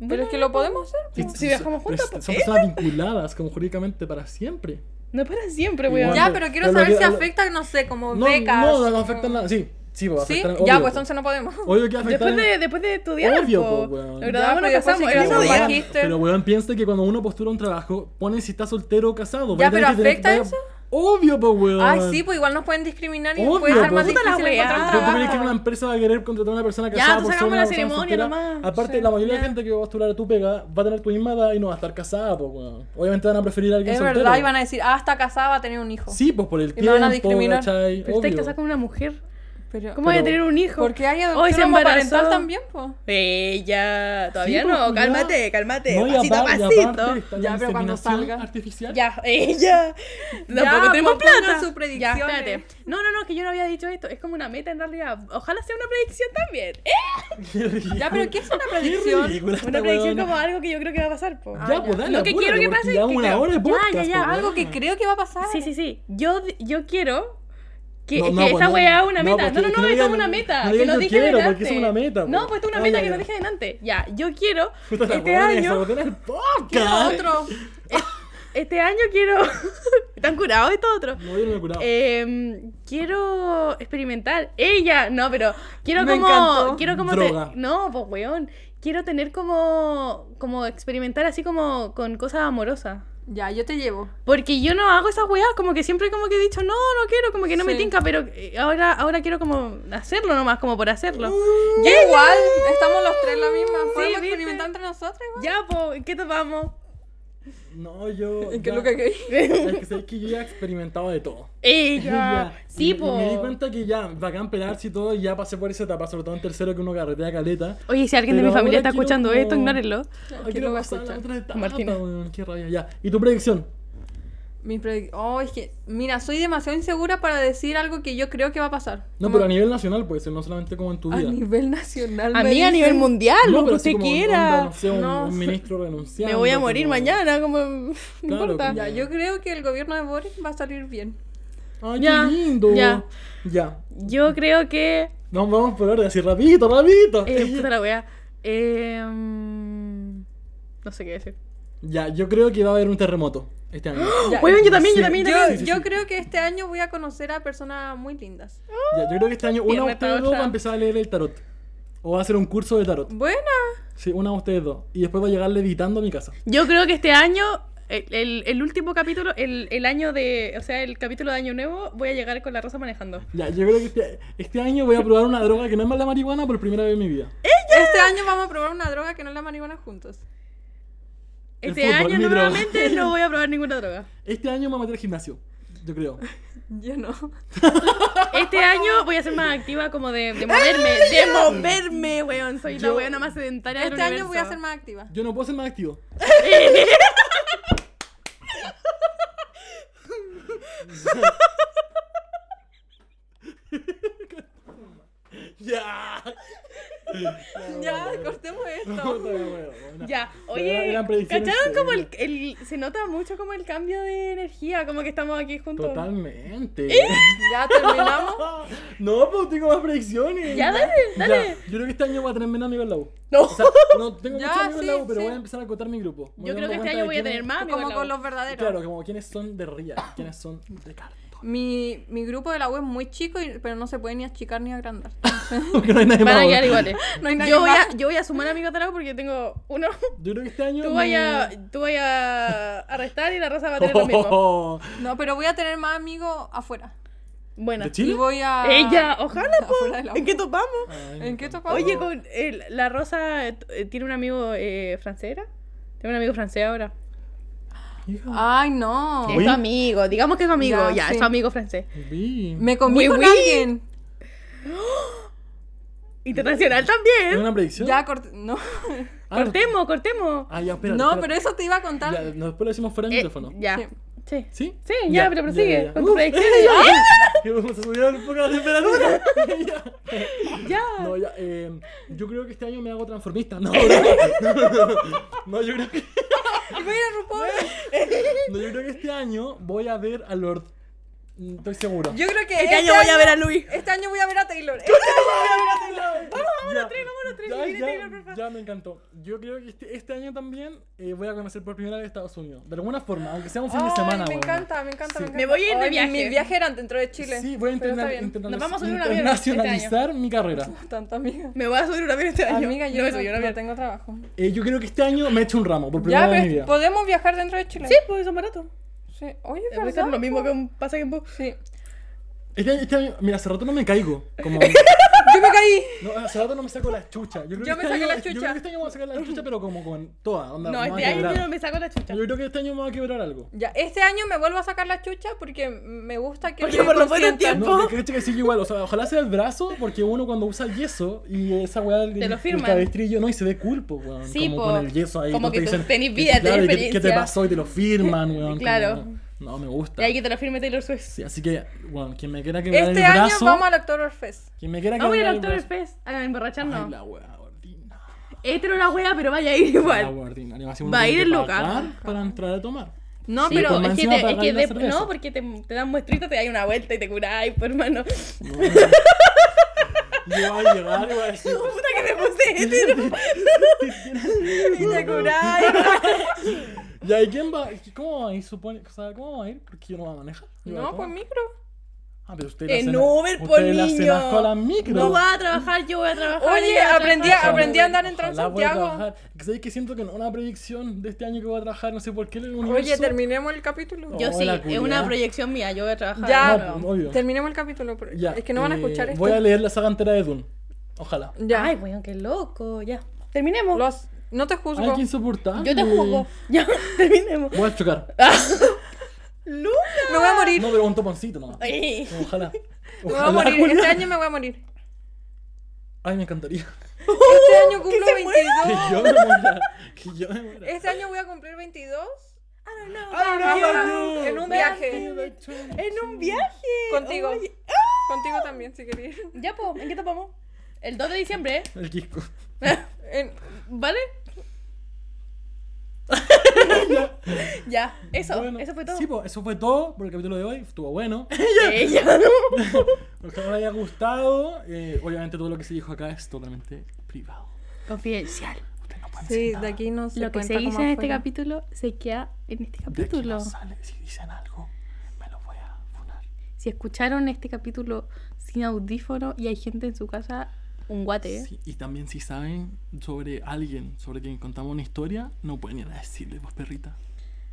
Speaker 3: Pero es que lo podemos hacer.
Speaker 2: Si-
Speaker 1: Sí,
Speaker 2: si viajamos
Speaker 1: pero
Speaker 2: juntas,
Speaker 1: es-
Speaker 2: pues,
Speaker 1: Son
Speaker 2: ¿eh?
Speaker 1: personas vinculadas como jurídicamente para siempre.
Speaker 2: No es para siempre,
Speaker 1: Igual.
Speaker 2: weón.
Speaker 1: Ya,
Speaker 3: Ya, pero quiero
Speaker 1: pero
Speaker 3: saber
Speaker 1: que-
Speaker 3: si afecta, no sé, como
Speaker 1: No,
Speaker 3: becas.
Speaker 1: no, no
Speaker 3: como-
Speaker 1: afectan nada. Sí, sí, pues
Speaker 3: ¿Sí?
Speaker 1: afectan.
Speaker 3: ya,
Speaker 1: obvio,
Speaker 3: pues
Speaker 1: po.
Speaker 3: entonces no podemos.
Speaker 1: Obvio que
Speaker 2: Después
Speaker 1: afectan.
Speaker 2: de, después de estudiar,
Speaker 1: Obvio,
Speaker 2: po.
Speaker 1: po, weón.
Speaker 2: Nos graduamos,
Speaker 3: Ya,
Speaker 2: nos
Speaker 3: pues, después
Speaker 2: casamos.
Speaker 3: si
Speaker 2: Era
Speaker 3: queremos
Speaker 2: una
Speaker 3: viajar.
Speaker 2: weá.
Speaker 3: Magíster.
Speaker 1: Pero weón, piensa que cuando uno postula un trabajo, pone si está soltero o casado.
Speaker 3: Ya,
Speaker 1: vaya a tener
Speaker 3: pero
Speaker 1: que tener-
Speaker 3: ¿afecta
Speaker 1: vaya-
Speaker 3: eso?
Speaker 1: Obvio, pues weón.
Speaker 3: Ay, sí, pues igual nos pueden discriminar y
Speaker 1: Obvio,
Speaker 3: puede ser más
Speaker 1: pues.
Speaker 2: Puta la
Speaker 3: difícil
Speaker 2: weá.
Speaker 3: encontrar
Speaker 1: ¿Tú
Speaker 3: trabajo.
Speaker 1: crees que una empresa va a querer contratar a una persona
Speaker 2: Ya,
Speaker 1: casada
Speaker 2: pues
Speaker 1: por ser
Speaker 2: hagamos
Speaker 1: una
Speaker 2: la
Speaker 1: persona
Speaker 2: ceremonia
Speaker 1: soltera?
Speaker 2: nomás,
Speaker 1: Aparte,
Speaker 2: sí,
Speaker 1: la mayoría
Speaker 2: ya.
Speaker 1: de gente que va a postular a tu pega va a tener tu misma edad y no va a estar casada, pues, weón. Obviamente van a preferir a alguien
Speaker 3: Es
Speaker 1: soltero.
Speaker 3: verdad, y van a decir, ah, está casada, va a tener un hijo.
Speaker 1: Sí, pues por el
Speaker 3: Y me
Speaker 1: tiempo,
Speaker 3: van a discriminar.
Speaker 1: ¿cachai?
Speaker 2: Pero estáis
Speaker 1: Obvio.
Speaker 2: casada con una mujer.
Speaker 3: Pero,
Speaker 2: ¿Cómo voy a
Speaker 1: Pero-
Speaker 2: tener un hijo?
Speaker 3: Porque hay
Speaker 2: Hoy se
Speaker 3: adopción
Speaker 2: embarazó.
Speaker 3: homoparental también, pues.
Speaker 2: Ella, todavía
Speaker 1: Sí, pues,
Speaker 2: no,
Speaker 1: culiao.
Speaker 2: cálmate, cálmate,
Speaker 1: No, y
Speaker 2: pasito a
Speaker 1: apar- y
Speaker 2: pasito.
Speaker 1: aparte está la
Speaker 3: Ya, pero cuando
Speaker 1: inseminación
Speaker 3: salga.
Speaker 1: artificial.
Speaker 2: Ya, ella. Tampoco tenemos
Speaker 3: pues, pongan
Speaker 2: plata.
Speaker 3: sus predicciones.
Speaker 2: Ya, espérate. No, no, no, que yo no había dicho esto. Es como una meta en realidad. Ojalá sea una predicción también. ¡Eh!
Speaker 1: Qué ridículo.
Speaker 3: Ya, pero ¿qué es una
Speaker 1: Qué
Speaker 3: predicción?
Speaker 1: ridícula esta
Speaker 2: Una predicción
Speaker 1: weona.
Speaker 2: como algo que yo creo que va a pasar, po.
Speaker 3: Ah,
Speaker 1: Ya,
Speaker 3: ya.
Speaker 1: pues dale,
Speaker 2: Lo que
Speaker 1: apúrate,
Speaker 2: quiero que
Speaker 1: porque
Speaker 2: pase
Speaker 1: ya
Speaker 2: es que
Speaker 1: una
Speaker 2: creo-
Speaker 1: hora de
Speaker 2: Ya,
Speaker 1: podcast,
Speaker 2: ya, ya,
Speaker 1: pues,
Speaker 3: Algo que
Speaker 1: weona.
Speaker 3: creo que va a pasar.
Speaker 2: Sí, sí, sí. Yo, yo quiero que,
Speaker 1: No,
Speaker 2: es
Speaker 1: no,
Speaker 2: que
Speaker 1: pues,
Speaker 2: esta
Speaker 1: no,
Speaker 2: weá es una
Speaker 1: no,
Speaker 2: meta.
Speaker 1: pues,
Speaker 2: No,
Speaker 1: que- que
Speaker 2: no, no,
Speaker 1: no
Speaker 2: esto
Speaker 1: digan-
Speaker 2: es una meta.
Speaker 1: no
Speaker 2: que
Speaker 1: digan
Speaker 2: lo
Speaker 1: yo
Speaker 2: dije
Speaker 1: quiero,
Speaker 2: delante.
Speaker 1: porque es una meta,
Speaker 2: No,
Speaker 1: pues.
Speaker 2: pues esto es una
Speaker 1: Ah,
Speaker 2: meta
Speaker 1: ya,
Speaker 2: que
Speaker 1: ya.
Speaker 2: lo dije delante. Ya, yo quiero
Speaker 1: Puta la
Speaker 2: este
Speaker 1: weona,
Speaker 2: año.
Speaker 1: sabotean el
Speaker 3: Quiero
Speaker 1: podcast.
Speaker 3: otro.
Speaker 2: Este año quiero. Están curados esto otro.
Speaker 1: No, yo no me he curado.
Speaker 3: Eh,
Speaker 2: Em, quiero experimentar. Ella, no, pero quiero
Speaker 3: Me
Speaker 2: como.
Speaker 3: encantó.
Speaker 2: Quiero como.
Speaker 1: Droga.
Speaker 2: No, pues weón. Quiero tener como. Como experimentar así como con cosas amorosas.
Speaker 3: Ya, yo te llevo.
Speaker 2: Porque yo no hago esas weas, como que siempre como que he dicho, no, no quiero, como que no me
Speaker 3: Sí.
Speaker 2: tinca, pero eh, ahora, ahora quiero como hacerlo nomás, como por hacerlo.
Speaker 1: Uh.
Speaker 3: Yo igual, estamos los tres la misma. Podemos
Speaker 2: ¿viste?
Speaker 3: experimentar entre nosotros igual.
Speaker 2: Ya, pues, ¿en qué topamos?
Speaker 1: No, yo.
Speaker 3: Es que
Speaker 1: ya-
Speaker 3: lo que quería.
Speaker 1: Es que sabes que yo ya he experimentado de todo.
Speaker 2: Ella.
Speaker 1: Y-
Speaker 2: sí,
Speaker 1: y Me di
Speaker 2: pues.
Speaker 1: cuenta que ya, bacán pelarse y todo, y ya pasé por esa etapa, sobre todo en tercero que uno carretea caleta.
Speaker 2: Oye, si alguien de
Speaker 1: Pero
Speaker 2: mi familia
Speaker 1: ahora
Speaker 2: está
Speaker 1: quiero
Speaker 2: escuchando
Speaker 1: como-
Speaker 2: esto, ignórenlo.
Speaker 1: Ay,
Speaker 3: que
Speaker 1: quiero
Speaker 3: lo va a
Speaker 1: pasar a la
Speaker 3: escuchar.
Speaker 1: otra etapa,
Speaker 2: Martina.
Speaker 1: weón, qué rabia. Ya. ¿Y tu predicción?
Speaker 3: Mi predic- Oh, es que, mira, soy demasiado insegura para decir algo que yo creo que va a pasar.
Speaker 1: No,
Speaker 3: Como-
Speaker 1: pero a nivel nacional puede ser, no solamente como en tu
Speaker 3: a
Speaker 1: vida.
Speaker 3: nivel nacional.
Speaker 2: A
Speaker 3: me
Speaker 2: mí a
Speaker 3: dicen.
Speaker 2: nivel mundial,
Speaker 1: no,
Speaker 2: lo que
Speaker 1: pero
Speaker 2: usted
Speaker 1: así como, onda,
Speaker 2: quiera.
Speaker 1: no sé, un,
Speaker 3: No.
Speaker 1: un ministro renunciando.
Speaker 2: Me voy a morir
Speaker 1: como-
Speaker 2: mañana, como. No
Speaker 1: Claro, pues,
Speaker 2: importa.
Speaker 1: como-
Speaker 3: Ya, yo creo que el gobierno de Boris va a salir bien.
Speaker 1: Ay,
Speaker 2: Ya,
Speaker 1: qué lindo.
Speaker 2: ya.
Speaker 1: Ya.
Speaker 2: Yo creo que.
Speaker 1: Nos vamos por orden, así rapidito, rapidito.
Speaker 2: eh, puta la wea. Em, no sé qué decir.
Speaker 1: Ya, yo creo que va a haber un terremoto este año.
Speaker 3: Ya,
Speaker 2: Weón, yo también,
Speaker 1: sí,
Speaker 2: yo también,
Speaker 1: yo-
Speaker 2: también.
Speaker 3: Yo,
Speaker 1: Sí, sí,
Speaker 3: yo
Speaker 1: sí.
Speaker 3: creo que este año voy a conocer a personas muy lindas.
Speaker 1: Ya, yo creo que este año uno
Speaker 2: Pierna
Speaker 1: de ustedes
Speaker 2: para
Speaker 1: dos va
Speaker 2: otra.
Speaker 1: a empezar a leer el tarot. O va a hacer un curso de tarot.
Speaker 3: Buena.
Speaker 1: Sí, una de ustedes dos. Y después va a llegar levitando a mi casa.
Speaker 2: Yo creo que este año, el, el- el último capítulo, el, el año de. O sea, el capítulo de Año Nuevo, voy a llegar con la rosa manejando.
Speaker 1: Ya, yo creo que este, este año voy a probar una droga que no es más la marihuana por primera vez en mi vida.
Speaker 3: Este año vamos a probar una droga que no es la marihuana juntos.
Speaker 1: El
Speaker 2: Este
Speaker 1: fútbol,
Speaker 2: año
Speaker 1: mi droga.
Speaker 2: nuevamente no voy a probar ninguna droga.
Speaker 1: Este año me voy a meter al gimnasio, yo creo.
Speaker 3: Yo no.
Speaker 2: Este año voy a ser más activa como de, de moverme. De moverme, weón. Soy la
Speaker 1: Yo-
Speaker 2: weona más sedentaria del
Speaker 3: Este año
Speaker 2: universo.
Speaker 3: voy a ser más activa.
Speaker 1: Yo no puedo ser más activo. ya.
Speaker 3: Ya, cortemos esto.
Speaker 1: Puta, bueno, bueno.
Speaker 2: Ya,
Speaker 1: Pero
Speaker 2: oye,
Speaker 1: eran predicciones eh,
Speaker 2: ¿cacharon como el,
Speaker 1: serias.
Speaker 2: el- Se nota mucho como el cambio de energía, como que estamos aquí juntos.
Speaker 1: Totalmente.
Speaker 2: ¿Eh?
Speaker 3: Ya terminamos.
Speaker 1: No, pues tengo más predicciones.
Speaker 2: Ya, dale, dale.
Speaker 1: Ya, Yo creo que este año voy a tener menos amigos en la U.
Speaker 2: No.
Speaker 1: O sea, no tengo
Speaker 3: Ya,
Speaker 1: muchos amigos en la
Speaker 3: sí,
Speaker 1: U, pero
Speaker 3: sí.
Speaker 1: voy a empezar a acotar mi grupo. Voy
Speaker 2: Yo creo
Speaker 1: dando
Speaker 2: que este
Speaker 1: cuenta
Speaker 2: año
Speaker 1: de
Speaker 2: voy a
Speaker 1: quiénes-
Speaker 2: tener más amigos. en
Speaker 3: Como
Speaker 2: la
Speaker 3: con
Speaker 2: U.
Speaker 3: los verdaderos.
Speaker 1: Claro, como quiénes son de real, quiénes son de cartón.
Speaker 3: Mi, mi grupo de la web es muy chico, y- pero no se puede ni achicar ni agrandar.
Speaker 1: Porque no hay nadie
Speaker 2: Van a
Speaker 1: más
Speaker 2: quedar
Speaker 1: ahora.
Speaker 2: iguales.
Speaker 3: No hay nadie
Speaker 2: yo, voy a,
Speaker 3: más.
Speaker 2: yo voy a sumar amigos de la U porque tengo uno.
Speaker 1: Yo creo que este año.
Speaker 2: Tú
Speaker 1: me-
Speaker 2: voy a, tú voy a arrestar y la raza va a tener lo mismo.
Speaker 1: Oh,
Speaker 3: No, pero voy a tener más amigos afuera.
Speaker 2: Bueno.
Speaker 1: ¿De Chile?
Speaker 3: Y voy a.
Speaker 2: Ella, ojalá,
Speaker 3: Ah, Afuera de la
Speaker 2: po. ¿En
Speaker 3: U.
Speaker 2: qué topamos?
Speaker 1: Ay,
Speaker 3: ¿En qué
Speaker 1: no.
Speaker 3: tocó?
Speaker 2: Oye, con el- la Rosa eh, t- eh, tiene un amigo eh, francés, ¿era? Tiene un amigo francés ahora. Ah,
Speaker 1: Hija,
Speaker 3: Ay, no.
Speaker 1: Sí.
Speaker 2: Es su amigo, digamos que es su amigo,
Speaker 3: Ya,
Speaker 2: ya, es
Speaker 3: sí.
Speaker 2: su amigo francés.
Speaker 1: vi.
Speaker 3: Me comí
Speaker 2: Oui,
Speaker 3: con
Speaker 2: oui.
Speaker 3: alguien.
Speaker 2: Internacional
Speaker 1: ¿Es
Speaker 2: también.
Speaker 1: una predicción?
Speaker 3: Ya corté. No.
Speaker 1: Ah,
Speaker 2: Cortemos, cortemos.
Speaker 1: Ah, ya, espera.
Speaker 3: no, pero eso te iba a contar.
Speaker 1: Ya, no, después lo decimos fuera del
Speaker 2: Eh,
Speaker 1: micrófono.
Speaker 2: ya.
Speaker 3: Sí.
Speaker 2: Sí.
Speaker 1: ¿Sí?
Speaker 2: Sí, ya, pero prosigue
Speaker 1: ya, ya.
Speaker 2: con tu
Speaker 1: Uf,
Speaker 2: predicción.
Speaker 1: Que vamos a subir un poco de temperatura.
Speaker 2: Ya.
Speaker 1: No, ya, eh, yo creo que este año me hago transformista. No, no, no, no. No, yo creo que,
Speaker 3: Mira, RuPaul.
Speaker 1: no, yo creo que este año voy a ver a Lord. Mm, Estoy seguro.
Speaker 3: Yo creo que.
Speaker 2: Este año voy a ver a Luis.
Speaker 3: Este año voy a ver a Taylor. Este año voy a ver a Taylor.
Speaker 1: Vamos a tres,
Speaker 2: vamos a los tres,
Speaker 1: Ya,
Speaker 2: viene
Speaker 1: ya,
Speaker 2: Taylor, por favor.
Speaker 1: ya me encantó. Yo creo que este, este año también eh, voy a conocer por primera vez Estados Unidos. De alguna forma, aunque sea un fin de
Speaker 3: Ay,
Speaker 1: semana.
Speaker 3: Me
Speaker 1: weón.
Speaker 3: encanta, me encanta,
Speaker 1: Sí.
Speaker 3: me encanta.
Speaker 2: Me voy a ir de
Speaker 3: Ay, mi-
Speaker 2: viaje.
Speaker 3: Mis viajes eran dentro de Chile.
Speaker 1: Sí, voy a
Speaker 3: pero está
Speaker 1: interna-
Speaker 3: bien.
Speaker 1: internacional-
Speaker 2: Nos vamos a subir un avión este
Speaker 1: internacionalizar mi carrera.
Speaker 3: Tanto amiga.
Speaker 2: Me voy a subir un avión este año.
Speaker 3: Amiga, yo
Speaker 2: no,
Speaker 3: no,
Speaker 2: me subí un
Speaker 3: no
Speaker 2: avión.
Speaker 3: tengo trabajo.
Speaker 1: Eh, yo creo que este año me he hecho un ramo por primera
Speaker 3: Ya,
Speaker 1: vez en mi
Speaker 3: pero
Speaker 1: vida.
Speaker 3: podemos viajar dentro de Chile.
Speaker 2: Sí, pues son baratos.
Speaker 3: Sí. Oye,
Speaker 2: Voy a
Speaker 3: ¿verdad?
Speaker 2: hacer lo mismo que un pasaje en bus.
Speaker 3: Sí.
Speaker 1: Este año, este año- mira, hace rato no me caigo. Como,
Speaker 3: Yo me caí.
Speaker 1: no, hace rato no me saco la chucha. Yo, creo que
Speaker 3: Yo me
Speaker 1: este
Speaker 3: saqué
Speaker 1: año-
Speaker 3: la
Speaker 1: Yo
Speaker 3: chucha.
Speaker 1: creo que este año voy a sacar la chucha, pero como con toda. Onda,
Speaker 2: No,
Speaker 1: me voy
Speaker 2: este
Speaker 1: a
Speaker 2: año
Speaker 1: quebrar.
Speaker 2: yo no me saco la chucha.
Speaker 1: Yo creo que este año me voy a quebrar algo.
Speaker 3: Ya, este año me vuelvo a sacar la chucha porque me gusta que.
Speaker 2: Porque
Speaker 3: me
Speaker 2: por lo menos
Speaker 3: consientan.
Speaker 2: tiempo.
Speaker 1: No, que cacho que sigue igual, o sea, ojalá sea el brazo, porque uno cuando usa el yeso y esa weá del
Speaker 2: Te lo
Speaker 1: del
Speaker 2: firman.
Speaker 1: cabestrillo, no, y se ve culpo, weón.
Speaker 2: Sí,
Speaker 1: como
Speaker 2: po.
Speaker 1: con el yeso ahí,
Speaker 2: Como
Speaker 1: todos
Speaker 2: que
Speaker 1: te
Speaker 2: tú
Speaker 1: dicen,
Speaker 2: tenés
Speaker 1: que-
Speaker 2: vida, tenés
Speaker 1: claro, y que- ¿qué te
Speaker 2: experiencia.
Speaker 1: pasó? Y te lo firman, weón.
Speaker 2: Claro.
Speaker 1: como, no, me gusta.
Speaker 2: Y ahí que te lo firme Taylor Swift.
Speaker 1: Sí, así que, weón, quien me quiera quebrar
Speaker 3: Este
Speaker 1: el
Speaker 3: año
Speaker 1: brazo,
Speaker 3: vamos al Oktoberfest.
Speaker 1: quien me quiera
Speaker 2: Ah, voy
Speaker 1: quebrar
Speaker 2: al
Speaker 1: el brazo.
Speaker 2: Oktoberfest a emborracharnos.
Speaker 1: Ay, la weá ordinaria.
Speaker 2: Hetero la wea, pero vaya a ir
Speaker 1: La
Speaker 2: igual.
Speaker 1: weá ordinaria. Así uno
Speaker 2: Va a
Speaker 1: tiene
Speaker 2: ir
Speaker 1: que
Speaker 2: el loca.
Speaker 1: pagar Para entrar a tomar.
Speaker 3: No,
Speaker 1: Sí,
Speaker 3: pero.
Speaker 1: pues,
Speaker 2: es que,
Speaker 1: encima
Speaker 2: te- es
Speaker 1: pagar
Speaker 2: que
Speaker 1: la
Speaker 2: de-
Speaker 1: cerveza.
Speaker 2: no, porque te, te dan muestrita, te dais una vuelta y te curáis, pues, hermano. Puta
Speaker 1: No, Yo voy a llegar y voy a decir,
Speaker 2: que me puse hetero.
Speaker 3: Y te curáis.
Speaker 1: Ya, ¿y quién va? ¿Cómo va a ir? Supone, o sea, ¿cómo va a ir? Porque yo no voy a manejar. Yo voy a
Speaker 3: No, pues
Speaker 1: tomar.
Speaker 3: micro.
Speaker 1: Ah, pero usted la
Speaker 2: En
Speaker 1: cena-
Speaker 2: Uber,
Speaker 1: usted
Speaker 2: por
Speaker 1: la
Speaker 2: niño.
Speaker 1: cena con la micro.
Speaker 2: No vas a trabajar, yo voy a trabajar.
Speaker 3: Oye,
Speaker 2: ella va a
Speaker 3: aprendí a-
Speaker 2: trabajar.
Speaker 3: aprendí a andar en
Speaker 1: Ojalá voy a
Speaker 3: Transantiago.
Speaker 1: trabajar. Que sabéis que siento que no una predicción de este año que voy a trabajar, no sé por qué en el universo.
Speaker 3: Oye, terminemos el capítulo.
Speaker 2: Yo
Speaker 1: Oh,
Speaker 2: sí,
Speaker 1: la
Speaker 2: es una
Speaker 1: culiá.
Speaker 2: proyección mía, yo voy a trabajar.
Speaker 3: Ya.
Speaker 2: de nuevo.
Speaker 1: No, obvio.
Speaker 3: Terminemos el capítulo. pero-
Speaker 1: Ya,
Speaker 3: Es que no van a
Speaker 1: eh,
Speaker 3: escuchar esto.
Speaker 1: Voy a leer la saga entera de Dune. Ojalá.
Speaker 3: Ya.
Speaker 2: Ay, weón, qué loco, ya. Terminemos.
Speaker 3: Lo has- No te juzgo.
Speaker 1: Hay que insoportable.
Speaker 2: Yo te juzgo. Ya, terminemos.
Speaker 1: Voy a chocar.
Speaker 2: ¡Luna!
Speaker 3: Me voy a morir.
Speaker 1: No, pero un toponcito nomás.
Speaker 2: Ay.
Speaker 1: Ojalá.
Speaker 3: Me voy a
Speaker 1: Ojalá.
Speaker 3: morir.
Speaker 1: culiá.
Speaker 3: Este año me voy a morir.
Speaker 1: Ay, me encantaría.
Speaker 3: Este año cumplo
Speaker 2: se muera.
Speaker 1: Que
Speaker 3: 22.
Speaker 1: yo me muera. Que yo me muera.
Speaker 3: Este año voy a cumplir 22.
Speaker 1: Ay,
Speaker 3: En un
Speaker 1: no.
Speaker 3: viaje.
Speaker 2: En un viaje.
Speaker 3: Contigo.
Speaker 2: Oye.
Speaker 3: Contigo también, si querías.
Speaker 2: Ya, po, ¿en qué tapamos? El 2 de diciembre,
Speaker 1: El Quisco.
Speaker 3: En-
Speaker 2: ¿vale? ya, eso,
Speaker 1: Bueno,
Speaker 2: eso fue todo.
Speaker 1: Sí, pues eso fue todo por el capítulo de hoy. Estuvo bueno.
Speaker 2: Ella.
Speaker 1: Ojalá les haya gustado. Eh, obviamente todo lo que se dijo acá es totalmente privado.
Speaker 2: Confidencial.
Speaker 3: Sí, de aquí no se
Speaker 2: Lo que
Speaker 3: cuenta
Speaker 2: se dice
Speaker 3: cómo
Speaker 2: en este
Speaker 3: afuera.
Speaker 2: capítulo se queda en este
Speaker 1: De aquí no
Speaker 2: capítulo.
Speaker 1: sale. Si dicen algo, me lo voy a funar.
Speaker 2: Si escucharon este capítulo sin audífono y hay gente en su casa, un guate.
Speaker 1: Sí, y también si saben sobre alguien, sobre quien contamos una historia, no pueden ir a decirle, pues perrita.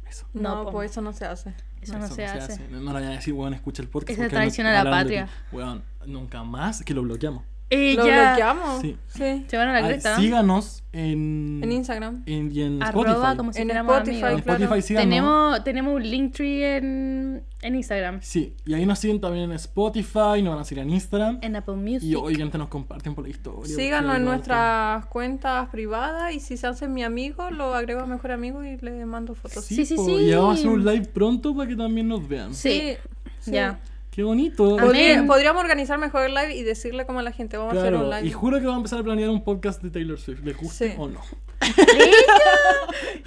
Speaker 1: Eso.
Speaker 3: No,
Speaker 2: No, po.
Speaker 3: pues eso no se hace.
Speaker 2: Eso no, se, hace.
Speaker 1: No, no le vayan a decir, weón, escucha el podcast.
Speaker 2: Esa
Speaker 1: porque hablan-
Speaker 2: traición a la
Speaker 1: hablan de ti".
Speaker 2: patria.
Speaker 1: Weón, nunca más que lo bloqueamos.
Speaker 3: Lo
Speaker 2: Ella.
Speaker 3: bloqueamos.
Speaker 1: Sí.
Speaker 3: Sí.
Speaker 2: Eh, Se van a la
Speaker 1: Ah,
Speaker 2: cresta.
Speaker 1: Síganos en,
Speaker 3: En Instagram.
Speaker 1: en- y en
Speaker 2: Arroba
Speaker 1: Spotify.
Speaker 2: como si
Speaker 3: En
Speaker 2: fuéramos
Speaker 3: Spotify,
Speaker 1: en
Speaker 2: amigos.
Speaker 1: Spotify
Speaker 3: claro.
Speaker 1: síganos.
Speaker 2: Tenemos, tenemos un Linktree en, en Instagram.
Speaker 1: Sí, y ahí nos siguen también en Spotify, nos van a seguir en Instagram.
Speaker 2: En Apple Music.
Speaker 1: Y obviamente nos comparten por la historia.
Speaker 3: Síganos
Speaker 1: porque
Speaker 3: en
Speaker 1: igual
Speaker 3: nuestras cuentas privadas y si se hacen mi amigo, lo agrego a mejor amigo y le mando
Speaker 1: que-
Speaker 3: fotos.
Speaker 1: Sí,
Speaker 2: Sí, sí,
Speaker 1: po,
Speaker 2: sí.
Speaker 1: Y vamos a hacer un live pronto para que también nos vean.
Speaker 2: Sí,
Speaker 3: sí.
Speaker 2: ya.
Speaker 1: Qué bonito.
Speaker 2: Amén.
Speaker 3: Podría- podríamos organizar mejor el live y decirle como a la gente, vamos a hacer un
Speaker 1: Claro,
Speaker 3: live.
Speaker 1: y juro que vamos a empezar a planear un podcast de Taylor Swift, le guste
Speaker 3: Sí.
Speaker 1: o no.
Speaker 2: Ella.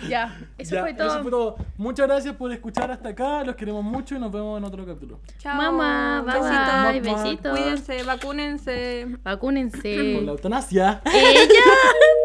Speaker 2: ya, eso
Speaker 1: Ya,
Speaker 2: fue todo.
Speaker 1: eso fue todo. Muchas gracias por escuchar hasta acá, los queremos mucho y nos vemos en otro capítulo.
Speaker 3: Chao.
Speaker 2: Mamá, bye, bye,
Speaker 1: Mamá.
Speaker 2: besitos.
Speaker 3: Cuídense, vacúnense.
Speaker 2: Vacúnense.
Speaker 1: Con la eutanasia.
Speaker 2: Ella.